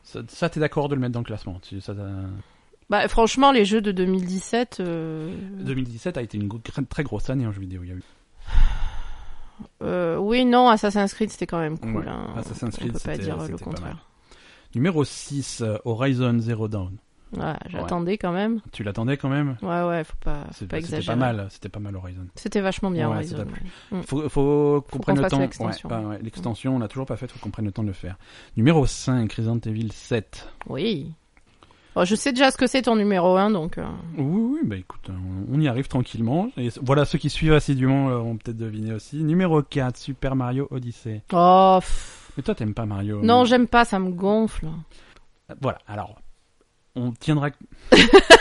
[SPEAKER 1] Ça, ça, t'es d'accord de le mettre dans le classement tu- ça, t'as-
[SPEAKER 2] Bah, franchement, les jeux de 2017, euh,
[SPEAKER 1] 2017 a été une gro- gr- très grosse année en jeu vidéo. Il y a eu
[SPEAKER 2] euh, oui, non, Assassin's Creed, c'était quand même cool.
[SPEAKER 1] Ouais,
[SPEAKER 2] hein.
[SPEAKER 1] Assassin's
[SPEAKER 2] On
[SPEAKER 1] Creed,
[SPEAKER 2] peut pas
[SPEAKER 1] c'était-
[SPEAKER 2] dire euh,
[SPEAKER 1] c'était
[SPEAKER 2] le
[SPEAKER 1] pas
[SPEAKER 2] contraire.
[SPEAKER 1] Numéro 6, euh, Horizon Zero Dawn.
[SPEAKER 2] Voilà, j'attendais quand même.
[SPEAKER 1] Tu l'attendais quand même
[SPEAKER 2] Ouais, ouais, faut pas, faut
[SPEAKER 1] C'est- bah, C'était
[SPEAKER 2] pas exagérer.
[SPEAKER 1] pas mal, c'était pas mal Horizon.
[SPEAKER 2] C'était vachement bien,
[SPEAKER 1] Ouais,
[SPEAKER 2] Horizon,
[SPEAKER 1] ça t'a plu.
[SPEAKER 2] ouais.
[SPEAKER 1] Faut, faut qu'on
[SPEAKER 2] qu'on
[SPEAKER 1] prenne le
[SPEAKER 2] fasse
[SPEAKER 1] temps.
[SPEAKER 2] l'extension.
[SPEAKER 1] Ouais, bah ouais, L'extension, on l'a toujours pas faite, faut qu'on prenne le temps de le faire. Numéro 5, Resident Evil 7.
[SPEAKER 2] Oui. Bon, je sais déjà ce que c'est ton numéro 1, donc... euh,
[SPEAKER 1] Oui, oui, bah écoute, on, on y arrive tranquillement. Et voilà, ceux qui suivent assidûment euh, ont peut-être deviné aussi. Numéro 4, Super Mario Odyssey.
[SPEAKER 2] Oh, pff.
[SPEAKER 1] Mais toi, t'aimes pas Mario Euh,
[SPEAKER 2] non, j'aime pas, ça me gonfle.
[SPEAKER 1] Voilà, alors, on tiendra...
[SPEAKER 2] [LAUGHS]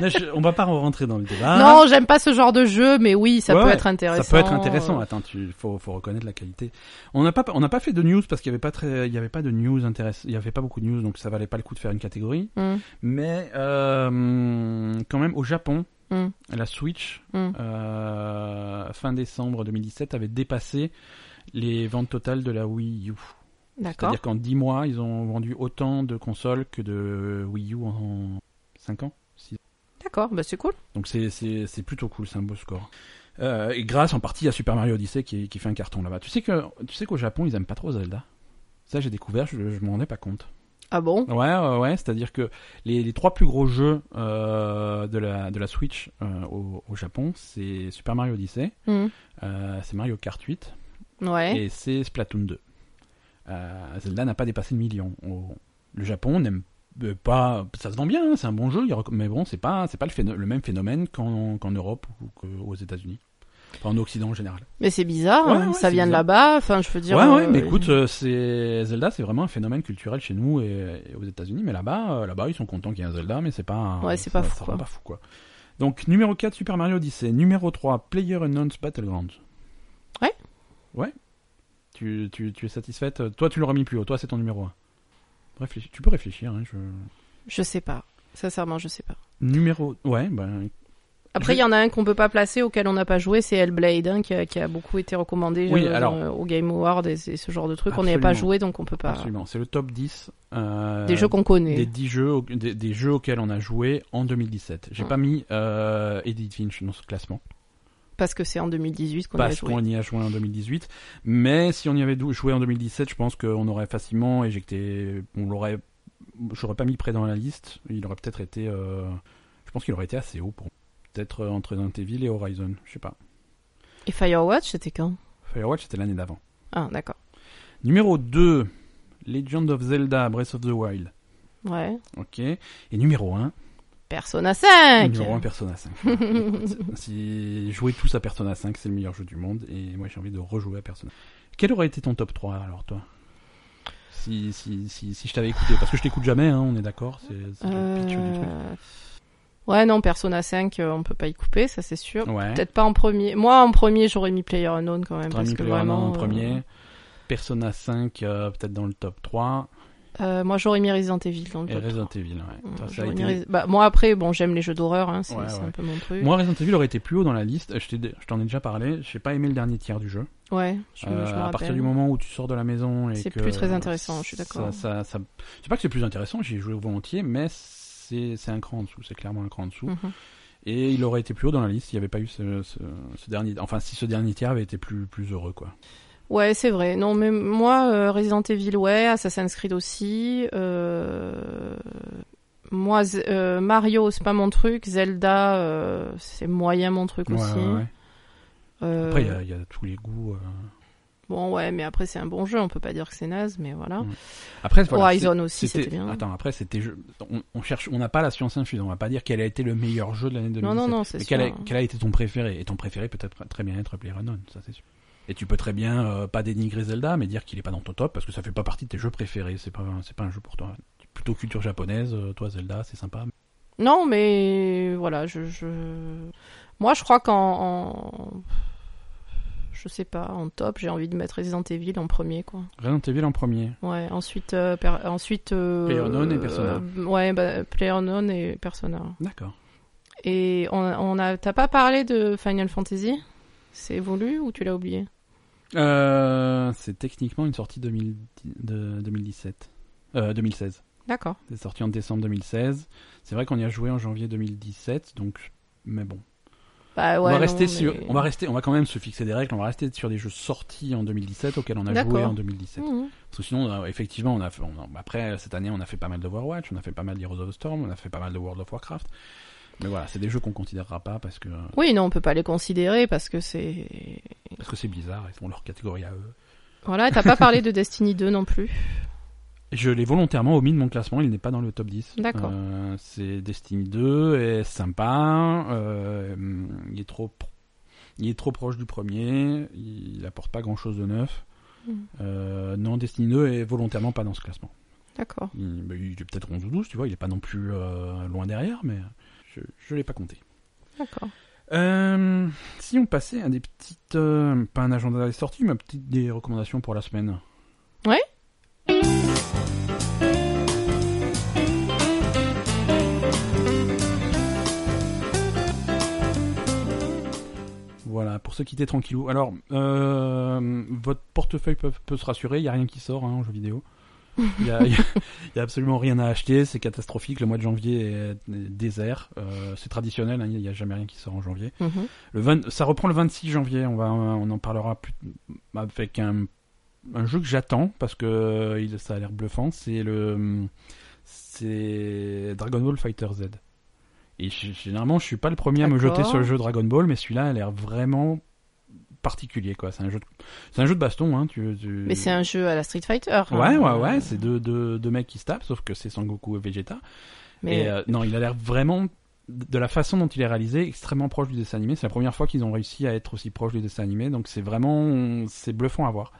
[SPEAKER 1] Là, je- on va pas rentrer dans le débat.
[SPEAKER 2] Non, j'aime pas ce genre de jeu, mais oui, ça
[SPEAKER 1] Ah. Ouais,
[SPEAKER 2] peut
[SPEAKER 1] ouais,
[SPEAKER 2] être intéressant.
[SPEAKER 1] Ça peut être intéressant. Attends, tu faut, faut reconnaître la qualité. On n'a pas on n'a pas fait de news parce qu'il y avait pas très il y avait pas de news intéress il y avait pas beaucoup de news donc ça valait pas le coup de faire une catégorie.
[SPEAKER 2] Mm,
[SPEAKER 1] Mais euh, quand même au Japon,
[SPEAKER 2] mm.
[SPEAKER 1] la Switch
[SPEAKER 2] Mm.
[SPEAKER 1] euh, fin décembre 2017 avait dépassé les ventes totales de la Wii U.
[SPEAKER 2] D'accord.
[SPEAKER 1] C'est-à-dire qu'en 10 mois, ils ont vendu autant de consoles que de Wii U en 5 ans.
[SPEAKER 2] D'accord, bah c'est cool.
[SPEAKER 1] Donc c'est- c'est c'est plutôt cool, c'est un beau score. Euh, et grâce en partie à Super Mario Odyssey qui, qui fait un carton là-bas. Tu sais que tu sais qu'au Japon ils aiment pas trop Zelda. Ça j'ai découvert, je, je m'en rendais pas compte.
[SPEAKER 2] Ah bon
[SPEAKER 1] Ouais ouais, ouais c'est-à-dire que les, les trois plus gros jeux euh, de la de la Switch euh, au, au Japon c'est Super Mario Odyssey,
[SPEAKER 2] Mm.
[SPEAKER 1] euh, c'est Mario Kart 8
[SPEAKER 2] Ouais.
[SPEAKER 1] et c'est Splatoon 2. Euh, Zelda n'a pas dépassé le million. Au- Le Japon n'aime euh, pas. Ça se vend bien, hein, c'est un bon jeu, il rec- mais bon, c'est pas, c'est pas le, phéno- le même phénomène qu'en qu'en Europe ou qu'aux États-Unis. Enfin, en Occident en général.
[SPEAKER 2] Mais c'est bizarre,
[SPEAKER 1] Ouais,
[SPEAKER 2] hein,
[SPEAKER 1] ouais,
[SPEAKER 2] ça
[SPEAKER 1] c'est
[SPEAKER 2] vient de
[SPEAKER 1] bizarre.
[SPEAKER 2] là-bas, enfin je veux dire...
[SPEAKER 1] ouais, ouais,
[SPEAKER 2] euh,
[SPEAKER 1] mais écoute, euh, c'est Zelda, c'est vraiment un phénomène culturel chez nous et, et aux États-Unis, mais là-bas, euh, là-bas, ils sont contents qu'il y ait un Zelda, mais c'est pas. un-
[SPEAKER 2] Ouais, c'est
[SPEAKER 1] ça-
[SPEAKER 2] pas fou,
[SPEAKER 1] ça
[SPEAKER 2] quoi.
[SPEAKER 1] rend pas fou, quoi. Donc numéro 4 Super Mario Odyssey, numéro 3 Player Unknown's Battlegrounds.
[SPEAKER 2] Ouais.
[SPEAKER 1] Ouais. Tu, tu, tu es satisfaite Toi tu l'aurais mis plus haut, toi c'est ton numéro 1. Réfléchis, tu peux réfléchir hein, je...
[SPEAKER 2] Je sais pas, sincèrement je sais pas.
[SPEAKER 1] Numéro ouais, ben
[SPEAKER 2] Après, il
[SPEAKER 1] Je-
[SPEAKER 2] y en a un qu'on peut pas placer, auquel on n'a pas joué, c'est Hellblade, hein, qui, a, qui a beaucoup été recommandé
[SPEAKER 1] Oui,
[SPEAKER 2] euh,
[SPEAKER 1] alors-
[SPEAKER 2] euh, au Game Award et, c'est ce genre de truc. On n'y a pas
[SPEAKER 1] Absolument.
[SPEAKER 2] joué, donc on peut pas.
[SPEAKER 1] absolument, c'est le top 10 euh,
[SPEAKER 2] Bah. Des jeux qu'on connaît.
[SPEAKER 1] des 10 jeux au- des, des jeux auxquels on a joué en 2017. J'ai
[SPEAKER 2] Mm.
[SPEAKER 1] pas mis euh, Edith Finch dans ce classement.
[SPEAKER 2] Parce que c'est en 2018 qu'on y a
[SPEAKER 1] parce
[SPEAKER 2] joué.
[SPEAKER 1] qu'on y a joué en 2018. Mais si on y avait dou- joué en 2017, je pense qu'on aurait facilement éjecté. On l'aurait. J'aurais pas mis près dans la liste. Il aurait peut-être été. euh, Je pense qu'il aurait été assez haut pour peut-être euh, entre Resident Evil et Horizon. Je sais pas.
[SPEAKER 2] Et Firewatch, c'était quand
[SPEAKER 1] Firewatch c'était l'année d'avant.
[SPEAKER 2] Ah, d'accord.
[SPEAKER 1] Numéro 2, Legend of Zelda Breath of the Wild.
[SPEAKER 2] Ouais.
[SPEAKER 1] Ok. Et numéro 1,
[SPEAKER 2] Persona 5
[SPEAKER 1] numéro 1 Persona
[SPEAKER 2] [LAUGHS]
[SPEAKER 1] 5. Écoute, si jouez tous à Persona 5, c'est le meilleur jeu du monde et moi j'ai envie de rejouer à Persona. Quel aurait été ton top 3 alors toi si, si, si, si je t'avais écouté, parce que je t'écoute jamais, hein, on est d'accord, c'est c'est le pitch du truc.
[SPEAKER 2] Euh, Ouais, non, Persona 5, euh, on peut pas y couper, ça c'est sûr.
[SPEAKER 1] Ouais,
[SPEAKER 2] Peut-être pas en premier. Moi, en premier, j'aurais mis Player Unknown quand même.
[SPEAKER 1] t'aurais
[SPEAKER 2] Parce
[SPEAKER 1] mis
[SPEAKER 2] que
[SPEAKER 1] Player
[SPEAKER 2] vraiment,
[SPEAKER 1] en
[SPEAKER 2] euh,
[SPEAKER 1] premier, Persona 5 euh, peut-être dans le top 3,
[SPEAKER 2] euh, moi, j'aurais mis Resident Evil dans le
[SPEAKER 1] et
[SPEAKER 2] top
[SPEAKER 1] Resident
[SPEAKER 2] trois.
[SPEAKER 1] Evil. Ouais.
[SPEAKER 2] Euh,
[SPEAKER 1] Ça, ça a
[SPEAKER 2] j'aurais
[SPEAKER 1] été-
[SPEAKER 2] mis Resi- bah, moi, après, bon, j'aime les jeux d'horreur, hein, c'est
[SPEAKER 1] Ouais,
[SPEAKER 2] c'est
[SPEAKER 1] ouais.
[SPEAKER 2] un peu mon truc.
[SPEAKER 1] Moi Resident Evil aurait été plus haut dans la liste, je t'ai- je t'en ai déjà parlé, j'ai pas aimé le dernier tiers du jeu.
[SPEAKER 2] Ouais, je, me-
[SPEAKER 1] Euh,
[SPEAKER 2] je me
[SPEAKER 1] à
[SPEAKER 2] rappelle.
[SPEAKER 1] partir du moment où tu sors de la maison et
[SPEAKER 2] C'est
[SPEAKER 1] que
[SPEAKER 2] plus très intéressant, je suis d'accord.
[SPEAKER 1] Ça, ça, ça... C'est pas que c'est plus intéressant, j'y ai joué volontiers, mais c'est c'est un cran en dessous, c'est clairement un cran en dessous.
[SPEAKER 2] Mhm.
[SPEAKER 1] Et il aurait été plus haut dans la liste s'il n'y avait pas eu ce, ce, ce dernier, enfin si ce dernier tiers avait été plus plus heureux quoi.
[SPEAKER 2] Ouais, c'est vrai. Non, mais moi, euh, Resident Evil, ouais, Assassin's Creed aussi. euh, Moi, Z- euh, Mario, c'est pas mon truc. Zelda, euh, c'est moyen mon truc
[SPEAKER 1] Ouais,
[SPEAKER 2] aussi.
[SPEAKER 1] ouais, ouais.
[SPEAKER 2] Euh,
[SPEAKER 1] Après il y a- il y, a tous les goûts. euh.
[SPEAKER 2] Bon, ouais, mais après, c'est un bon jeu. On peut pas dire que c'est naze, mais voilà.
[SPEAKER 1] Mm. Après voilà,
[SPEAKER 2] Horizon
[SPEAKER 1] c'est-
[SPEAKER 2] aussi, c'était bien.
[SPEAKER 1] Attends après c'était jeu- on, on cherche, on n'a pas la science infuse, on va pas dire quel a été le meilleur jeu de l'année 2017.
[SPEAKER 2] non, non, non, c'est
[SPEAKER 1] Mais
[SPEAKER 2] sûr.
[SPEAKER 1] quel a, quel a été ton préféré Et ton préféré peut être très bien être PlayerUnknown, ça c'est sûr. Et tu peux très bien euh, pas dénigrer Zelda, mais dire qu'il est pas dans ton top parce que ça fait pas partie de tes jeux préférés. C'est pas c'est pas un jeu pour toi. Plutôt culture japonaise, euh, toi Zelda, c'est sympa.
[SPEAKER 2] Non, mais voilà, je, je... moi, je crois qu'en, en... je sais pas, en top, j'ai envie de mettre Resident Evil en premier, quoi.
[SPEAKER 1] Resident Evil en premier.
[SPEAKER 2] Ouais, ensuite, euh, per- ensuite. euh,
[SPEAKER 1] PlayerUnknown et Persona.
[SPEAKER 2] euh, ouais, bah, PlayerUnknown et Persona.
[SPEAKER 1] D'accord.
[SPEAKER 2] Et on, a- on a, t'as pas parlé de Final Fantasy C'est voulu ou tu l'as oublié
[SPEAKER 1] Euh, c'est techniquement une sortie 2010 de 2017, euh, 2016.
[SPEAKER 2] D'accord.
[SPEAKER 1] C'est sorti en décembre 2016. C'est vrai qu'on y a joué en janvier 2017, donc mais bon.
[SPEAKER 2] Bah,
[SPEAKER 1] on
[SPEAKER 2] ouais,
[SPEAKER 1] va
[SPEAKER 2] non,
[SPEAKER 1] rester
[SPEAKER 2] mais-
[SPEAKER 1] sur, on va rester, on va quand même se fixer des règles. On va rester sur des jeux sortis en 2017 auxquels on a joué
[SPEAKER 2] D'accord.
[SPEAKER 1] en 2017.
[SPEAKER 2] Mhm.
[SPEAKER 1] Parce que sinon, euh, effectivement, on a fait, on a- après cette année, on a fait pas mal de Overwatch, on a fait pas mal d'Heroes of the Storm, on a fait pas mal de World of Warcraft. Mais voilà, c'est des jeux qu'on considérera pas parce que
[SPEAKER 2] Oui, non, on peut pas les considérer parce que c'est.
[SPEAKER 1] parce que c'est bizarre, ils font leur catégorie à eux.
[SPEAKER 2] Voilà, t'as pas parlé de Destiny 2 non plus.
[SPEAKER 1] Je l'ai volontairement omis de mon classement, il n'est pas dans le top 10.
[SPEAKER 2] D'accord.
[SPEAKER 1] Euh, c'est Destiny 2, est sympa, euh, il est trop pro- il est trop proche du premier, il apporte pas grand chose de neuf.
[SPEAKER 2] Mm.
[SPEAKER 1] Euh, non, Destiny 2 est volontairement pas dans ce classement.
[SPEAKER 2] D'accord.
[SPEAKER 1] Il, bah, il est peut-être 11 ou 12, tu vois, il est pas non plus euh, loin derrière, mais je, je l'ai pas compté.
[SPEAKER 2] D'accord.
[SPEAKER 1] Euh, si on passait à des petites, euh, pas un agenda des sorties, mais petites des recommandations pour la semaine.
[SPEAKER 2] Ouais.
[SPEAKER 1] Voilà, pour se quitter tranquillou. Alors, euh, votre portefeuille peut, peut se rassurer, il n'y a rien qui sort hein, en jeu vidéo. Il n'y a, il y a- il y a absolument rien à acheter, c'est catastrophique. Le mois de janvier est désert, Euh, c'est traditionnel, hein, il n'y a jamais rien qui sort en janvier.
[SPEAKER 2] Mhm.
[SPEAKER 1] Le 20 ça reprend le 26 janvier, on, va, on en parlera plus, avec un, un jeu que j'attends parce que euh, il, ça a l'air bluffant, c'est le c'est Dragon Ball Fighter Z. Et je- généralement, je suis pas le premier à me
[SPEAKER 2] D'accord.
[SPEAKER 1] jeter sur le jeu Dragon Ball, mais celui-là a l'air vraiment particulier quoi. C'est un jeu de, c'est un jeu de baston hein, tu, tu-
[SPEAKER 2] Mais c'est un jeu à la Street Fighter. hein.
[SPEAKER 1] Ouais, ouais, ouais, c'est deux, deux, deux mecs qui se tapent, sauf que c'est Sangoku et Vegeta.
[SPEAKER 2] Mais
[SPEAKER 1] Et euh, non, il a l'air vraiment, de la façon dont il est réalisé, extrêmement proche du dessin animé. C'est la première fois qu'ils ont réussi à être aussi proche du dessin animé, donc c'est vraiment, c'est bluffant à voir.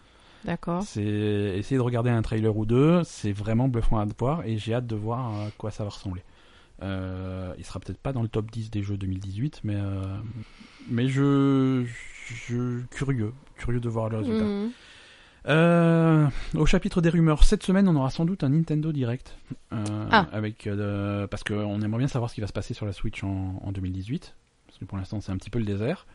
[SPEAKER 2] d'accord.
[SPEAKER 1] C'est essayer de regarder un trailer ou deux, c'est vraiment bluffant à voir et j'ai hâte de voir à quoi ça va ressembler. Euh, il sera peut-être pas dans le top 10 des jeux 2018, mais euh, mais je, je curieux, curieux de voir le résultat.
[SPEAKER 2] Mhm.
[SPEAKER 1] Euh, au chapitre des rumeurs, cette semaine, on aura sans doute un Nintendo Direct. euh,
[SPEAKER 2] Ah.
[SPEAKER 1] avec, euh, parce qu'on aimerait bien savoir ce qui va se passer sur la Switch en, en 2018. Parce que pour l'instant, c'est un petit peu le désert.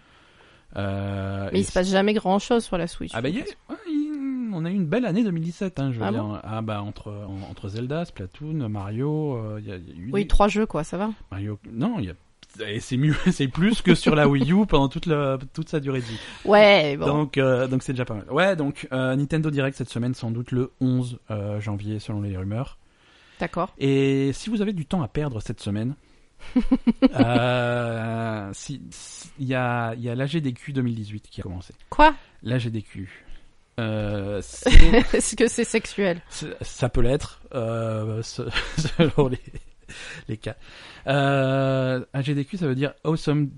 [SPEAKER 1] Euh,
[SPEAKER 2] Mais
[SPEAKER 1] et
[SPEAKER 2] il se passe jamais grand chose sur la Switch.
[SPEAKER 1] ah bah, il y a- ouais, il- on a eu une belle année 2017, hein, je veux
[SPEAKER 2] Ah
[SPEAKER 1] dire.
[SPEAKER 2] bon
[SPEAKER 1] ah bah entre en- entre Zelda, Splatoon, Mario, euh, il y a- il y a eu
[SPEAKER 2] Oui,
[SPEAKER 1] des-
[SPEAKER 2] trois jeux quoi, ça va.
[SPEAKER 1] Mario. Non, il y a et c'est mieux, [LAUGHS] c'est plus que sur la Wii U pendant toute la toute sa durée de vie.
[SPEAKER 2] Ouais, bon.
[SPEAKER 1] Donc, euh, donc c'est déjà pas mal. Ouais, donc euh, Nintendo Direct cette semaine, sans doute le 11 euh, janvier selon les rumeurs.
[SPEAKER 2] D'accord.
[SPEAKER 1] Et si vous avez du temps à perdre cette
[SPEAKER 2] [LAUGHS]
[SPEAKER 1] semaine, euh, si- si- il y a, il y a l'AGDQ 2018 qui a commencé.
[SPEAKER 2] Quoi
[SPEAKER 1] L'AGDQ, euh, c'est-
[SPEAKER 2] [LAUGHS] Est-ce que c'est sexuel
[SPEAKER 1] c'est- ça peut l'être euh, se- [LAUGHS] selon les, les cas. Euh, AGDQ, ça veut dire Awesome.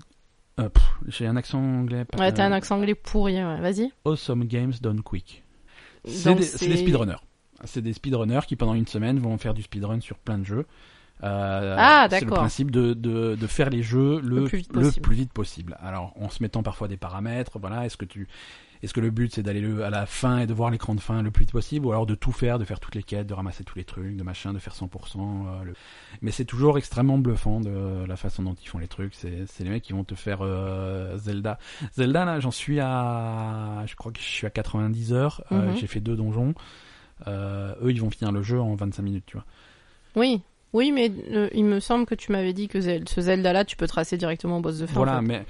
[SPEAKER 1] euh, pff, J'ai un accent anglais. pas- euh,
[SPEAKER 2] Ouais, t'as un accent anglais pourri, ouais. vas-y.
[SPEAKER 1] Awesome Games Done Quick. C'est
[SPEAKER 2] Donc,
[SPEAKER 1] des, c'est des speedrunners. C'est des speedrunners qui pendant une semaine vont faire du speedrun sur plein de jeux. Euh,
[SPEAKER 2] Ah,
[SPEAKER 1] c'est le
[SPEAKER 2] d'accord.
[SPEAKER 1] principe de, de, de faire les jeux le,
[SPEAKER 2] Le plus vite possible.
[SPEAKER 1] plus vite possible. Alors en se mettant parfois des paramètres, voilà, est-ce que tu est-ce que le but c'est d'aller le- à la fin et de voir l'écran de fin le plus vite possible ou alors de tout faire, de faire toutes les quêtes, de ramasser tous les trucs, de machin, de faire 100% euh, le- mais c'est toujours extrêmement bluffant de la façon dont ils font les trucs, c'est c'est les mecs qui vont te faire euh, Zelda. Zelda là, j'en suis à je crois que je suis à 90 heures, Euh,
[SPEAKER 2] Mhm.
[SPEAKER 1] j'ai fait deux donjons. Euh, eux ils vont finir le jeu en 25 minutes, tu vois.
[SPEAKER 2] Oui. Oui, mais euh, il me semble que tu m'avais dit que Zel- ce Zelda-là, tu peux tracer directement au boss de fin.
[SPEAKER 1] Voilà,
[SPEAKER 2] en fait.
[SPEAKER 1] mais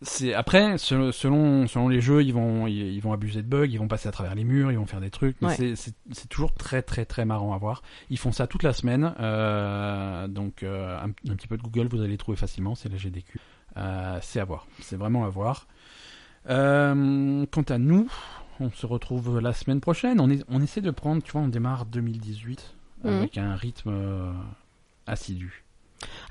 [SPEAKER 1] c'est après se- selon selon les jeux, ils vont ils, ils vont abuser de bugs, ils vont passer à travers les murs, ils vont faire des trucs. Mais
[SPEAKER 2] Ouais.
[SPEAKER 1] c'est- c'est c'est toujours très très très marrant à voir. Ils font ça toute la semaine, euh, donc euh, un, un petit peu de Google, vous allez les trouver facilement. C'est la GDQ. Euh, c'est à voir, c'est vraiment à voir. Euh, quant à nous, on se retrouve la semaine prochaine. On est on essaie de prendre, tu vois, on démarre 2018
[SPEAKER 2] Mhm.
[SPEAKER 1] avec un rythme euh, assidu.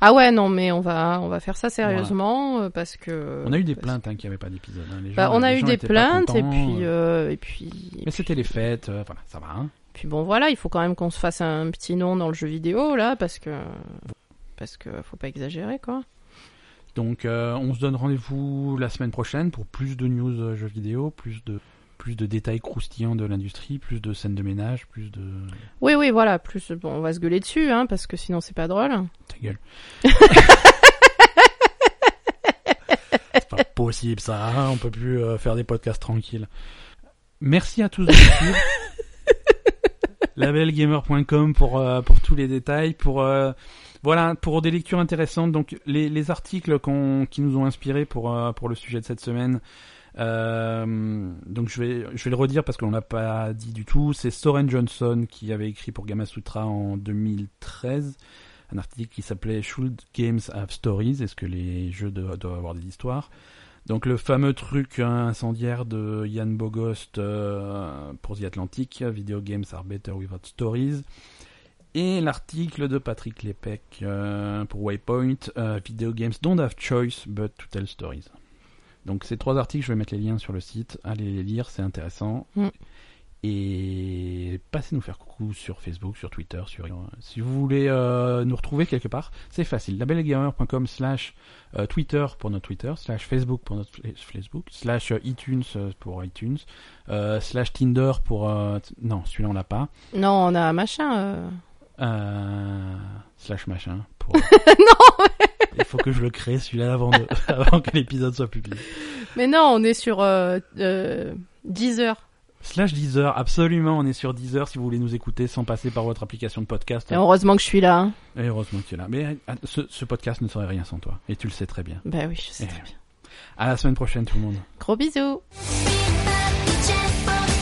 [SPEAKER 2] Ah ouais, non, mais on va, on va faire ça sérieusement euh, parce que.
[SPEAKER 1] On a eu des
[SPEAKER 2] parce-
[SPEAKER 1] plaintes hein, qu'il n'y avait pas d'épisode. hein. Les
[SPEAKER 2] Bah,
[SPEAKER 1] gens-
[SPEAKER 2] on a
[SPEAKER 1] les
[SPEAKER 2] eu
[SPEAKER 1] gens
[SPEAKER 2] des
[SPEAKER 1] étaient pas
[SPEAKER 2] plaintes et
[SPEAKER 1] contents,
[SPEAKER 2] puis,
[SPEAKER 1] euh,
[SPEAKER 2] euh, et puis.
[SPEAKER 1] Mais c'était les fêtes, euh, voilà, ça va. Hein.
[SPEAKER 2] Puis bon voilà, il faut quand même qu'on se fasse un petit nom dans le jeu vidéo là parce que parce que faut pas exagérer quoi.
[SPEAKER 1] Donc euh, on se donne rendez-vous la semaine prochaine pour plus de news euh, jeux vidéo, plus de plus de détails croustillants de l'industrie, plus de scènes de ménage, plus de
[SPEAKER 2] Oui oui voilà, plus bon on va se gueuler dessus hein parce que sinon c'est pas drôle.
[SPEAKER 1] ta gueule. [LAUGHS] C'est pas possible ça, hein, on peut plus euh, faire des podcasts tranquilles. Merci à tous de nous suivre. labelgamer.com pour euh, pour tous les détails, pour euh, Voilà, pour des lectures intéressantes, donc les, les articles qu'on- qui nous ont inspirés pour, euh, pour le sujet de cette semaine, euh, donc je vais, je vais le redire parce qu'on l'a pas dit du tout, c'est Soren Johnson qui avait écrit pour Gamasutra en 2013 un article qui s'appelait Should Games Have Stories, est-ce que les jeux do- doivent avoir des histoires donc le fameux truc hein, incendiaire de Yann Bogost euh, pour The Atlantic, Video Games Are Better Without Stories, et l'article de Patrick Lepec euh, pour Waypoint, euh, Video Games Don't Have Choice But To Tell Stories. Donc ces trois articles, je vais mettre les liens sur le site, allez les lire, c'est intéressant.
[SPEAKER 2] Mm.
[SPEAKER 1] Et passez nous faire coucou sur Facebook, sur Twitter, sur... Si vous voulez euh, nous retrouver quelque part, c'est facile. labelgamer.com slash euh, Twitter pour notre Twitter, slash Facebook pour notre fla- Facebook, slash euh, iTunes euh, pour iTunes, euh, slash Tinder pour... euh, t- non, celui-là on l'a pas.
[SPEAKER 2] Non, on a machin. euh.
[SPEAKER 1] Euh, slash machin pour... non Il faut que je le crée celui-là avant, de- [LAUGHS] avant que l'épisode soit publié.
[SPEAKER 2] Mais non, on est sur euh, euh, Deezer.
[SPEAKER 1] Slash Deezer, absolument, on est sur Deezer si vous voulez nous écouter sans passer par votre application de podcast.
[SPEAKER 2] Et heureusement que je suis là. hein.
[SPEAKER 1] Et heureusement que Eh, tu es là. Mais euh, ce, ce podcast ne serait rien sans toi, et tu le sais très bien.
[SPEAKER 2] Ben oui, je sais
[SPEAKER 1] Eh oui.
[SPEAKER 2] très bien.
[SPEAKER 1] À la semaine prochaine tout le monde.
[SPEAKER 2] Gros bisous.
[SPEAKER 3] Check box